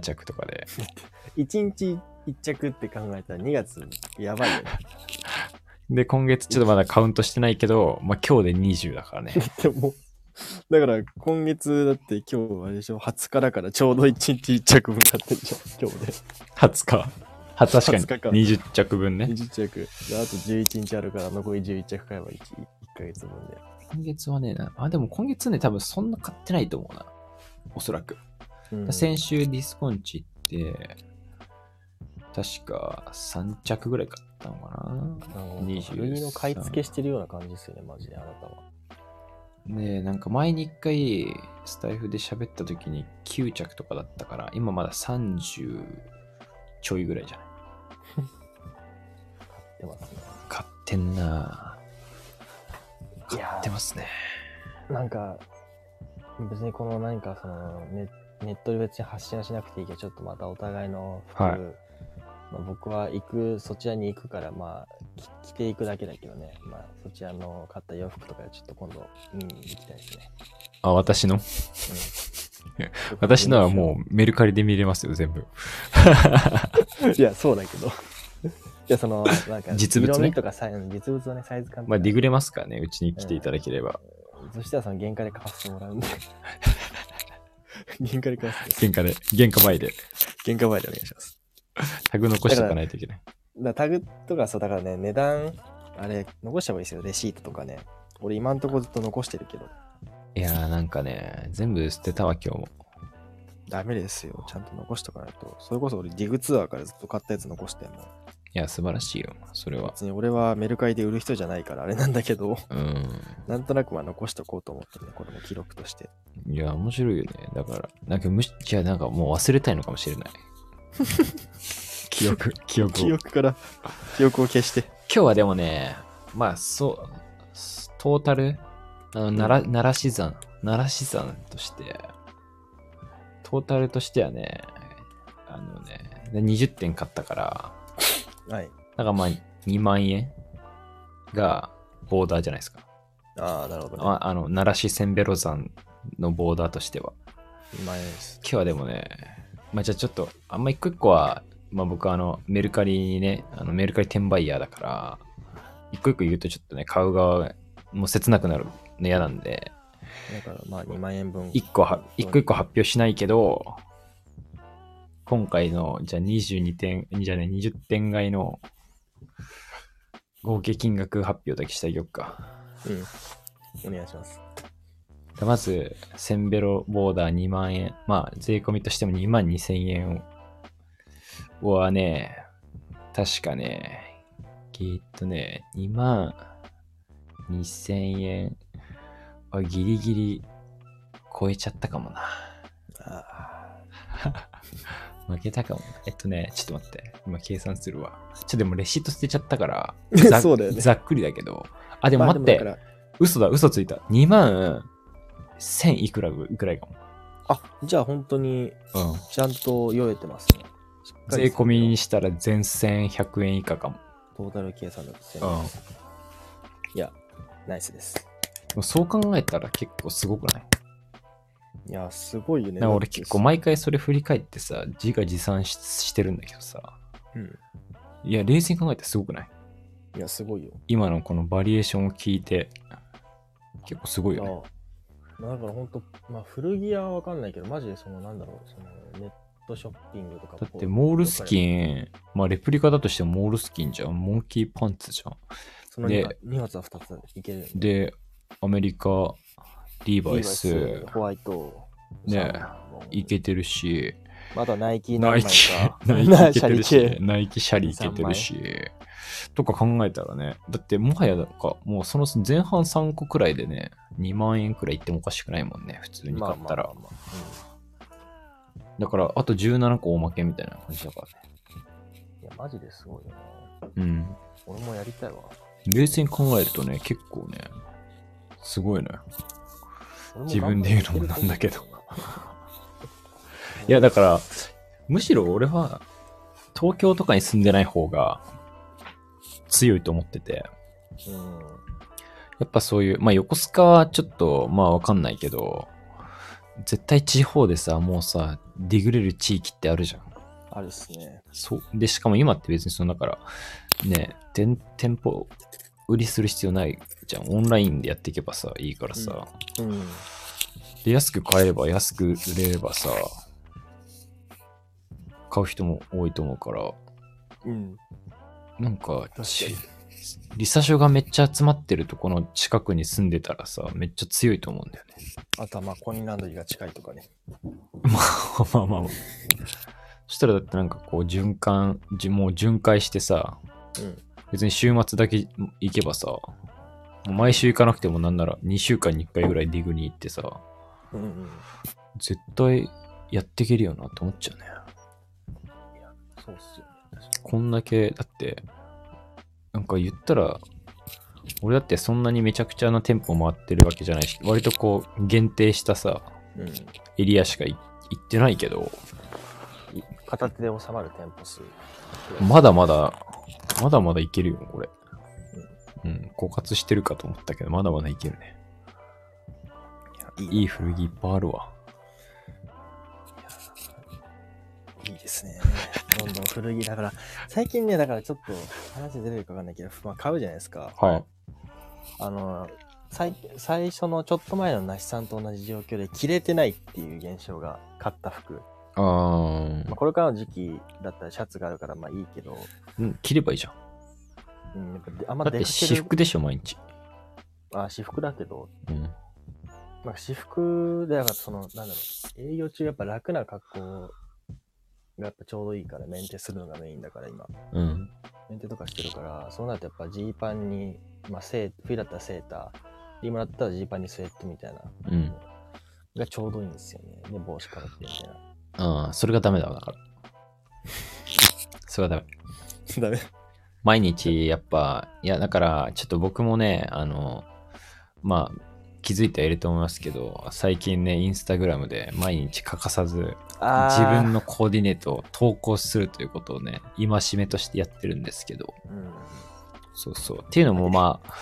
着とかで、 1日1着って考えたら2月、やばいよね。 で、今月ちょっとまだカウントしてないけど、まあ今日で20だ からね。でも、だから今月だって今日あれでしょ、20日だからちょうど1日1着分買ってるでしょ、今日で。 20日。は確かに20か20着分ね。 20着。であと11日あるから残り11着買えば 1, 1ヶ月分で。今月はね、なあ、でも今月ね、多分そんな買ってないと思うな。おそらく。うん先週ディスコンチって、確か3着ぐらい買ったのかな。23古着の買い付けしてるような感じですよね、マジで、あなたは。ねえ、なんか前に一回、スタイフで喋った時に9着とかだったから、今まだ30ちょいぐらいじゃない出ますね。買ってんない買やってますね。ーなんか、別にこの何かそのネ、ネットで別に発信はしなくていいけど、ちょっとまたお互いの服、はいまあ、僕は行く、そちらに行くから、まあ、き着ていくだけだけどね、まあ、そちらの買った洋服とかちょっと今度見に行きたいですね。あ、私のうん 私のはもうメルカリで見れますよ、全部。う。いや、そうだけど。いや、その、なんか、実物ね色味とかサイズ、実物のね、サイズ感とかまあ、ディグれますからね、うちに来ていただければ。そしたらその原価で買わせてもらうんで。 原価で買わせ原て。価で、原価前で、原価前でお願いします。タグ残しておかないといけない。だからタグとかそう、だからね、値段、あれ、残した方がいいですよ、レシートとかね。俺今んとこずっと残してるけど、 いやー、なんかね、全部捨てたわ、今日も。ダメですよ、ちゃんと残しとかないと。それこそ俺、ディグツアーからずっと買ったやつ残しても、いや、素晴らしいよ。それは。別に俺はメルカリで売る人じゃないからあれなんだけど、 うん。なんとなくは残しとこうと思ってね、これも記録として。いや、面白いよね。だから、なんかむし、じゃあなんかもう忘れたいのかもしれない。記憶、記憶を記憶から、 記憶を消して。今日はでもね、まあ、そう、トータル、あの、奈良奈良市山、奈良市山として、トータルとしてはね、あのね、で20点買ったから、はい。だからまあ、2万円がボーダーじゃないですか。ああ、なるほどね。ああの、奈良市千ベロ山のボーダーとしては。 2万円です。今日はでもね、まあじゃあちょっと、あんま一個一個は、まあ僕はあの、メルカリにね、あのメルカリ転売ヤーだから、一個一個言うとちょっとね、買う側もう切なくなるの嫌なんで、だからまあ2万円分。一個は、一個一個発表しないけど、今回の、じゃあ22点、じゃあね、20点買いの合計金額発表だけしてあげようか。うん。お願いします。まず、センベロボーダー2万円。まあ、税込みとしても2万2千円を。はね、確かね、えーっとね、2万2千円はギリギリ超えちゃったかもな。あ負けたかもな。えっとね、ちょっと待って。今計算するわ。ちょっとでもレシート捨てちゃった から、ざそうだよねざっくりだけど。あ、でーもまあ待でっもて、だから嘘だ、嘘ついた。2万1000いくらぐらいかも。あ、じゃあ本当にうん。ちゃんと酔えてますね。しっか税り込みにしたら全線100円以下かも。トータル計算だと1000うん。いや、ナイスです。でもそう考えたら結構すごくないいや、すごいよね。なんか俺結構毎回それ振り返ってさ、自画自賛ししてるんだけどさ。うん。いや、冷静に考えたらすごくないいや、すごいよ。今のこのバリエーションを聞いて、結構すごいよね。ああまあだから本当、まあ、古着屋はわかんないけど、マジでその、なんだろう、そのネットショッピングとかだってモールスキン、ン、まあレプリカだとしてもモールスキンじゃん。モンキーパンツじゃん。その 2, で発は2ついけるよね。で、アメリカ、リーバイス、リーバイスホワイト、ねえサーモンいけてるし、まだ ナイキナ何枚イかキ、ナイキいけてるし、シャリ系ナイキシャリいけてるし、とか考えたらね、だってもはやなんか、もうその前半3個くらいでね、2万円くらいいってもおかしくないもんね、普通に買ったら。まあまあまあまあだから、あと17個おまけみたいな感じだかうんいや、マジですごいよな。らね。うん。俺もやりたいわ。冷静に考えるとね、結構ね、すごいね。俺も自分で言うのもなんだけど。いや、だから、むしろ俺は、東京とかに住んでない方が強いと思ってて、うん。やっぱそういう、まあ横須賀はちょっと、まあわかんないけど、絶対地方でさ、もうさ、ディグれる地域ってあるじゃん。あるっすね。そう。で、しかも今って別にその、だから、ね、店店舗売りする必要ないじゃん。オンラインでやっていけばさ、いいからさ。うん。で、安く買えれば安く売れればさ、買う人も多いと思うから、うん。なんかかにちリサショがめっちゃ集まってるとこの近くに住んでたらさ、めっちゃ強いと思うんだよね。あとはまあコインランドリーが近いとかね。まあまあまあ。そしたらだってなんかこう循環、じもう巡回してさ、うん別に週末だけ行けばさ、もう毎週行かなくてもなんなら2週間に1回ぐらいディグに行ってさ、うんうん。絶対やっていけるよなと思っちゃうね。そうっすよね。こんだけ、だって、なんか言ったら、俺だってそんなにめちゃくちゃな店舗回ってるわけじゃないし、割とこう限定したさ、確かエリアしかい行ってないけど、に。うん。片手で収まる店舗数。まだまだ、まだまだいけるよ、これ。うん、枯渇してるかと思ったけど、まだまだいけるね。いい古着いっぱいあるわ。いいですね。どんどん古着。だから、最近ね、だからちょっと話出れるかわかんないけど、まあ、買うじゃないですか。はい。あの、最最初のちょっと前の梨さんと同じ状況で着れてないっていう現象が買った服、あーまあ、、これからの時期だったらシャツがあるからまあいいけど、うん、切ればいいじゃん。うん、やっぱであんまだって出私服でしょ、毎日。あ私服だけどうん。なんか私服で、やっぱその、なんだろう、営業中やっぱ楽な格好がやっぱちょうどいいから、メンテするのがメインだから今。うん。メンテとかしてるから、そうなるとやっぱジーパンに、まあ、セー冬だったらセーター、今だったらジーパンにスウェットみたいな、うん。がちょうどいいんですよね。で、帽子かぶってみたいな。ああ、それがダメだわ、だから。 それがダメ。ダメ。毎日やっぱいやだからちょっと僕もねあのまあ気づいてはいると思いますけど最近ねインスタグラムで毎日欠かさずあ自分の。のコーディネートを投稿するということをね戒めとしてやってるんですけどうん。そうそうっていうのもまあ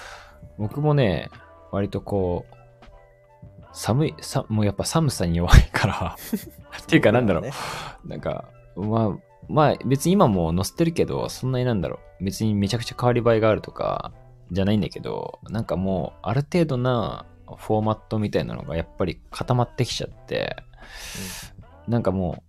僕もね割とこう寒いさもうやっぱ寒さに弱いからっていうかなんだろうねなんか、まあ、まあ別に今も載せてるけど、そんなになんだろう。別にめちゃくちゃ変わり映えがあるとかじゃないんだけど、なんかもうある程度なフォーマットみたいなのがやっぱり固まってきちゃって、なんかも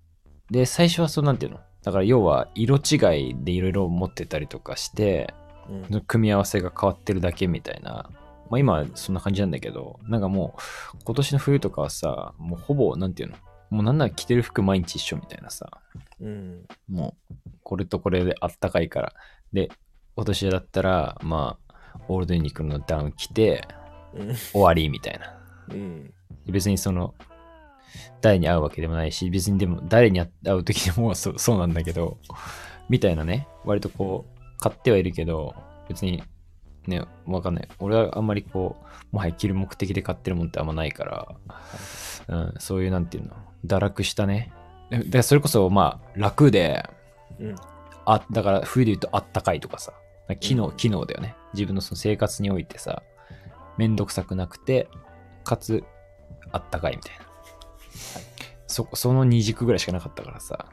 う、で、最初はそうなんていうのだから要は色違いでいろいろ持ってたりとかして、うんうん組み合わせが変わってるだけみたいな。まあ今はそんな感じなんだけど、なんかもう今年の冬とかはさ、もうほぼなんていうのもうなんなら着てる服毎日一緒みたいなさ。うん。もう、これとこれであったかいから。で、今年だったら、まあ、オールドユニクロのダウン着て、うん。終わりみたいな。うん。別にその、誰に会うわけでもないし、別にでも、誰に会う時でも そうそうなんだけど、みたいなね、割とこう、買ってはいるけど、別に、ね、わかんない。俺はあんまりこう、もはや着る目的で買ってるもんってあんまないから、うん、そういうなんていうの、堕落したね。ででそれこそ、まあ、楽で、うん。あだから冬で言うとあったかいとかさ機能うん機能だよね自分のその生活においてさめんどくさくなくてかつあったかいみたいな、そその2軸ぐらいしかなかったからさだか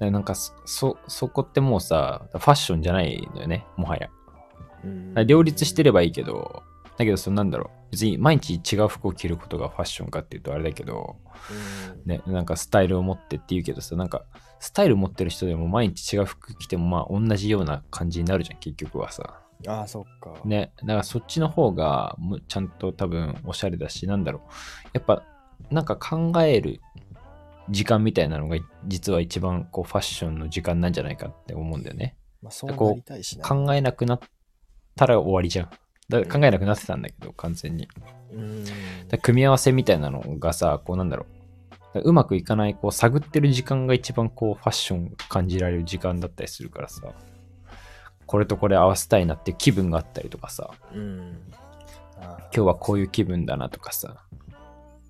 らなんかそそそこってもうさファッションじゃないのよねもはやうん両立してればいいけどだけどそのなんだろう別に毎日違う服を着ることがファッションかっていうとあれだけどうんね、なんかスタイルを持ってって言うけどさ、なんかスタイル持ってる人でも毎日違う服着てもまあ同じような感じになるじゃん、結局はさ。ああ、そっか。ね、だからそっちの方がむちゃんと多分おしゃれだし、なんだろう。やっぱなんか考える時間みたいなのが実は一番こうファッションの時間なんじゃないかって思うんだよね。まあ、そうなりたいしな。考えなくなったら終わりじゃん。だから考えなくなってたんだけど、完全に。うん。だから組み合わせみたいなのがさこうなんだろうだからうまくいかないこう探ってる時間が一番こうファッション感じられる時間だったりするからさこれとこれ合わせたいなっていう気分があったりとかさうん。ああ今日はこういう気分だなとかさだか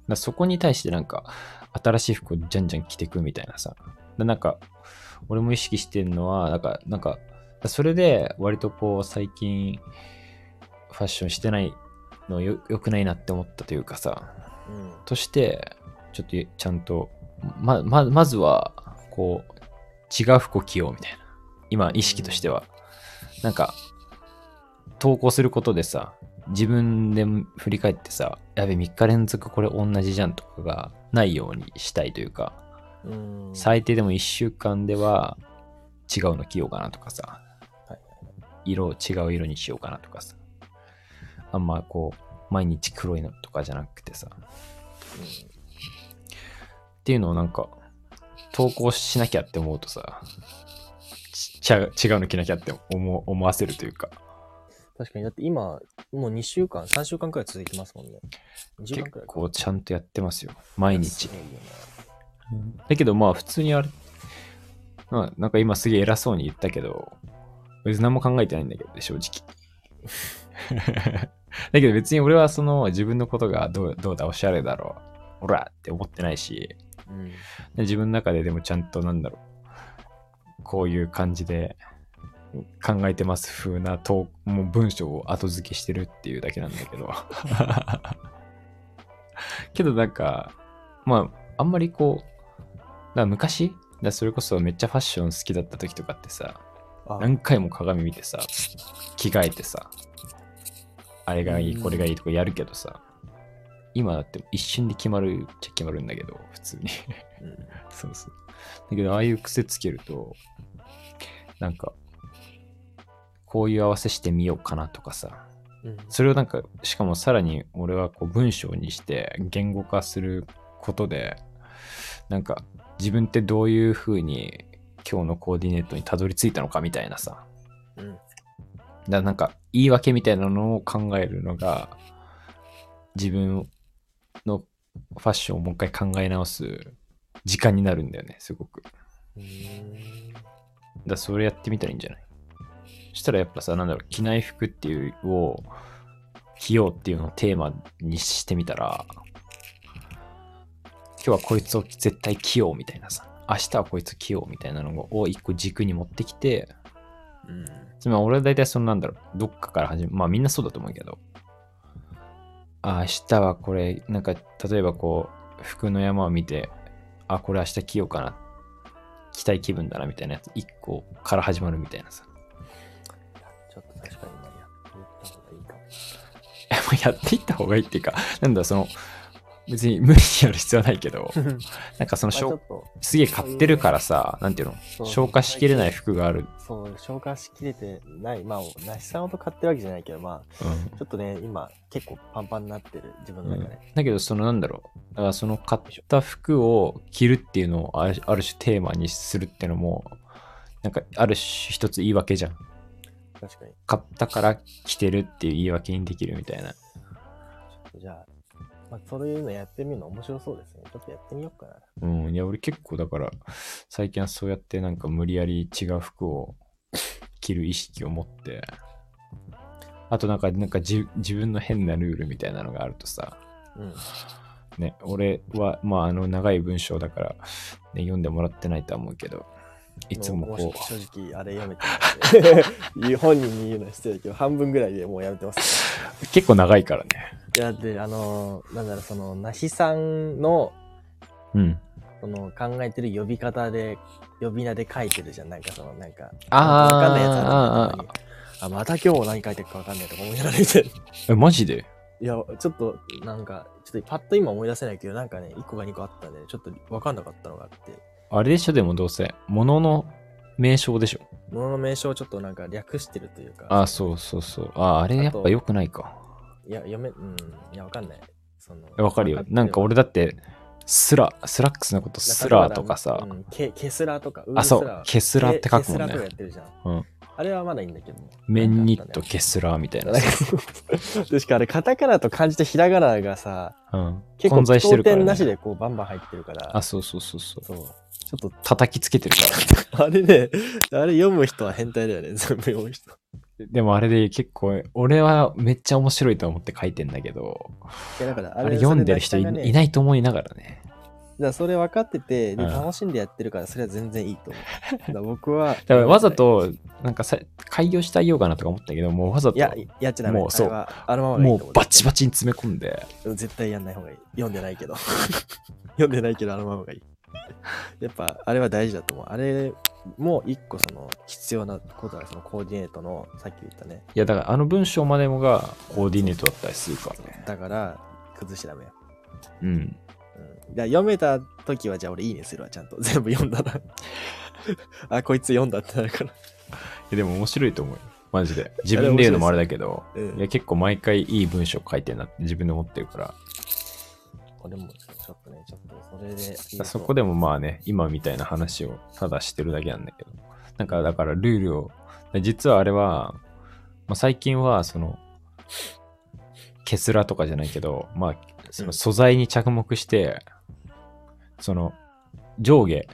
らそこに対してなんか新しい服をじゃんじゃん着てくみたいなさだからなんか俺も意識してるのはなんかなんかだからそれで割とこう最近ファッションしてないのよよくないなって思ったというかさうん。としてちょっとちゃんとまままずはこう違う服を着ようみたいな今意識としては、なんか投稿することでさ自分で振り返ってさやべ3日連続これ同じじゃんとかがないようにしたいというか、うん。最低でも1週間では違うの着ようかなとかさ、はい色を違う色にしようかなとかさあんまこう毎日黒いのとかじゃなくてさっていうのをなんか投稿しなきゃって思うとさちちゃ違うの着なきゃって思う思わせるというか確かに、だって今、もう2週間、3週間くらい続いてますもんね。2週結間くらいか。構ちゃんとやってますよ毎日すごいよねだけどまあ普通にあれ、まあ、なんか今すげえ偉そうに言ったけど、別に何も考えてないんだけどね、正直。 だけど別に俺はその自分のことがどうどうだ、おしゃれだろう、オラって思ってないし、うん。で自分の中ででもちゃんとなんだろう、こういう感じで考えてます風なともう文章を後付けしてるっていうだけなんだけど。 けどなんか、まあ、あんまりこう、だから昔だからそれこそめっちゃファッション好きだった時とかってさ、あ何回も鏡見てさ、着替えてさ、あれがいい、これがいいとかやるけどさ、今だって一瞬で決まるっちゃ決まるんだけど、普通に。うんそうそう。だけど、ああいう癖つけると、なんか、こういう合わせしてみようかなとかさ。うん。それをなんか、しかもさらに俺はこう文章にして言語化することで、なんか、自分ってどういう風に今日のコーディネートにたどり着いたのかみたいなさ。うん。だなんか言い訳みたいなのを考えるのが自分のファッションをもう一回考え直す時間になるんだよねすごくだかうーんらそれやってみたらいいんじゃないそしたらやっぱさなんだろう着ない服っていうを着ようっていうのをテーマにしてみたら今日はこいつを絶対着ようみたいなさ明日はこいつ着ようみたいなのを一個軸に持ってきてうん。つまり俺は大体そのなんだろう、どっかから始め、まあみんなそうだと思うけど、あ、明日はこれ、なんか例えばこう、服の山を見て、あ、これ明日着ようかな、着たい気分だなみたいなやつ、1個から始まるみたいなさ。 ちょっと確かにね、やってやみた方がいいかも。っぱやっていった方がいいっていうか、なんだ、その、別に無理にやる必要はないけど、なんかそのまあちょ消っ、と、すげえ買ってるからさ、なんていうの、そう消化しきれない。服がある。そう、消化しきれてない。まあ、なしさんほど買ってるわけじゃないけど、まあ、うんちょっとね、今、結構パンパンになってる、自分うのん中で。だけどそのなんだろうだからその買った服を着るっていうのをあるある種テーマにするっていうのもなんかある種一つ言い訳じゃん確かに。買ったから着てるっていう言い訳にできるみたいなじゃあ、まあ、そういうのやってみるの面白そうですね。ちょっとやってみようかな。うんいや俺結構だから最近はそうやってなんか無理やり違う服を着る意識を持ってあとなんかなんかじ自分の変なルールみたいなのがあるとさうん。ね、俺は、まあ、あの長い文章だから、ね、読んでもらってないとは思うけど、いつもうこ正直、あれやめてますね言う本人に言うのは失礼だけど、半分ぐらいでもうやめてます。う、結構長いからね。いや、で、あのーなんだろう、その、なしさんの、うん。その、考えてる呼び方で、呼び名で書いてるじゃん。なんかその、なんか、あーわかんないやつあるんだけどあ、また今日も何書いてるかわかんないとか思いながら見て。え、マジでいや、ちょっと、なんか、ちょっとパッと今思い出せないけど、なんかね、1個か2個あったんで、ちょっとわかんなかったのがあって。あれでしょ、でもどうせ、ものの名称でしょ。物の名称をちょっとなんか略してるというか、あ、そうそうそう。あ、あれやっぱ良くないか。いや、読め、うん、いや、わかんない。そのえわかるよっ。てなんか俺だって、スラ、スラックスのことスラーとかさ、うんケケスラーとか、ウーあ、ルスそラうー、ケスラーって書くもんケケスラーとかやね。ってるじゃん。うんあれはまだいいんだけども。メンニット、なんかケスラーみたいなあったね。。なんか確かあれ、カタカナと漢字とひらがながさ、うん。結構、混在してるから、なしね。でこう、バンバン入ってるから。あ、そうそうそうそう。そう。ちょっ叩きつけてるから。と、あれね、あれ読む人は変態だよね、全部読む人。 でもあれで結構、俺はめっちゃ面白いと思って書いてんだけど、いやだからああれれ読んでる人い,、ないないと思いながらね。だからそれ分かってて、でうん楽しんでやってるから、それは全然いいと思う。だから僕は。 だからわざと、なんかさ、開業してあげようかなとか思ったけど、もうわざとい、や、やっちゃダメ。もうそうあれはあのままがいいもと思うバチバチに詰め込んで、チ。絶対やんない方がいい。読んでないけど。 読んでないけど、あのままがいい。やっぱ、あれは大事だと思う。あれも一個その必要なことだ、そのコーディネートの、さっき言ったね。いや、だからあの文章までもがコーディネートだったりするからね。だから、崩しちゃダメよ。うん。うん、だ読めた時は、じゃあ俺いいねするわ、ちゃんと。全部読んだら。 あ、こいつ読んだってなるから。いやでも面白いと思うよ。マジで。自分で言うのもあれだけど、ういや、ん。結構毎回いい文章書いてるなって自分で思ってるから、俺も、ちょっとね、ちょっと、それで。そこでもまあね、今みたいな話をただしてるだけなんだけど、なんかだからルールを、実はあれは、まあ、最近はその、ケスラとかじゃないけど、まあ、その素材に着目して、その上下、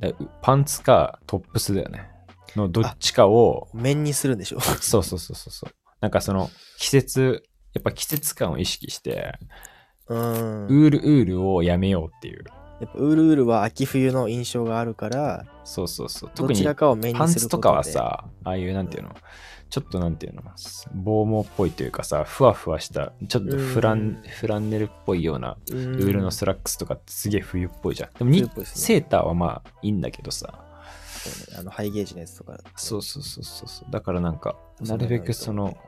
だうパンツかトップスだよね、のどっちかを、面にするんでしょ。 そうそうそうそうそう、なんかその季節、やっぱ季節感を意識して、うん。ウールウールをやめようっていう。やっぱウールウールは秋冬の印象があるから、そうそうそう。ど特にちらかを面にするパことンでツとかは、さ、ああいうなんていうの、ちょっとなんていうの、棒毛っぽいというかさ、ふわふわした、ちょっとフラうんンフランネルっぽいようなウウーールのスラックスとかってすげえ冬っぽいじゃん。でもニ冬っぽいっすねセーターはまあいいんだけどさ、あのハイゲージのやつとか。そうそうそうそうそう。だからなんか、そなうるべくその、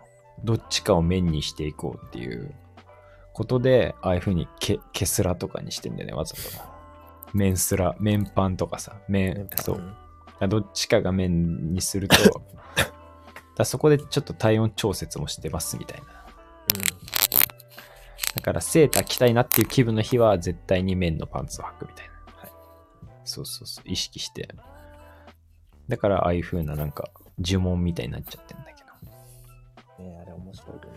どっちかを面にしていこうっていうことで、ああいうふうにケケスラとかにしてんだよね、わざと。面スラ、面パンとかさ、面、そう、んどっちかが面にする とだからそこでちょっと体温調節もしてますみたいなだからセーター着たいなっていう気分の日は絶対に面のパンツを履くみたいな、はいそうそうそう意識してだからああいう風ななんか呪文みたいになっちゃってんだけど。ねあれ面白いよね。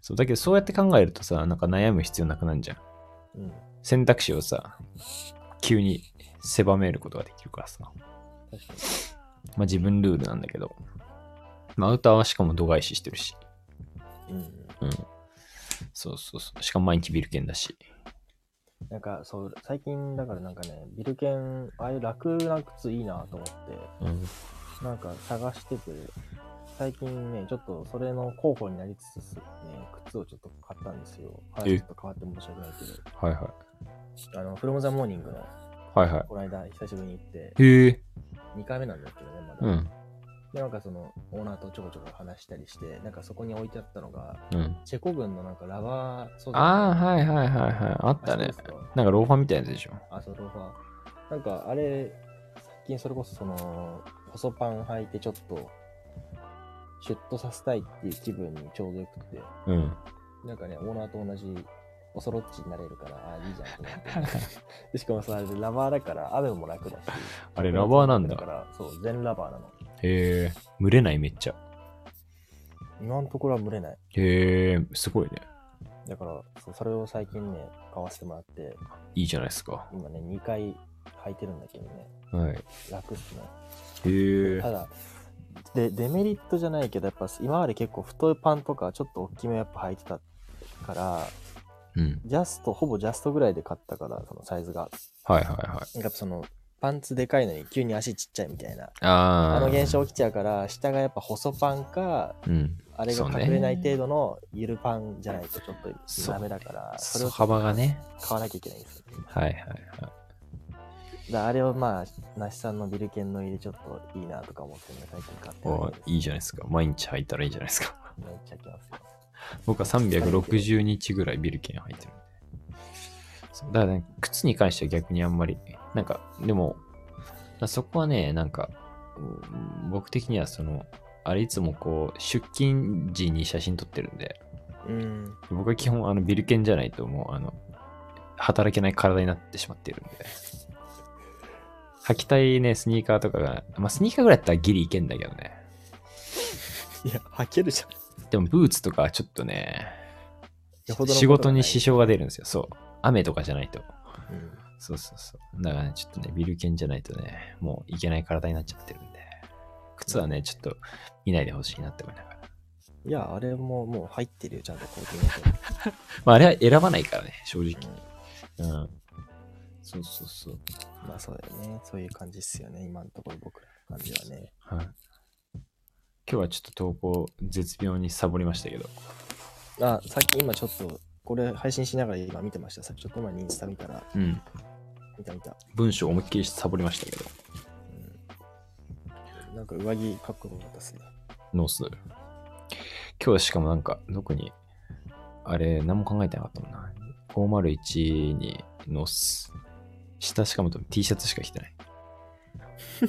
そうだけどそうやって考えるとさ、なんか悩む必要なくなるじゃん。うん。選択肢をさ、急に狭めることができるからさ。確かに。まあ自分ルールなんだけど。まあアウターはしかも度外視してるし。うん。うん。そうそうそう。しかも毎日ビルケンだし。なんか、そう、最近だからなんかね、ビルケン、ああいう楽な靴いいなと思っうん。て、なんか探してて、最近ね、ちょっとそれの候補になりつつ、ね、靴をちょっと買ったんですよ。はえい、ちょっと変わって申し訳ないけはいはど、あの、フロムザモーニングの、い。はいはこの間久しぶりに行って、い。へえ。 2回目なんですけどね、まだ。うん。で、なんかその、オーナーとちょこちょこ話したりして、なんかそこに置いてあったのが、うん。チェコ軍のなんかラバー素。ああ、はいいはいはいはい。あっあたそうねで。すかなんかローファーみたいなやつでしょ。あ、そう、ローファー。なんかあれ、最近それこそその、細パン履いてちょっと、シュッとさせたいっていう気分にちょうどよくて、うん。なんかね、オーナーと同じ、おそろっちになれるから、ああー、いいじゃんと思って。 でしかもさ、あれラバーだから、雨も楽だし。あれラバーなんだだから、そう、全ラバーなの。へえ。蒸れないめっちゃ。今のところは蒸れない。へえ、すごいね。だから、そうそれを最近ね、買わせてもらって、いいじゃないですか。今ね、2回履いてるんだけどね、はい。楽っすね。へえた。だで、デメリットじゃないけど、やっぱ今まで結構太いパンとかちょっと大きめやっぱ履いてたから、うん。ジャスト、ほぼジャストぐらいで買ったから、そのサイズが。はいはいはい。なんかその、パンツでかいのに急に足ちっちゃいみたいな。ああ。あの現象起きちゃうから、下がやっぱ細パンか、うん。あれがそうね隠れない程度のゆるパンじゃないとちょっとそうダメだから、それ裾を幅がね。買わなきゃいけないんですよね。はいはいはだからあれをまあ、なしさんのビルケンの入れちょっといいなとか思ってね、最近買っい。ておるんですいいじゃないですか。毎日履いたらいいじゃないですか。めっちゃきますよ。僕は360日ぐらいビルケン履いてるんで。そうだからね、靴に関しては逆にあんまり、なんか、でも、まあそこはね、なんか、うん僕的にはその、あれいつもこう、出勤時に写真撮ってるんで、うん。僕は基本あのビルケンじゃないともう、あの、働けない体になってしまっているんで。履きたいね、スニーカーとかが、まあ、スニーカーぐらいだったらギリいけんだけどね。いや、履けるじゃん。でもブーツとかはちょっとねよほど、の仕こ事とがないに支障が出るんですよ。そう。雨とかじゃないと。うん、そうそうそう。だからね、ちょっとね、ビルケンじゃないとね、もういけない体になっちゃってるんで。靴はね、ちょっと見ないでほしいなって思いながら。いや、あれももう入ってるよ、ちゃんとコーティングまあ、あれは選ばないからね、正直。と。うん。そうそうそう。うんまあそうだよね。そういう感じっすよね、今のところ僕らの感じはね。はい。今日はちょっと投稿、絶妙にサボりましたけど。あ、さっき今ちょっと、これ配信しながら今見てました。さっきちょっと前にインスタ見たら、うん。見た見た。文章思いっきりサボりましたけど。うん、なんか上着かっこよかったっすね。ノース。今日はしかもなんか、特に、あれ、何も考えてなかったもんな。501にノース。下しかも T シャツしか着てない。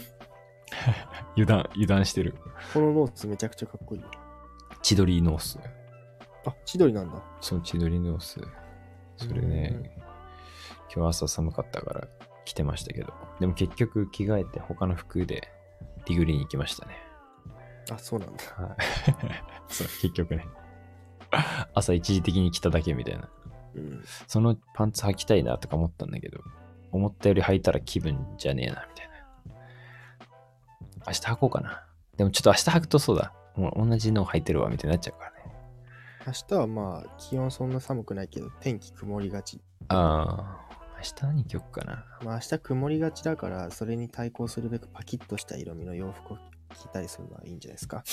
油断、油断してる。このノーツめちゃくちゃかっこいいよ。千鳥ノース。あ、千鳥なんだ。その千鳥ノース。それうんね、今日朝寒かったから着てましたけど。でも結局着替えて他の服でディグリに行きましたね。あ、そうなんだ。はい。 そう、結局ね。朝一時的に着ただけみたいな。うん。そのパンツ履きたいなとか思ったんだけど、思ったより履いたら気分じゃねえな、みたいな。明日履こうかな。でもちょっと明日履くとそうだ。もう同じのを履いてるわ、みたいになっちゃうからね。明日はまあ、気温そんな寒くないけど、天気曇りがち。ああ、明日に行こうかな。まあ明日曇りがちだから、それに対抗するべくパキッとした色味の洋服を着たりするのはいいんじゃないですか。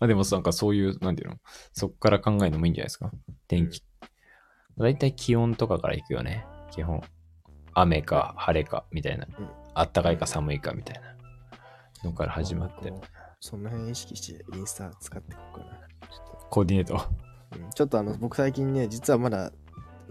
まあでもなんかそういう、なんていうのそっから考えるのもいいんじゃないですか天気。だいたい気温とかから行くよね。基本。雨か晴れかみたいなうん。あったかいか寒いかみたいな。のから始まってまあ。。僕もその辺意識してインスタ使っていこうかな。ちょコーディネート。っと,、うん、ちょっとあの、僕最近ね、実はまだ、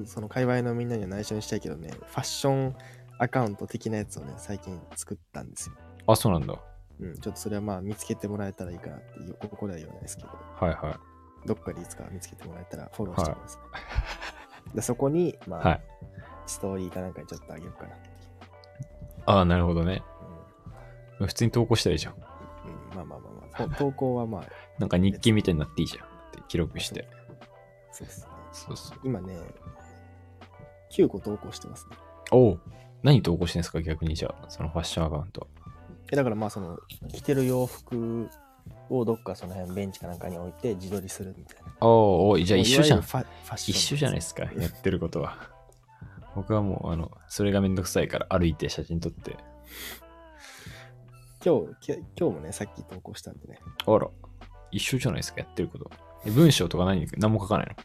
その界隈のみんなには内緒にしたいけどね、ファッションアカウント的なやつをね、最近作ったんですよ。あ、そうなんだ。うん、ちょっとそれはまあ見つけてもらえたらいいかなっていう、ここでは言わないですけど、はいはい。どっかでいつか見つけてもらえたらフォローしてく ださい。でそこに、まあ、はい。ストーリーかなんかにちょっとあげようかな。ああ、なるほどね。うん普通に投稿したらいいじゃん。うんまあまあまあまあ、と投稿はまあ、なんか日記みたいになっていいじゃん。って記録して。そうですね。そうそう。今ね、9個投稿してますね。おう何投稿してんですか逆にじゃあ、そのファッションアカウントは。えだからまあ、その、着てる洋服をどっかその辺ベンチかなんかに置いて自撮りするみたいな。おうおうじゃあ一緒じゃんもう。いわゆるファファッショ一ン緒じゃないですか。やってることは。僕はもう、あの、それがめんどくさいから歩いて写真撮って。今日、き今日もね、さっき投稿したんでね、あら、一緒じゃないですか、やってること。え文章とか何何も書かない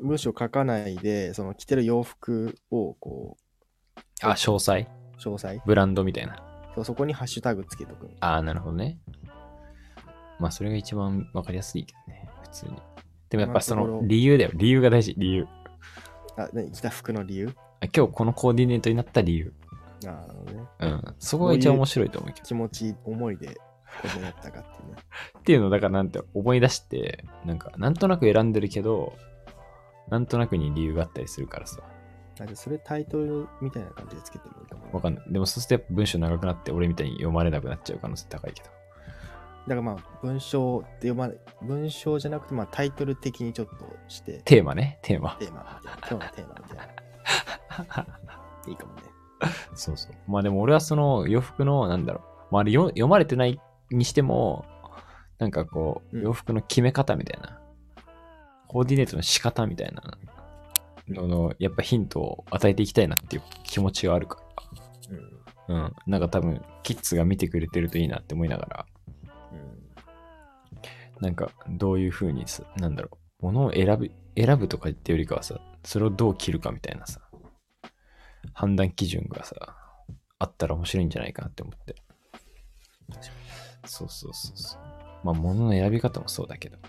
文章書かないで、その着てる洋服をこのあ、詳細う、詳細、ブランドみたいな。そうそこにハッシュタグつけとく。ああ、なるほどね。まあ、それが一番わかりやすいけどね、普通に。でもやっぱそ今のとのころ理由だよ。理由が大事、理由。あ、何着た服の理由あ今日このコーディネートになった理由。あーなるほどね。うん。そこが一番面白いと思うけど。気持ち、思いで、これやったかっていうね。 っていうのをだからなんて思い出して、なんか、なんとなく選んでるけど、なんとなくに理由があったりするからさ。あじゃあそれタイトルみたいな感じでつけてもいいかもね、わかんない。でもそうするとやっぱ文章長くなって、俺みたいに読まれなくなっちゃう可能性高いけど。だからまあ文章って読まない文章じゃなくてまあタイトル的にちょっとしてテーマね、テー マ。テーマみたいな今日のテーマみたいないいかもねそうそう。まあでも俺はその洋服の、なんだろう。まああれよ読まれてないにしても、なんかこう、うん洋服の決め方みたいな、コーディネートの仕方みたいなのの、やっぱヒントを与えていきたいなっていう気持ちがあるから。うん、うん。なんか多分、キッズが見てくれてるといいなって思いながら、うん、なんかどういう風にさ、なんだろう、ものを選ぶ、選ぶとか言ってよりかはさ、それをどう切るかみたいなさ、判断基準がさ、あったら面白いんじゃないかなって思って。そうそうそうそう。まあ、ものの選び方もそうだけど、ち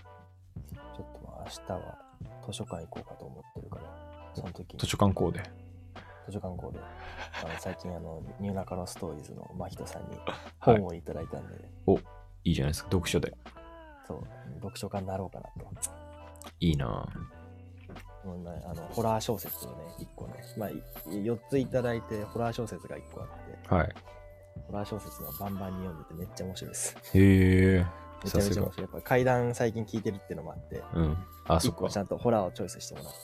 ょっとまあ明日は図書館行こうかと思ってるからその時に図図書館コーデ。書館校であの最近あのニューナカロストーリーズの真人さんに本をいただいたんで、いいじゃないですか、読書で。そう読書家になろうかなといいなぁもうねあのホラー小説をね1個ね、まあ、4ついただいてホラー小説が1個あってはい。ホラー小説がバンバンに読んでてめっちゃ面白いです。へえ。めちゃめちゃが面。白い。やっぱ階段最近聞いてるっていうのもあって、うん。あ、そ一っか個ち。ゃんとホラーをチョイスしてもらって。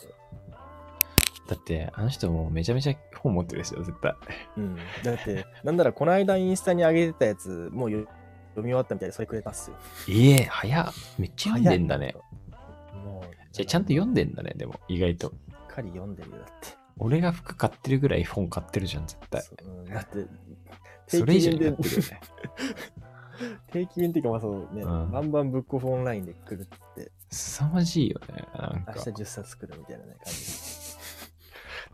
だって、あの人もうめちゃめちゃ本持ってるですよ、絶対。うん。だって、なんならこの間インスタに上げてたやつ、もうよ読み終わったみたいでそれくれたっすよ。ええ早っ。めっちゃ読んでんだね。もう。じゃあちゃんと読んでんだね、でも、意外と。しっかり読んでるよ、だって。俺が服買ってるぐらい本買ってるじゃん、絶対。そううんだって、それ以上に買でっ、てるよね。定期便っていうか、まあそうね、うんバンバンブックオフオンラインで来るって、凄まじいよね。なん明か。日でも10冊来るみたいなね感じ。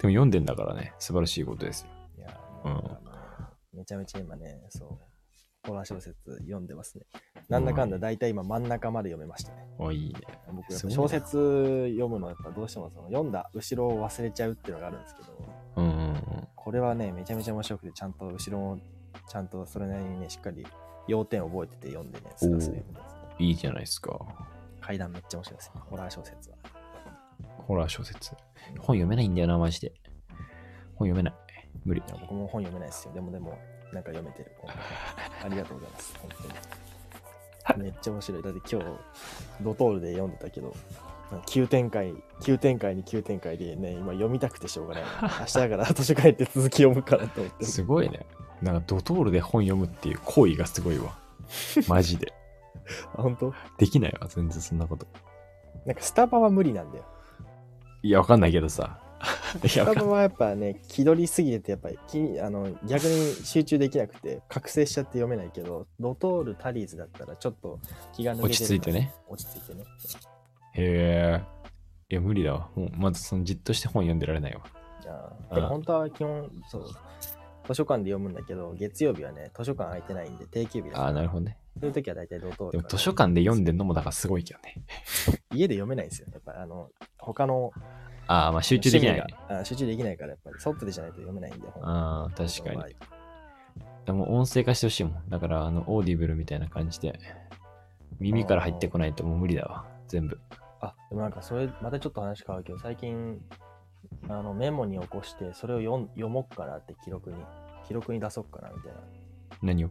読んでんだからね、素晴らしいことですよ。いやうんもうなんかねめちゃめちゃ今ね、そう、ホラー小説読んでますね。なんだかんだ大体今真ん中まで読めましたね。おいいね。僕やっすぱごいな小説読むのやっぱどうしてもその読んだ後ろを忘れちゃうっていうのがあるんですけど、うんうんうん。これはね、めちゃめちゃ面白くて、ちゃんと後ろもちゃんとそれなりにね、しっかり要点を覚えてて読んでね、スラスラ読んでますね。いいじゃないですか。階段めっちゃ面白いですね、ホラー小説は。ホラー小説。 本読めないんだよな、マジで。本読めない。無理。いや僕も本読めないですよ。でもでも、なんか読めてる。このありがとうございます。本当に。めっちゃ面白い。だって今日、ドトールで読んでたけど、急展開、急展開に急展開でね、今読みたくてしょうがない。明日だから 図書館行って続き読むからと思ってる。すごいね。なんかドトールで本読むっていう行為がすごいわ。マジで。あ本当できないわ、全然そんなこと。なんかスタバは無理なんだよ。いや、わかんないけど さ。いや、スわタかバんはやっぱね、気取りすぎてて、やっぱり気にあの逆に集中できなくて、覚醒しちゃって読めないけど、ドトール、タリーズだったらちょっと気が抜けてるから落ち着いてね。落ち着いてね。へえ。いや、無理だわ。もうまずそのじっとして本読んでられないわ。あうんあでも本当は基本そう図書館で読むんだけど月曜日はね図書館空いてないんで定休日だああ、なるほどね。そういう時は大体同等でも図書館で読んでんのもだからすごいけどね。家で読めないんですよやっぱあの他のああ、まあ集中できない、ね趣。味があ集中できないからやっぱり外でじゃないと読めないんでああ、本確かに本。の場合でも音声化してほしいもん。だから、あの、オーディブルみたいな感じで、耳から入ってこないともう無理だわ。全部。あでもなんかそれまたちょっと話変わるけど最近あのメモに起こしてそれを読ん読もうかなって記録に記録に出そうかなみたいな何を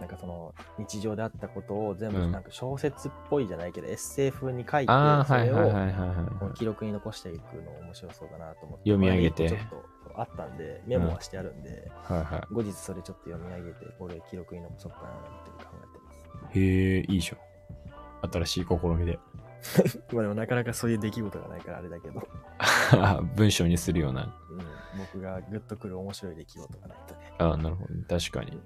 なんかその日常であったことを全部うんなんか小説っぽいじゃないけど、エッセイ風に書いてああ、そはいれはいはいをはいこはう記録に残していくの面白そうだなと思って読み上げてこれ一個ちょっとあったんでメモはしてあるんで、い。はいは後日それちょっと読み上げてこれ記録に残そうかなって考えてますい。へえ、いいじゃん。新しい試みで。 まあでもなかなかそういう出来事がないからあれだけど、文章にするような。うん、僕がグッとくる面白い出来事がないとねああ、なるほど、ね。確かに。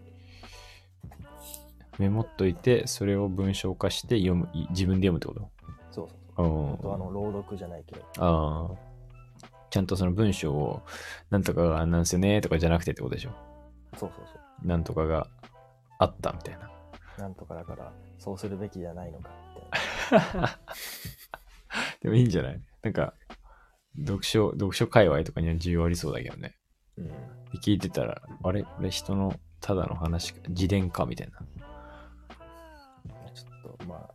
メモっといて、それを文章化して読む、い自分で読むってこそうそうとそうあうとんあの朗読じゃないけどああ。ちゃんとその文章を、なんとかがなんすよねとかじゃなくてってことでしょ。そうそうそなんとかがあったみたいな。うなんとかだからそうするべきじゃないのかみたいなでもいいんじゃないなんか、読書、読書界隈とかには需要ありそうだけどね。うん、で聞いてたら、あれこれ人のただの話か、自伝かみたいな。ちょっとま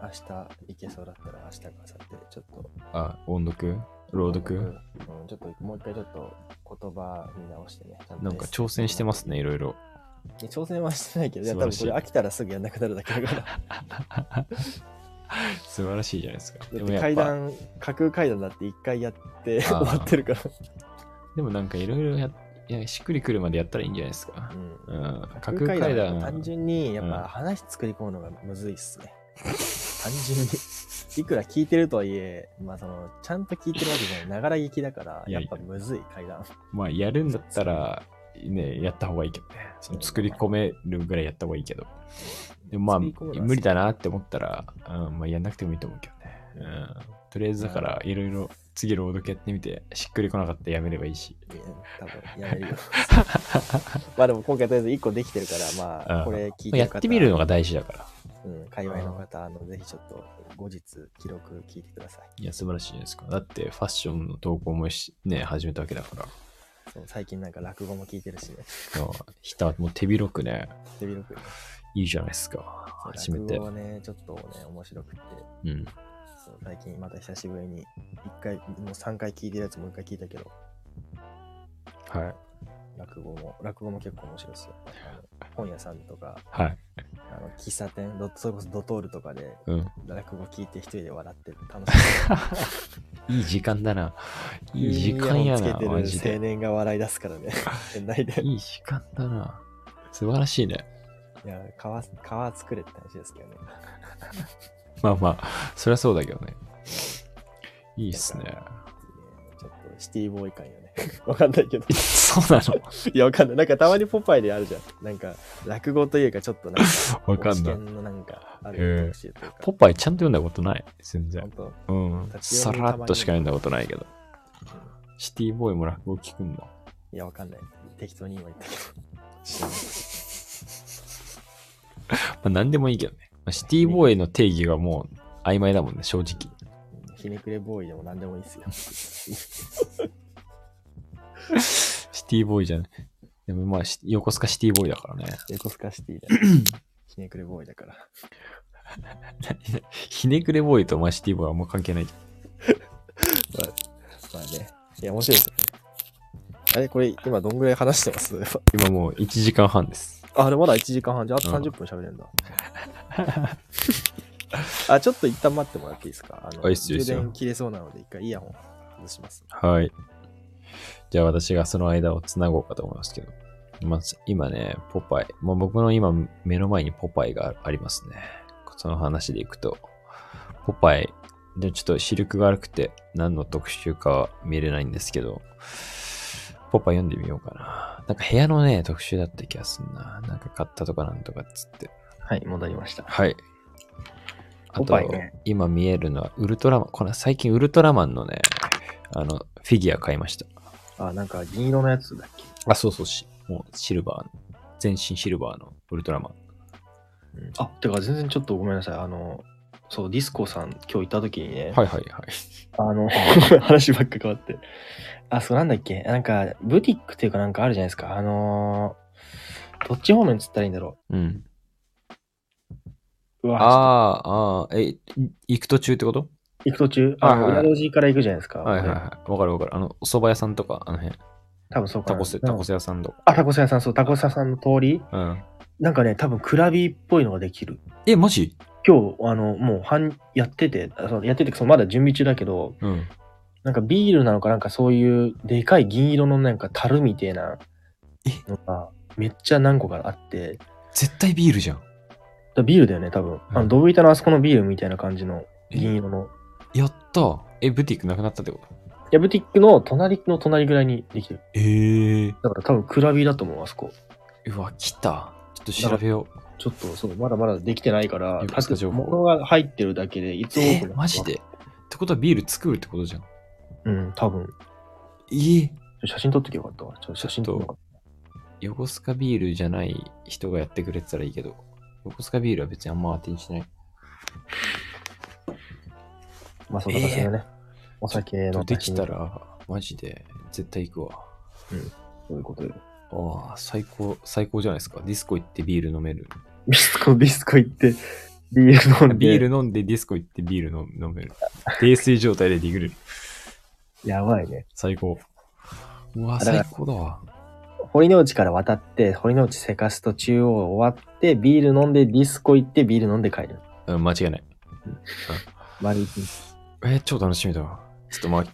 あ明日行けそうだったら明日か明後日ちょっとあ、音読朗読うん、ちょっともう一回ちょっと言葉見直してね。ちゃとなんか挑戦してますね、いろいろ。挑戦はしてないけど、いや素晴多ら分しいこれ飽きたらすぐやんなくなるだけだから。素晴らしいじゃないですか。でだっもてやっ階ぱ、段、架空階段だって一回やって 終あーわってるから。でもなんかいろいろや、いやしっくりくるまでやったらいいんじゃないですか。うんうん。架架空空階階段は段。単純にやっうんぱ話作り込むのがむずいっすね。単純に。いくら聞いてるとはいえ、まあその、ちゃんと聞いてるわけじゃない。ながら聞きだから、いややいっやぱむずい階段。まあ、やるんだったら、ね、やった方がいいけどね。その作り込めるぐらいやった方がいいけど。でもまあ、作り込むのは無理だなって思ったら、うん、まあ、やんなくてもいいと思うけどね。うん。とりあえず、だから、いろいろ、次朗読やってみて、しっくりこなかったらやめればいいし。いや多分や めるよ。まあでも今回とりあえず1個できてるから、まうんあこれ聞いてやるっ方てみるのが大事だから。うん、界隈の方、あのぜひちょっと後日記録聞いてください。いや、素晴らしいじゃないですか。だって、ファッションの投稿もしね、始めたわけだから。そう最近なんか落語も聞いてるしね。うんひた、もう手広くね、手広くね。いいじゃないですか。そう初めて落語はね、ちょっとね、面白くて、うん。そう最近また久しぶりに、1回、もう3回聞いてるやつもう1回聞いたけど、はい。落語も、落語も結構面白いですよ。あの本屋さんとか、はい。あの喫茶店、ドそれこそドトールとかでうん。落語聞いて一人で笑ってる。楽しい。いい時間だな。 いい時間やな、急にイヤホマンつジけてるで青。年が笑い出すからね、 店内で。いい時間だな。素晴らしいね。いや、川、川作れって話ですけどね。まあまあ、そりゃそうだけどね。いいっすね。 ちょっとシティボーイ感よね。 わかんないけど。そうなのいや、わかんない。なんかたまにポパイであるじゃん。なんか、落語というか、ちょっとなんか、 わかんない推し剣のなんか、あへえる特集というか。ポッパイちゃんと読んだことない。全ほん然。とうん。さらっとしか読んだことないけど。シティボーイも落語聞くんだ。いや、わかんない。適当に今言ったけど。まあ何でもいいけどね。まあシティボーイの定義がもう曖昧だもんね、正直。ひねくれボーイでも何でもいい ですよ。シティボーイじゃない。でもまあ、シ横須賀シティボーイだからね。エコスカシティで。 ひねくれボーイだから。ひねくれボーイとまあシティボーイはあんま関係ない。まあね。いや、面白いですよね。あれこれ、今どんぐらい話してます 今もう1時間半です。あ、でもまだ1時間半じゃああとうん30分喋れるんだ。 あ、ちょっと一旦待ってもらっていいですかあのあいいっすよいいっ充すよ電切れそうなので、一回イヤホン外します。はい。じゃあ私がその間をつなごうかと思いますけど。まず今ね、ポパイ。まあ、僕の今目の前にポパイがありますね。その話でいくと。ポパイ。でちょっと視力が悪くて何の特集かは見れないんですけど、ポパイ読んでみようかな。なんか部屋のね、特集だった気がすんな。なんか買ったとかなんとかっつって。はい、戻りました。はい。あポパと、イね今見えるのはウルトラマン。この最近ウルトラマンのね、あの、フィギュア買いました。あ、なんか銀色のやつだっけあ、そうそうし、もうシルバーの、全身シルバーのウルトラマン。あ、てか全然ちょっとごめんなさい。あの、そう、ディスコさん今日行った時にね、はいはいはい。あ の、話ばっか変わって。あ、そうなんだっけなんか、ブティックっていうかなんかあるじゃないですか。あのーどっち方面つったらいいんだろうん。う。うわ、ああー、ああー、え、い行く途中ってこと行く途中、あの、はいはい裏路地から行くじゃないですか。はいはいはい。わかるわかる。あの、お蕎麦屋さんとか、あの辺、多分そうかタな。コス、うんタコス屋さんとか。あ、タコス屋さん、そう、タコス屋さんの通りうん。なんかね、多分クラビっぽいのができる。え、マジ今日、あの、もう、はん、やってて、あそのやってて、そのまだ準備中だけど、うん。なんかビールなのかなんかそういうでかい銀色のなんか樽みてえなえのがめっちゃ何個かあって、絶対ビールじゃん。だビールだよね、多分。うあんの、ドブ板のあそこのビールみたいな感じのえ銀色の。やった。え、ブティックなくなったってことヤブティックの隣の隣ぐらいにできてる。えー。だから多分クラビだと思う、あそこ。うわ、来た。ちょっと調べよう。ちょっと、そう、まだまだできてないからい、くつか情報物が入ってるだけで、いつオーえプン、マジでってことはビール作るってことじゃん。うん、多分。え写真撮ってきゃよかったわ。ちょっと写真撮ってよかっ横須賀ビールじゃない人がやってくれてたらいいけど、横須賀ビールは別にあんま当てにしない。た。まあ、そうだ、私がね、お酒の。できた。ら、マジで絶対行くわ。そういうことで。ああ、最高、最高じゃないですか。ディスコ行ってビール飲める。ビスコ、ビスコ行って、ビール飲んで。ビール飲んでディスコ行ってビール飲飲める。泥酔状態でディグる。やばいね。最高。うわ、あだか最ら高だわ。堀之内から渡って、堀之内セカスト中央を終わって、ビール飲んで、ディスコ行って、ビール飲んで帰る。うん、間違いない。丸い。えー超楽しみだわ。ちょっとまあ、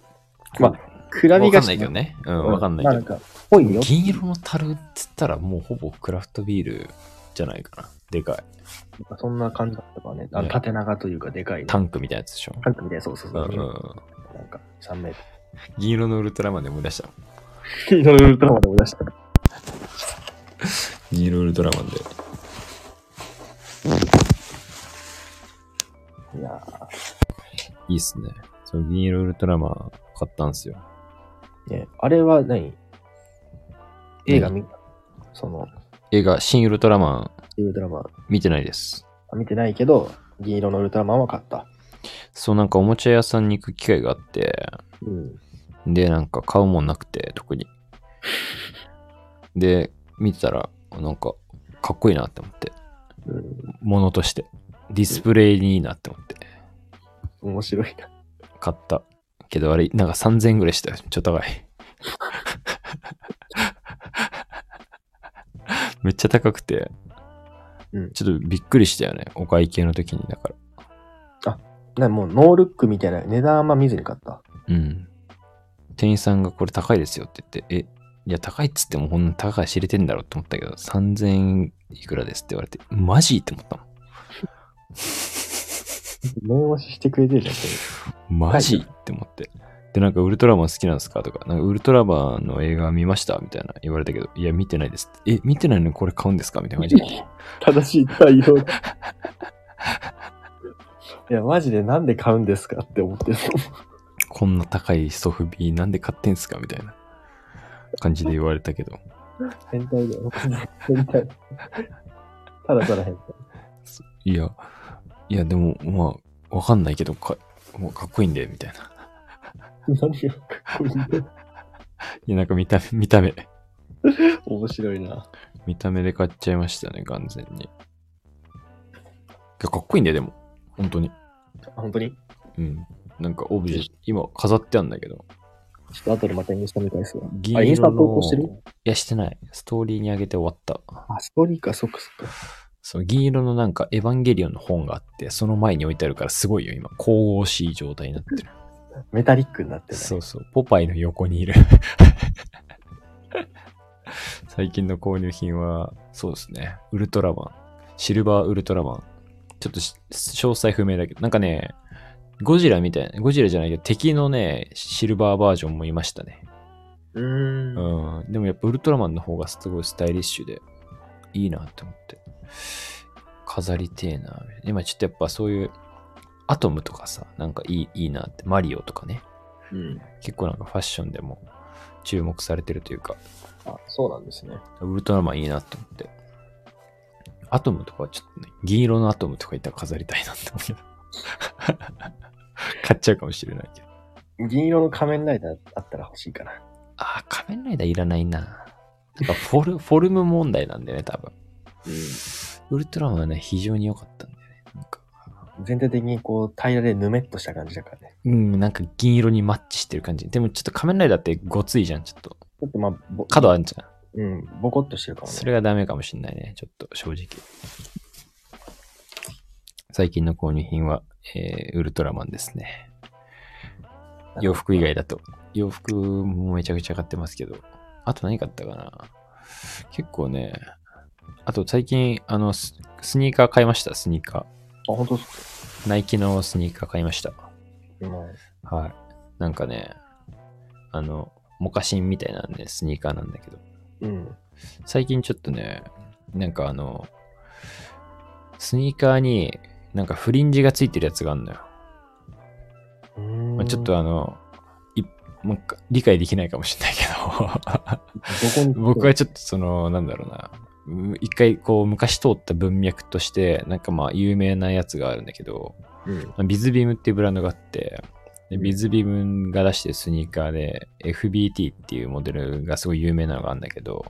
まあクラビわがかんないけどね。う、うんん。わかんないまあけなんど。か、ぽいよ。銀色の樽っつったらもうほぼクラフトビールじゃないかな。でかい。そんな感じだったからね。あのね縦長というか、でかい、ね。タンクみたいなやつでしょ。タンクみたいな、そうそううそんう。うん、なんか、3メート銀色のウルトラマンで思い出した。ル。 いろいろドラマで思い出した。銀色ウルトラマンで。いやーいいっすね。その銀色ウルトラマン買ったんすよ。ね、あれは何映画見たその、映画、新ウルトラマンウルトラマン。見てないです。あ見てないけど、銀色のウルトラマンは買った。そう、なんかおもちゃ屋さんに行く機会があって、うん。で、なんか買うもんなくて、特に。で、見てたら、なんか、かっこいいなって思って。うん、ものとして。ディスプレイにいいなって思って。面白いな。買った。けどあれ、なんか3000円ぐらいしたよ。ちょっと高い。 めっちゃ高くて、うんちょっとびっくりしたよね。お会計の時に、だから。なもうノールックみたいな、値段あんま見ずに 買った。うん。店員さんがこれ高いですよって言って、え、いや高いっつってもこんな高い知れてんだろうって思ったけど、3000円いくらですって言われて、マジって思ったも物押ししてくれてるじゃん。ん。マジはいって思って。で、なんかウルトラマン好きなんですかとか、なんかウルトラマンの映画見ましたみたいな言われたけど、いや見てないですって。え、見てないのにこれ買うんですかみたいな感じで。 正しい対 応。いや、マジでなんで買うんですかって思ってる。こんな高いソフビなんで買ってんすかみたいな感じで言われたけど。変態だよ。変態。ただただ変態。いや、いやでも、まあ、わかんないけど、かもうかっこいいんで、みたいな。何がかっこいいんだよいや、なんか見た目、見た目。面白いな。見た目で買っちゃいましたね、完全に。いや、かっこいいんだよ、でも。本当に。本当にうん。なんかオブジェ、今飾ってあんだけど。ちょっと後でまたインスタ見返すわ。銀あ、インスタ投稿してるいや、してない。ストーリーに上げて終わった。あ、ストーリーか、そっかそっか。その銀色のなんかエヴァンゲリオンの本があって、その前に置いてあるからすごいよ、今。神々しい状態になってる。メタリックになってない。そうそう。ポパイの横にいる。 最近の購入品は、そうですね。ウルトラマン。シルバーウルトラマン。ちょっとし詳細不明だけど、なんかね、ゴジラみたいな、ゴジラじゃないけど、敵のね、シルバーバージョンもいましたね。うーうん。ん。でもやっぱウルトラマンの方がすごいスタイリッシュで、いいなって思って。飾りてえな。今ちょっとやっぱそういう、アトムとかさ、なんかいいいいなって、マリオとかね。うん。結構なんかファッションでも注目されてるというか、あ、そうなんですね。ウルトラマンいいなと思って。アトムとかはちょっとね、銀色のアトムとかいったら飾りたいなって思うけど。 買っちゃうかもしれないけど。銀色の仮面ライダーあったら欲しいかな。ああ、仮面ライダーいらないな。なんかフォルフォルム問題なんだよね、多分。うん。ウルトラマンはね、非常に良かったんだよね。なんか、全体的にこう、平らでぬめっとした感じだからね。うん、なんか銀色にマッチしてる感じ。でもちょっと仮面ライダーってごついじゃん、ちょっと。ちょっとまあ、ぼ角あるじゃん。うん、ボコッとしてるかもね。それがダメかもしんないね。ちょっと正直。最近の購入品は、えーウルトラマンですね。洋服以外だと。洋服もめちゃくちゃ買ってますけど。あと何買ったかな結構ね。あと最近、あのス、スニーカー買いました、スニーカあ、本当ですー。ナイキのスニーカー買いました。か。もはい。なんかね、あの、モカシンみたいなね、スニーカーなんだけど。ううん。最近ちょっとね、なんかあの、スニーカーになんかフリンジがついてるやつがあるのよ。うーんまあ、ちょっどとあの、いなんか理解できないかもしれないけこ にど、僕はちょっとその、なんだろうな、うん一回こう昔通った文脈として、なんかまあ有名なやつがあるんだけど、うん。ビズビームっていうブランドがあって、でビズビームが出してるスニーカーで FBT っていうモデルがすごい有名なのがあるんだけど、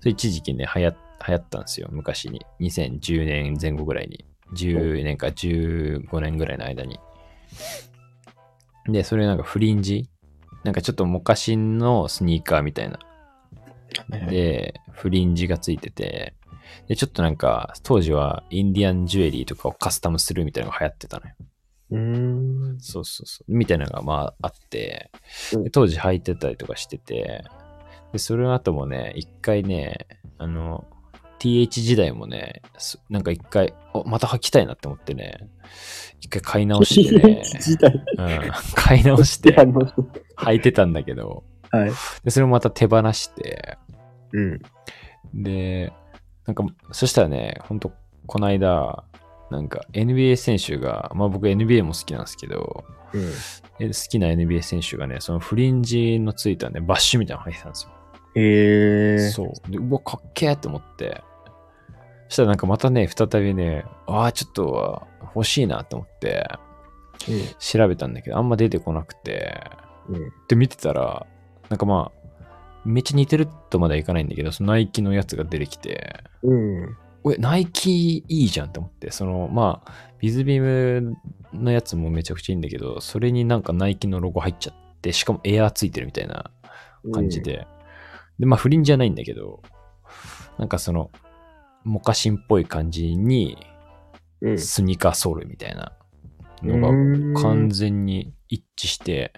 それ一時期ね、流行流行ったんですよ、昔に。2010年前後ぐらいに。10年か15年ぐらいの間に。で、それなんかフリンジなんかちょっとモカシンのスニーカーみたいな。うん、で、フリンジがついてて、で、ちょっとなんか、当時はインディアンジュエリーとかをカスタムするみたいなのが流行ってたのよ。うーん。そうそうそう。みたいなのがまああって、うん、で当時履いてたりとかしてて、で、それの後もね、一回ね、あの、TH 時代もね、すなんか一回、おまた履きたいなって思ってね、一回買い直してね 自体うん、買い直してあの人履いてたんだけど、はい。で、それもまた手放して、うん。で、なんか、そしたらね、ほんと、この間、なんか NBA 選手が、まあ僕 NBA も好きなんですけど、うでん。好きな NBA 選手がね、そのフリンジのついたね、バッシュみたいなの履いてたんですよ。へえ。そう。で、うわ、かっけーと思って。そしたらなんかまたね、再びね、ああ、ちょっと欲しいなと思って、調べたんだけど、あんま出てこなくて、うん。うん。で、見てたら、なんかまあ、めっちゃ似てるとまではいかないんだけど、そのナイキのやつが出てきて、うん。え、ナイキいいじゃんって思って、その、まあ、ビズビームのやつもめちゃくちゃいいんだけど、それになんかナイキのロゴ入っちゃって、しかもエアーついてるみたいな感じ。で。で、まあ、不倫じゃないんだけど、なんかその、モカシンっぽい感じに、うん。スニーカーソールみたいなのが完感全に一致して、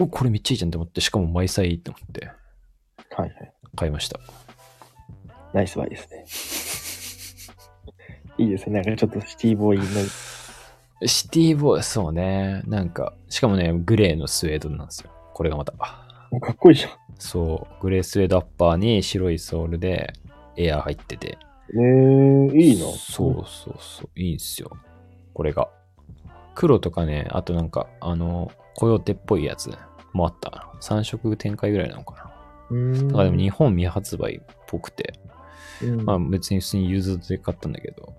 お、これめっちゃいいじゃんって思って、しかも毎歳いいって思ってはいはい。買いました。ナイスバイですね。 いいですね。なんかちょっとシティボーイの。シティボーイ、そうね。なんか、しかもね、グレーのスウェードなんですよ。これがまた。かっこいいじゃん。そう、グレースウェードアッパーに白いソールでエアー入ってて。ねえ、いいな。そうそうそう、いいんすよ。これが。黒とかね、あとなんか、あの、コヨーテっぽいやつもあったな。3色展開ぐらいなのかな。うん。だからでも日本未発売っぽくて、うん、まあ別に普通に融通で買ったんだけど、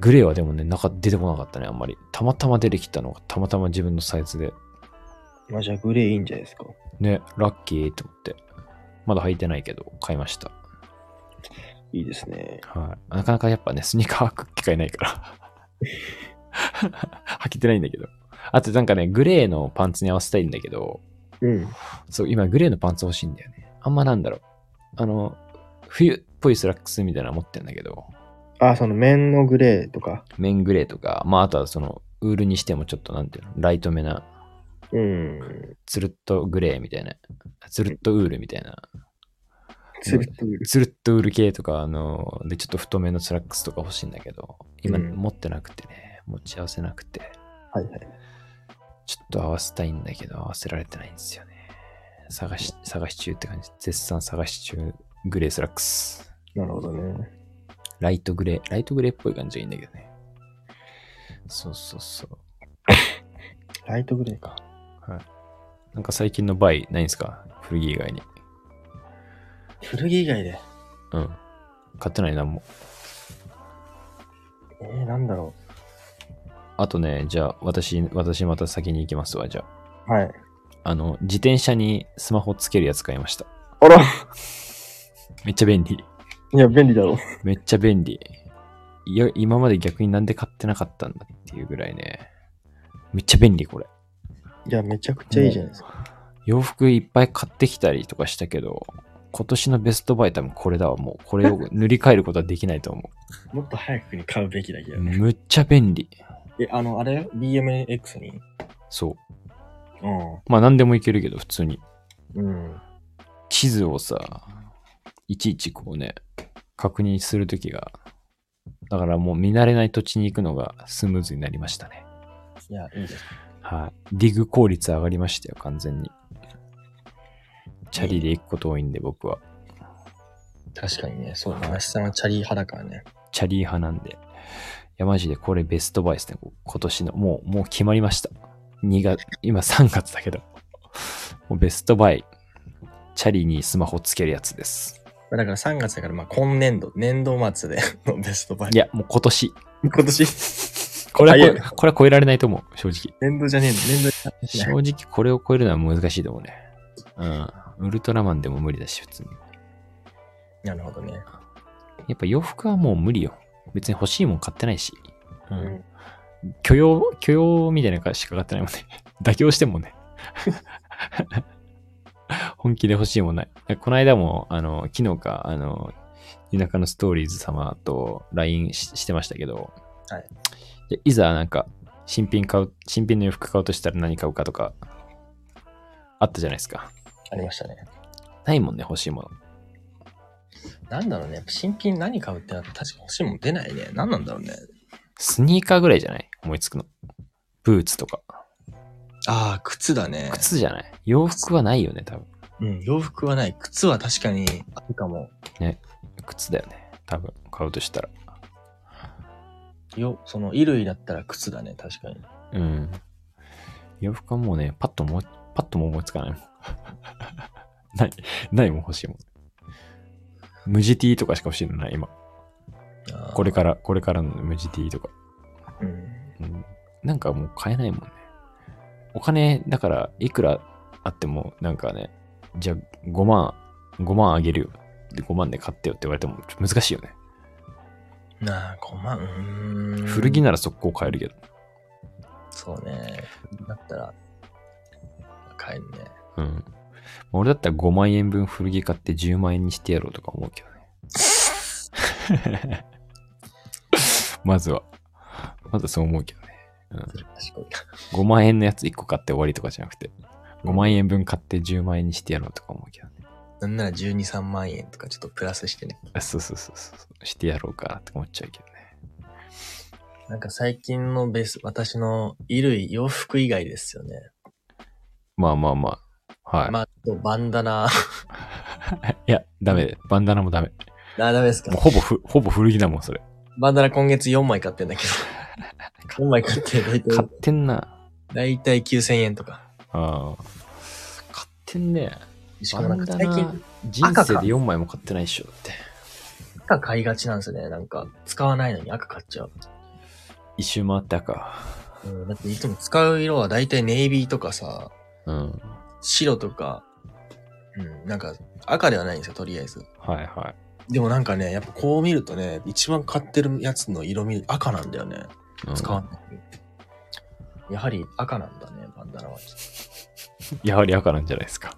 グレーはでもね、なんか出てこなかったね、あんまり。たまたま出てきたのが、たまたま自分のサイズで、まあじゃあグレーいいんじゃないですか。ね、ラッキーと思って、まだ履いてないけど、買いました。いいですね。はい。なかなかやっぱね、スニーカー履く機会ないから。 履けてないんだけど。あとなんかね、グレーのパンツに合わせたいんだけど、うん。そう、今グレーのパンツ欲しいんだよね。あんまなんだろう。あの、冬っぽいスラックスみたいなの持ってんだけど、あ、その面のグレーとか。綿グレーとか、まああとはその、ウールにしてもちょっとなんていうの、ライトめな、うん。つるっとグレーみたいな、つるっとウールみたいな、つるっといる。つるっとウール系とか、あの、で、ちょっと太めのスラックスとか欲しいんだけど、今うん持ってなくてね、持ち合わせなくて。はいはい。ちょっと合わせたいんだけど、合わせられてないんですよね。探し、探し中って感じ。絶賛探し中。グレースラックス。なるほどね。ライトグレー。ライトグレーっぽい感じがいいんだけどね。そうそうそう。ライトグレーか。なんか最近のバイないんですか古着以外に。古着以外で。うん。買ってないな、もう。えー、なんだろあとね、じゃあ、私、私また先に行きますわ、じゃあ。う。はい。あの、自転車にスマホつけるやつ買いました。あらめっちゃ便利。いや、便利だろう。めっちゃ便利。いや、今まで逆になんで買ってなかったんだっていうぐらいね。めっちゃ便利、これ。いや、めちゃくちゃいいじゃないですか。い洋服いっぱい買ってきたりとかしたけど、今年のベストバイ多分これだわ。もうこれを塗り替えることはできないと思もっと早くに買うべきだけう。どね。むっちゃ便利。え、あの、あれよ ?BMX にそう。うまあ何でもいけるけど、普通に。ん。うん。地図をさ、いちいちこうね、確認するときが、だからもう見慣れない土地に行くのがスムーズになりましたね。いや、いいです。はい。ディグ効率上がりましたよ、完全に。チャリで行くこと多いんで、僕は。確かにね、そうだね。明日のチャリ派だからね。チャリ派なんで。いや、マジでこれベストバイですね。こ今年の、もう、もう決まりました。2月、今3月だけど。もうベストバイ。チャリにスマホつけるやつです。まあだから3月だから、まあ今年度、年度末で のベストバイ。いや、もう今年。今年、これは早いこ、これは超えられないと思う、正直。年度じゃねえの、年度じゃね正直、これを超えるのは難しいと思うね。うん。ウルトラマンでも無理だし、普通に。え。なるほどね。やっぱ洋服はもう無理よ。別に欲しいもん買ってないし。ううんん。許容、許容みたいなのしかかってないもんね。 妥協してんもんね。 本気で欲しいもんない。この間も、あの、昨日か、あの、田舎のストーリーズ様と LINE ししてましたけど、はいで。いざ、なんか、新品買う、新品の洋服買おうとしたら何買うかとか、あったじゃないですか。ありましたね。ないもんね、欲しいもの。なんだろうね。やっぱ新品何買うってなったら確か欲しいもん出ないね。何なんだろうね。スニーカーぐらいじゃない思いつくの。ブーツとか。ああ、靴だね。靴じゃない洋服はないよね、多分。うん、洋服はない。靴は確かにあるかも。靴だよね。多分、買うとしたら。よ、その衣類だったら靴だね、確かに。うん。洋服はもうね、パッとも、パッとも思いつかないもん。 ない、ないもん欲しいもん。無地 T とかしか欲しいのない、今。あーこれ。から、これからの無地 T とか。うん。うん。なんかもう買えないもんね。お金、だから、いくらあっても、なんかね、じゃあ5万、5万あげるよ。で、5万で買ってよって言われても、ちょ難しいよね。なあ、5万。うーん古着なら速攻買えるけど。そうね。だったら、買えんね。うん。俺だったら5万円分古着買って10万円にしてやろうとか思うけど ね。まずは。まずはそう思うけどね。それ賢いな。 5万円のやつ1個買って終わりとかじゃなくて、5万円分買って10万円にしてやろうとか思うけどね。なんなら12、3万円とかちょっとプラスしてね。あそうそうそうそうそう。してやろうかなって思っちゃうけどね。なんか最近のベース、私の衣類、洋服以外ですよね。まあまあまあ。はい。まあ、あとバンダナ。あ、 いや、ダメで。バンダナもダメ。ダメですかもう。ほぼふ、ほぼ古着だもん、それ。バンダナ今月4枚買ってんだ けど。4枚買って、だいた買い、ってんな。だいたい9000円とか。ああ。買ってんね。しかもなんか最バン近ダナ赤人生かで4枚も買ってないっしょだって。赤買いがちなんですよね。なんか使わないのに赤買っちゃう。一周回って赤。うん、だっていつも使う色はだいたいネイビーとかさ、うん。白とか、うん、なんか赤ではないんですよ、とりあえず。はいはい。でもなんかね、やっぱこう見るとね、一番買ってるやつの色味、赤なんだよね。うん使わない。やはり赤なんだね、バンダナは。やはり赤なんじゃないですか。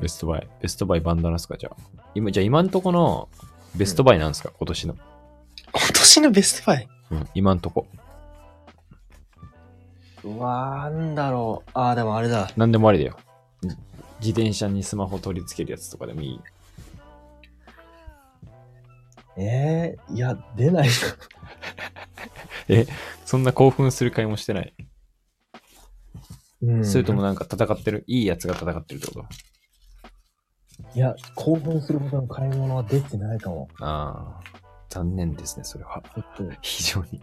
ベストバイ、ベストバイバンダナですかじゃあ。今、じゃあ今んとこのベストバイなんですか、今年の。今年のベストバイうん、今んとこ。うわー、なんだろう。あー、でもあれだ。なんでもありだよ。自転車にスマホ取り付けるやつとかでもいい。えー、いや、出ないな。そんな興奮する会もしてない。うんそれともなんか戦ってる、いいやつが戦ってるってこといや、興奮するほどの買い物は出てないかも。ああ、残念ですね、それは。ちょっと非常に、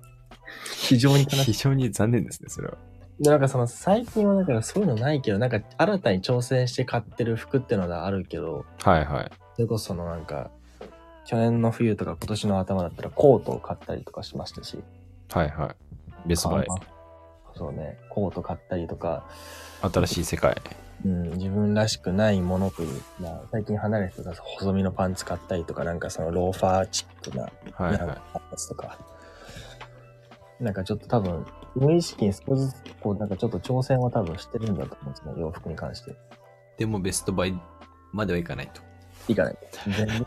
非常に悲しい非。常に残念ですね、それは。でなんかその最近はだからそういうのないけど、なんか新たに挑戦して買ってる服ってのがあるけど、はいはい。それこそそのなんか、去年の冬とか今年の頭だったらコートを買ったりとかしましたし。はいはい。ベストバイ。革そうね、コート買ったりとか、新しい世界。うん、自分らしくないものという、まあ最近離れてた細身のパンツ買ったりとか、なんかそのローファーチックなはいはい。やつとか。なんかちょっと多分、無意識に少しずつ、こう、なんかちょっと挑戦は多分してるんだと思うんですね、洋服に関して。でもベストバイまではいかないと。いかない。全然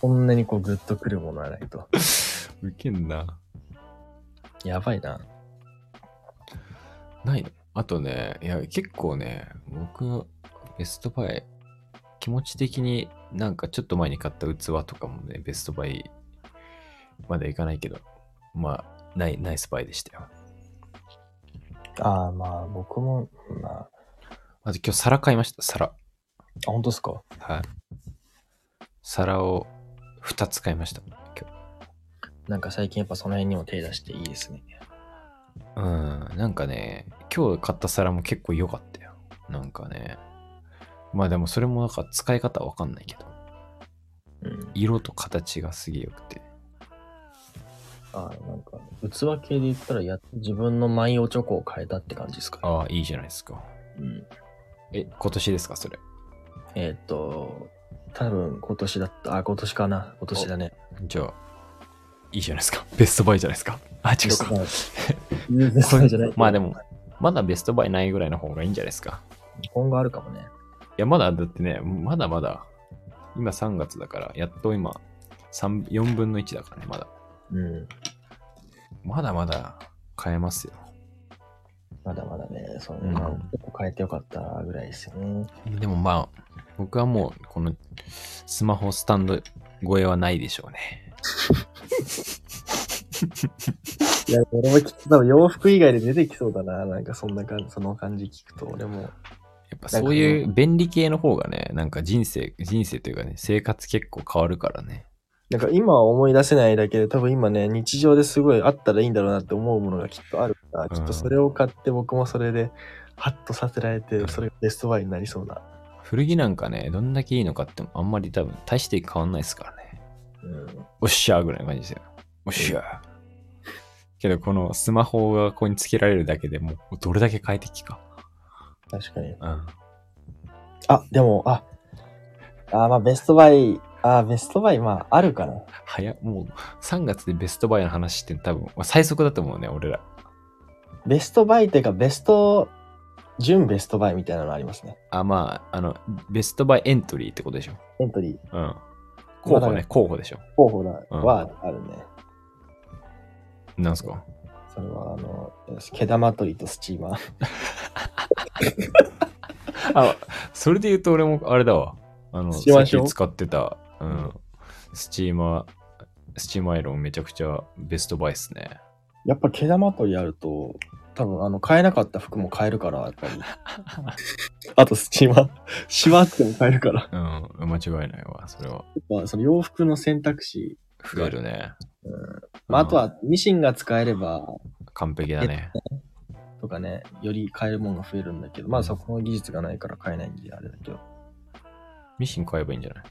そんなにこう、ぐっとくるものはないと。ウケんな。やばいな。ないのあとね、いや、結構ね、僕、ベストバイ、気持ち的になんかちょっと前に買った器とかもね、ベストバイまではいかないけど、まあ、ない、ナイスバイでしたよ。ああ、まあ、僕も、まあ、あ、あと今日皿買いました、皿。本当ですかはい。皿を2つ買いました。なんか最近やっぱその辺にも手出していいですね。うん、なんかね、今日買った皿も結構良かったよ。なんかね。まあでもそれもなんか使い方わかんないけど、うん。色と形がすげえ良くて。ああ、なんか、器系で言ったらや、自分の万葉チョコを変えたって感じですか、ね、ああ、いいじゃないですか。うん。え、今年ですか、それ。えーっと、多分今年だった。あ、今年かな。今年だね。じゃあ、いいじゃないですか。 ベストバイじゃないですか。あ、違うか。全然 そうじゃない。まあでも、まだベストバイないぐらいの方がいいんじゃないですか。今後あるかもね。いや、まだ、だってね、まだまだ、今3月だから、やっと今、3 4分の1だからね、まだ。うん。まだまだ買えますよ。まだまだね、そう、うんまあ結構変えてよかったぐらいですよね。でもまあ、僕はもう、このスマホスタンド越えはないでしょうね。いや、俺もきっと多分洋服以外で出てきそうだな。なんかそんな感じ、その感じ聞くと俺も。やっぱそういう便利系の方がね、なんか人生、人生というかね、生活結構変わるからね。なんか今は思い出せないだけで多分今ね、日常ですごいあったらいいんだろうなって思うものがきっとあるから、うんちょっとそれを買って僕もそれで、ハッとさせられて、それがベストバイになりそうな。古着なんかね、どんだけいいのかって、あんまり多分大して変わんないですからね。うん。おっしゃーぐらいの感じですよ。おっしゃー。けど、このスマホがここにつけられるだけでもう、どれだけ快適か。確かに。うん。あ、でも、あ、あ、まあベストバイ、あ、ベストバイ、まああるかな。早っ、もう3月でベストバイの話って多分、最速だと思うね、俺ら。ベストバイっていうか、ベスト、準ベストバイみたいなのありますね。あ、まあ、あの、ベストバイエントリーってことでしょ。エントリーうん。候補まだねね、候補でしょ。候補だうんはあるね。なんすかそれは、あの、毛玉取りとスチーマー。あ、それで言うと俺もあれだわ。あの、スチーマーでしさょっき使ってた、うん、スチーマー、スチーマーアイロンめちゃくちゃベストバイっすね。 やっぱ毛玉取りあると、多分あの、買えなかった服も買えるから、やっ ぱり。あとスチーマー。しまっても買えるから。うん、間違いないわ、それは。やっぱその洋服の選択肢。増えるね。まあ、うあんとはミシンが使えれば、完璧だね。とかね、より買えるものが増えるんだけど、まあそこの技術がないから買えないんで、あれだけど。ミシン買えばいいんじゃない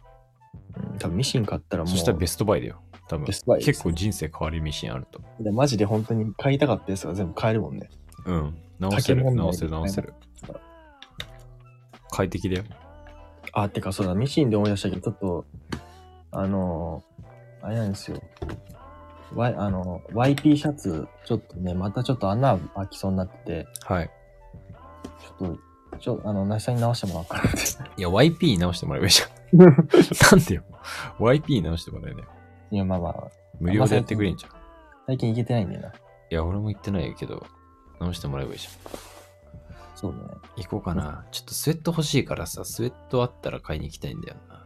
うん、多分ミシン買ったらもう、そしたらベストバイだよ。多分ベストバイです結構人生変わりミシンあると。でマジで本当に買いたかったやつが全部買えるもんね。うん。直せ竹る、問題直せる、直せる。快適だよ。あ、てかそうだ、ミシンで思い出したけど、ちょっと、あのーあれなんですよ。ワイあの、YP シャツ、ちょっとね、またちょっと穴開きそうになってて、はい。ちょっと、ちょ、あの、那須さんに直してもらおうかなって。 いや、YP 直してもらえばいいじゃん。なんでよ。YP 直してもらえない。いや、まあまあ、無料でやってくれんじゃん。い最近行けてないんだよな。や、俺も行ってないけど、直してもらえばいいじそうだね。ゃん。行こうかな。ちょっとスウェット欲しいからさ、スウェットあったら買いに行きたいんだよな。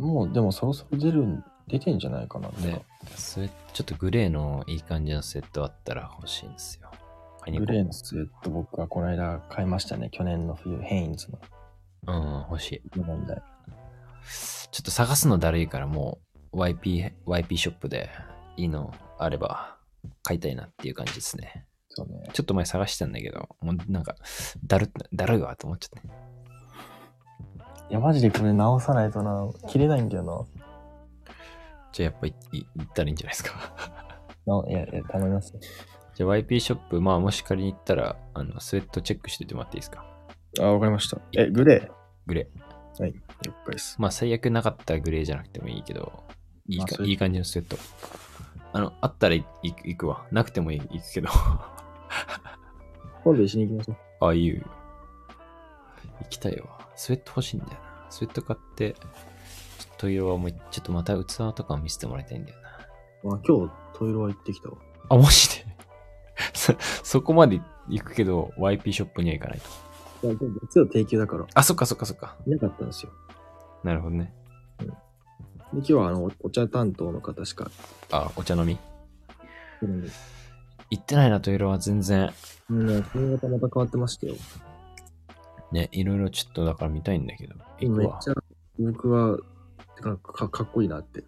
もう、でもそろそろ出るん、出てんじゃないかな。ね、スウェット、ちょっとグレーのいい感じのスウェットあったら欲しいんですよ。買いにグ行こレーう。のスウェット僕はこの間買いましたね。去年の冬、ヘインズのうん、欲しい。問ちょ題。っと探すのだるいからもう YP、YP ショップでいいのあれば買いたいなっていう感じですね。そうね。ちょっと前探してたんだけど、もうなんか、だるっ、だるいわと思っちゃって。いや、マジでこれ直さないとな、切れないんだよな。じゃあやっぱいい行ったらいいんじゃないですか。 ないや、いや頼みます。じゃあ YP ショップ、まあもし仮に行ったら、あの、スウェットチェックしててもらっていいですか。あ、わかりました。え、グレーグレー。了解です。まあ最悪なかったらグレーじゃなくてもいいけど、いいまあかそういういい感じのスウェット。あの、あったらいい行くわ。なくてもいい行くけど。 今度一緒に行きましょう。ああいう。行きたいわ。スウェット欲しいんだよな。スウェット買って、ちょっと色はもう、ちょっとまた器とか見せてもらいたいんだよな。あ今日、トイロは行ってきたわ。あ、マジで そ、そこまで行くけど、YP ショップには行かないと。いやでも月曜定休だから、あ、そっかそっかそっか。いなかったんですよ。なるほどね。で、今日はあの、お茶担当の方しかあ、お茶飲み来ないんで。行ってないな、と色は全然。うん、ね、髪型また変わってましたよ。ね、いろいろちょっとだから見たいんだけど。行くめっわ。ちゃ、僕は、てかかかっこいいなって。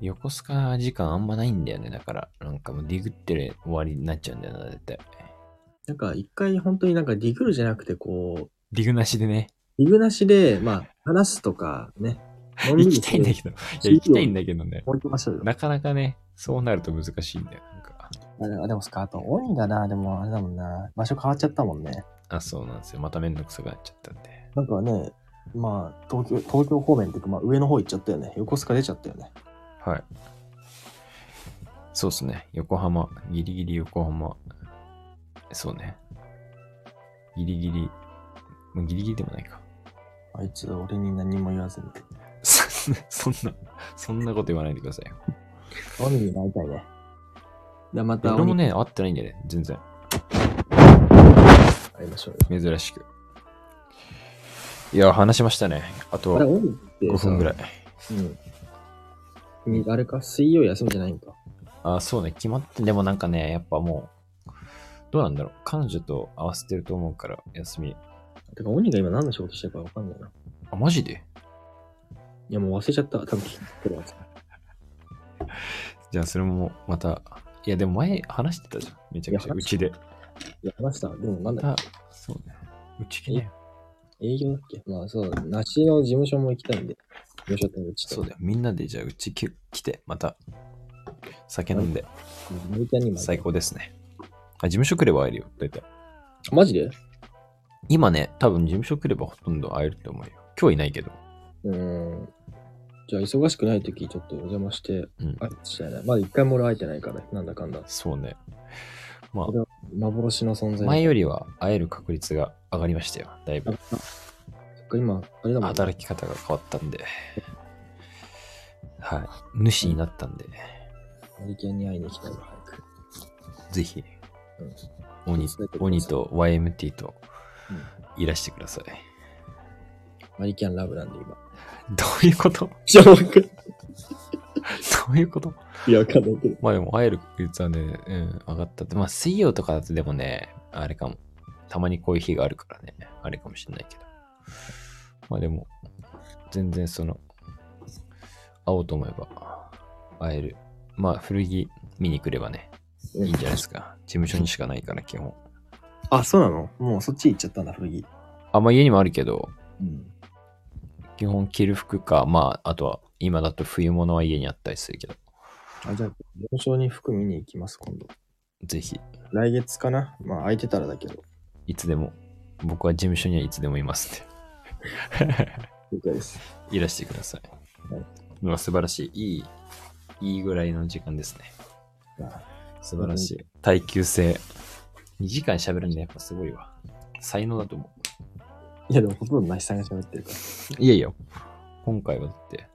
横須賀時間あんまないんだよね。だから、なんかもうディグってる終わりになっちゃうんだよな、絶対。なんか、一回本当になんかディグルじゃなくて、こう、ディグなしでね。ディグなしで、まあ、話すとかね。のんび行りきしたていんだけど。いや、行きたいんだけどね。置いてましょうよ。なかなかね、そうなると難しいんだよ。なんかあでもスカート多いんだな。でもあれだもんな。場所変わっちゃったもんね。あ、そうなんですよ。まためんどくさくなっちゃったんで。なんかね、まあ、東京、東京方面っていうか、まあ上の方行っちゃったよね。横須賀出ちゃったよね。はい。そうっすね。横浜。ギリギリ横浜。そうね。ギリギリ。まあギリギリでもないか。あいつ、俺に何も言わずに。 そんな、そんな、そんなこと言わないでくださいよ。鬼になりたいね。じゃあまた、俺もね、会ってないんだよね。全然。会いましょうよ。珍しく。いや、話しましたね。ああれ、と鬼って5分ぐらい。い。うん。あれか、水曜休みじゃないんか。あ、そうね。決まって、でもなんかね、やっぱもう、どうなんだろう。彼女と合わせてると思うから、休み。てか、鬼が今何の仕事してるかわかんないな。あ、マジでいや、もう忘れちゃった。多分聞くわ。じゃあそれもまた、いやでも前話してたじゃん。めちゃくちいゃやうちで。いや、話した。でもなまんだた、そうね。うちね。営業だっけまあそう、梨の事務所も行きたいんで。事務所ってうちと。そうだよ。みんなでじゃあうちき来て、また酒飲んで、森田にも。最。高ですね。あ、事務所来れば会えるよ。大体。マジで今ね、多分事務所来ればほとんど会えると思うよ。今日いないけど。うーん。じゃあ、忙しくないとき、ちょっとお邪魔して、うんあしたいな。まだ一回も俺会えてないから、なんだかんだ。そうね。ま俺は幻の存在。あ、前よりは会える確率が上がりましたよ。だいぶ。そっか今、あれだもん。働き方が変わったんで。はい。主になったんで、森健に会いに行きたいわ、早く。ぜひ、うん。鬼伝えてください鬼と YMT とうんいらしてください。マリキャンラブなんで今。どういうこと どじゃあ、僕、ういうこといや、わかんないけど。まあでも会える確率はね、うん、上がったって。まあ水曜とかだとでもね、あれかも。たまにこういう日があるからね、あれかもしれないけど。まあでも、全然その、会おうと思えば会える。まあ古着見に来ればね、うんいいんじゃないですか。事務所にしかないから基本。あ、そうなのもうそっち行っちゃったんだ、古着。あ、まあ家にもあるけど、うん。基本着る服か、まああとは今だと冬物は家にあったりするけど。あ、じゃあ、文章に服見に行きます、今度。ぜひ、来月かなまあ、空いてたらだけど。いつでも、僕は事務所にはいつでもいますって。了解です。いらしてください。はいまあ素晴らしい。いい、いいぐらいの時間ですね。素晴らしい。耐久性。2時間喋るんでやっぱすごいわ。才能だと思いや、でもほとんどなしさんが喋ってるから。う。いやいや、今回はだって、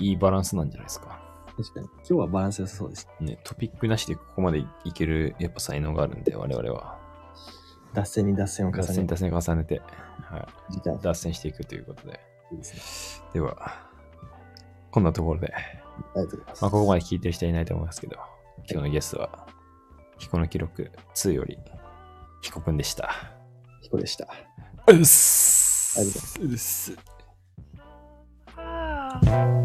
いいバランスなんじゃないですか。確かに。今日はバランス良さそうです。ね、トピックなしでここまでいける、やっぱ才能があるんで、我々は。脱線に脱線を重脱ね線、て脱線重ねて、は時間い、脱線していくということで。ですね。では、こんなところで、ありがとうございます。まあ、ここまで聞いてる人はいないと思いますけど、今日のゲストは、彦の記録2より、彦くんでした。彦でした。うっすありがうっす。 Ah.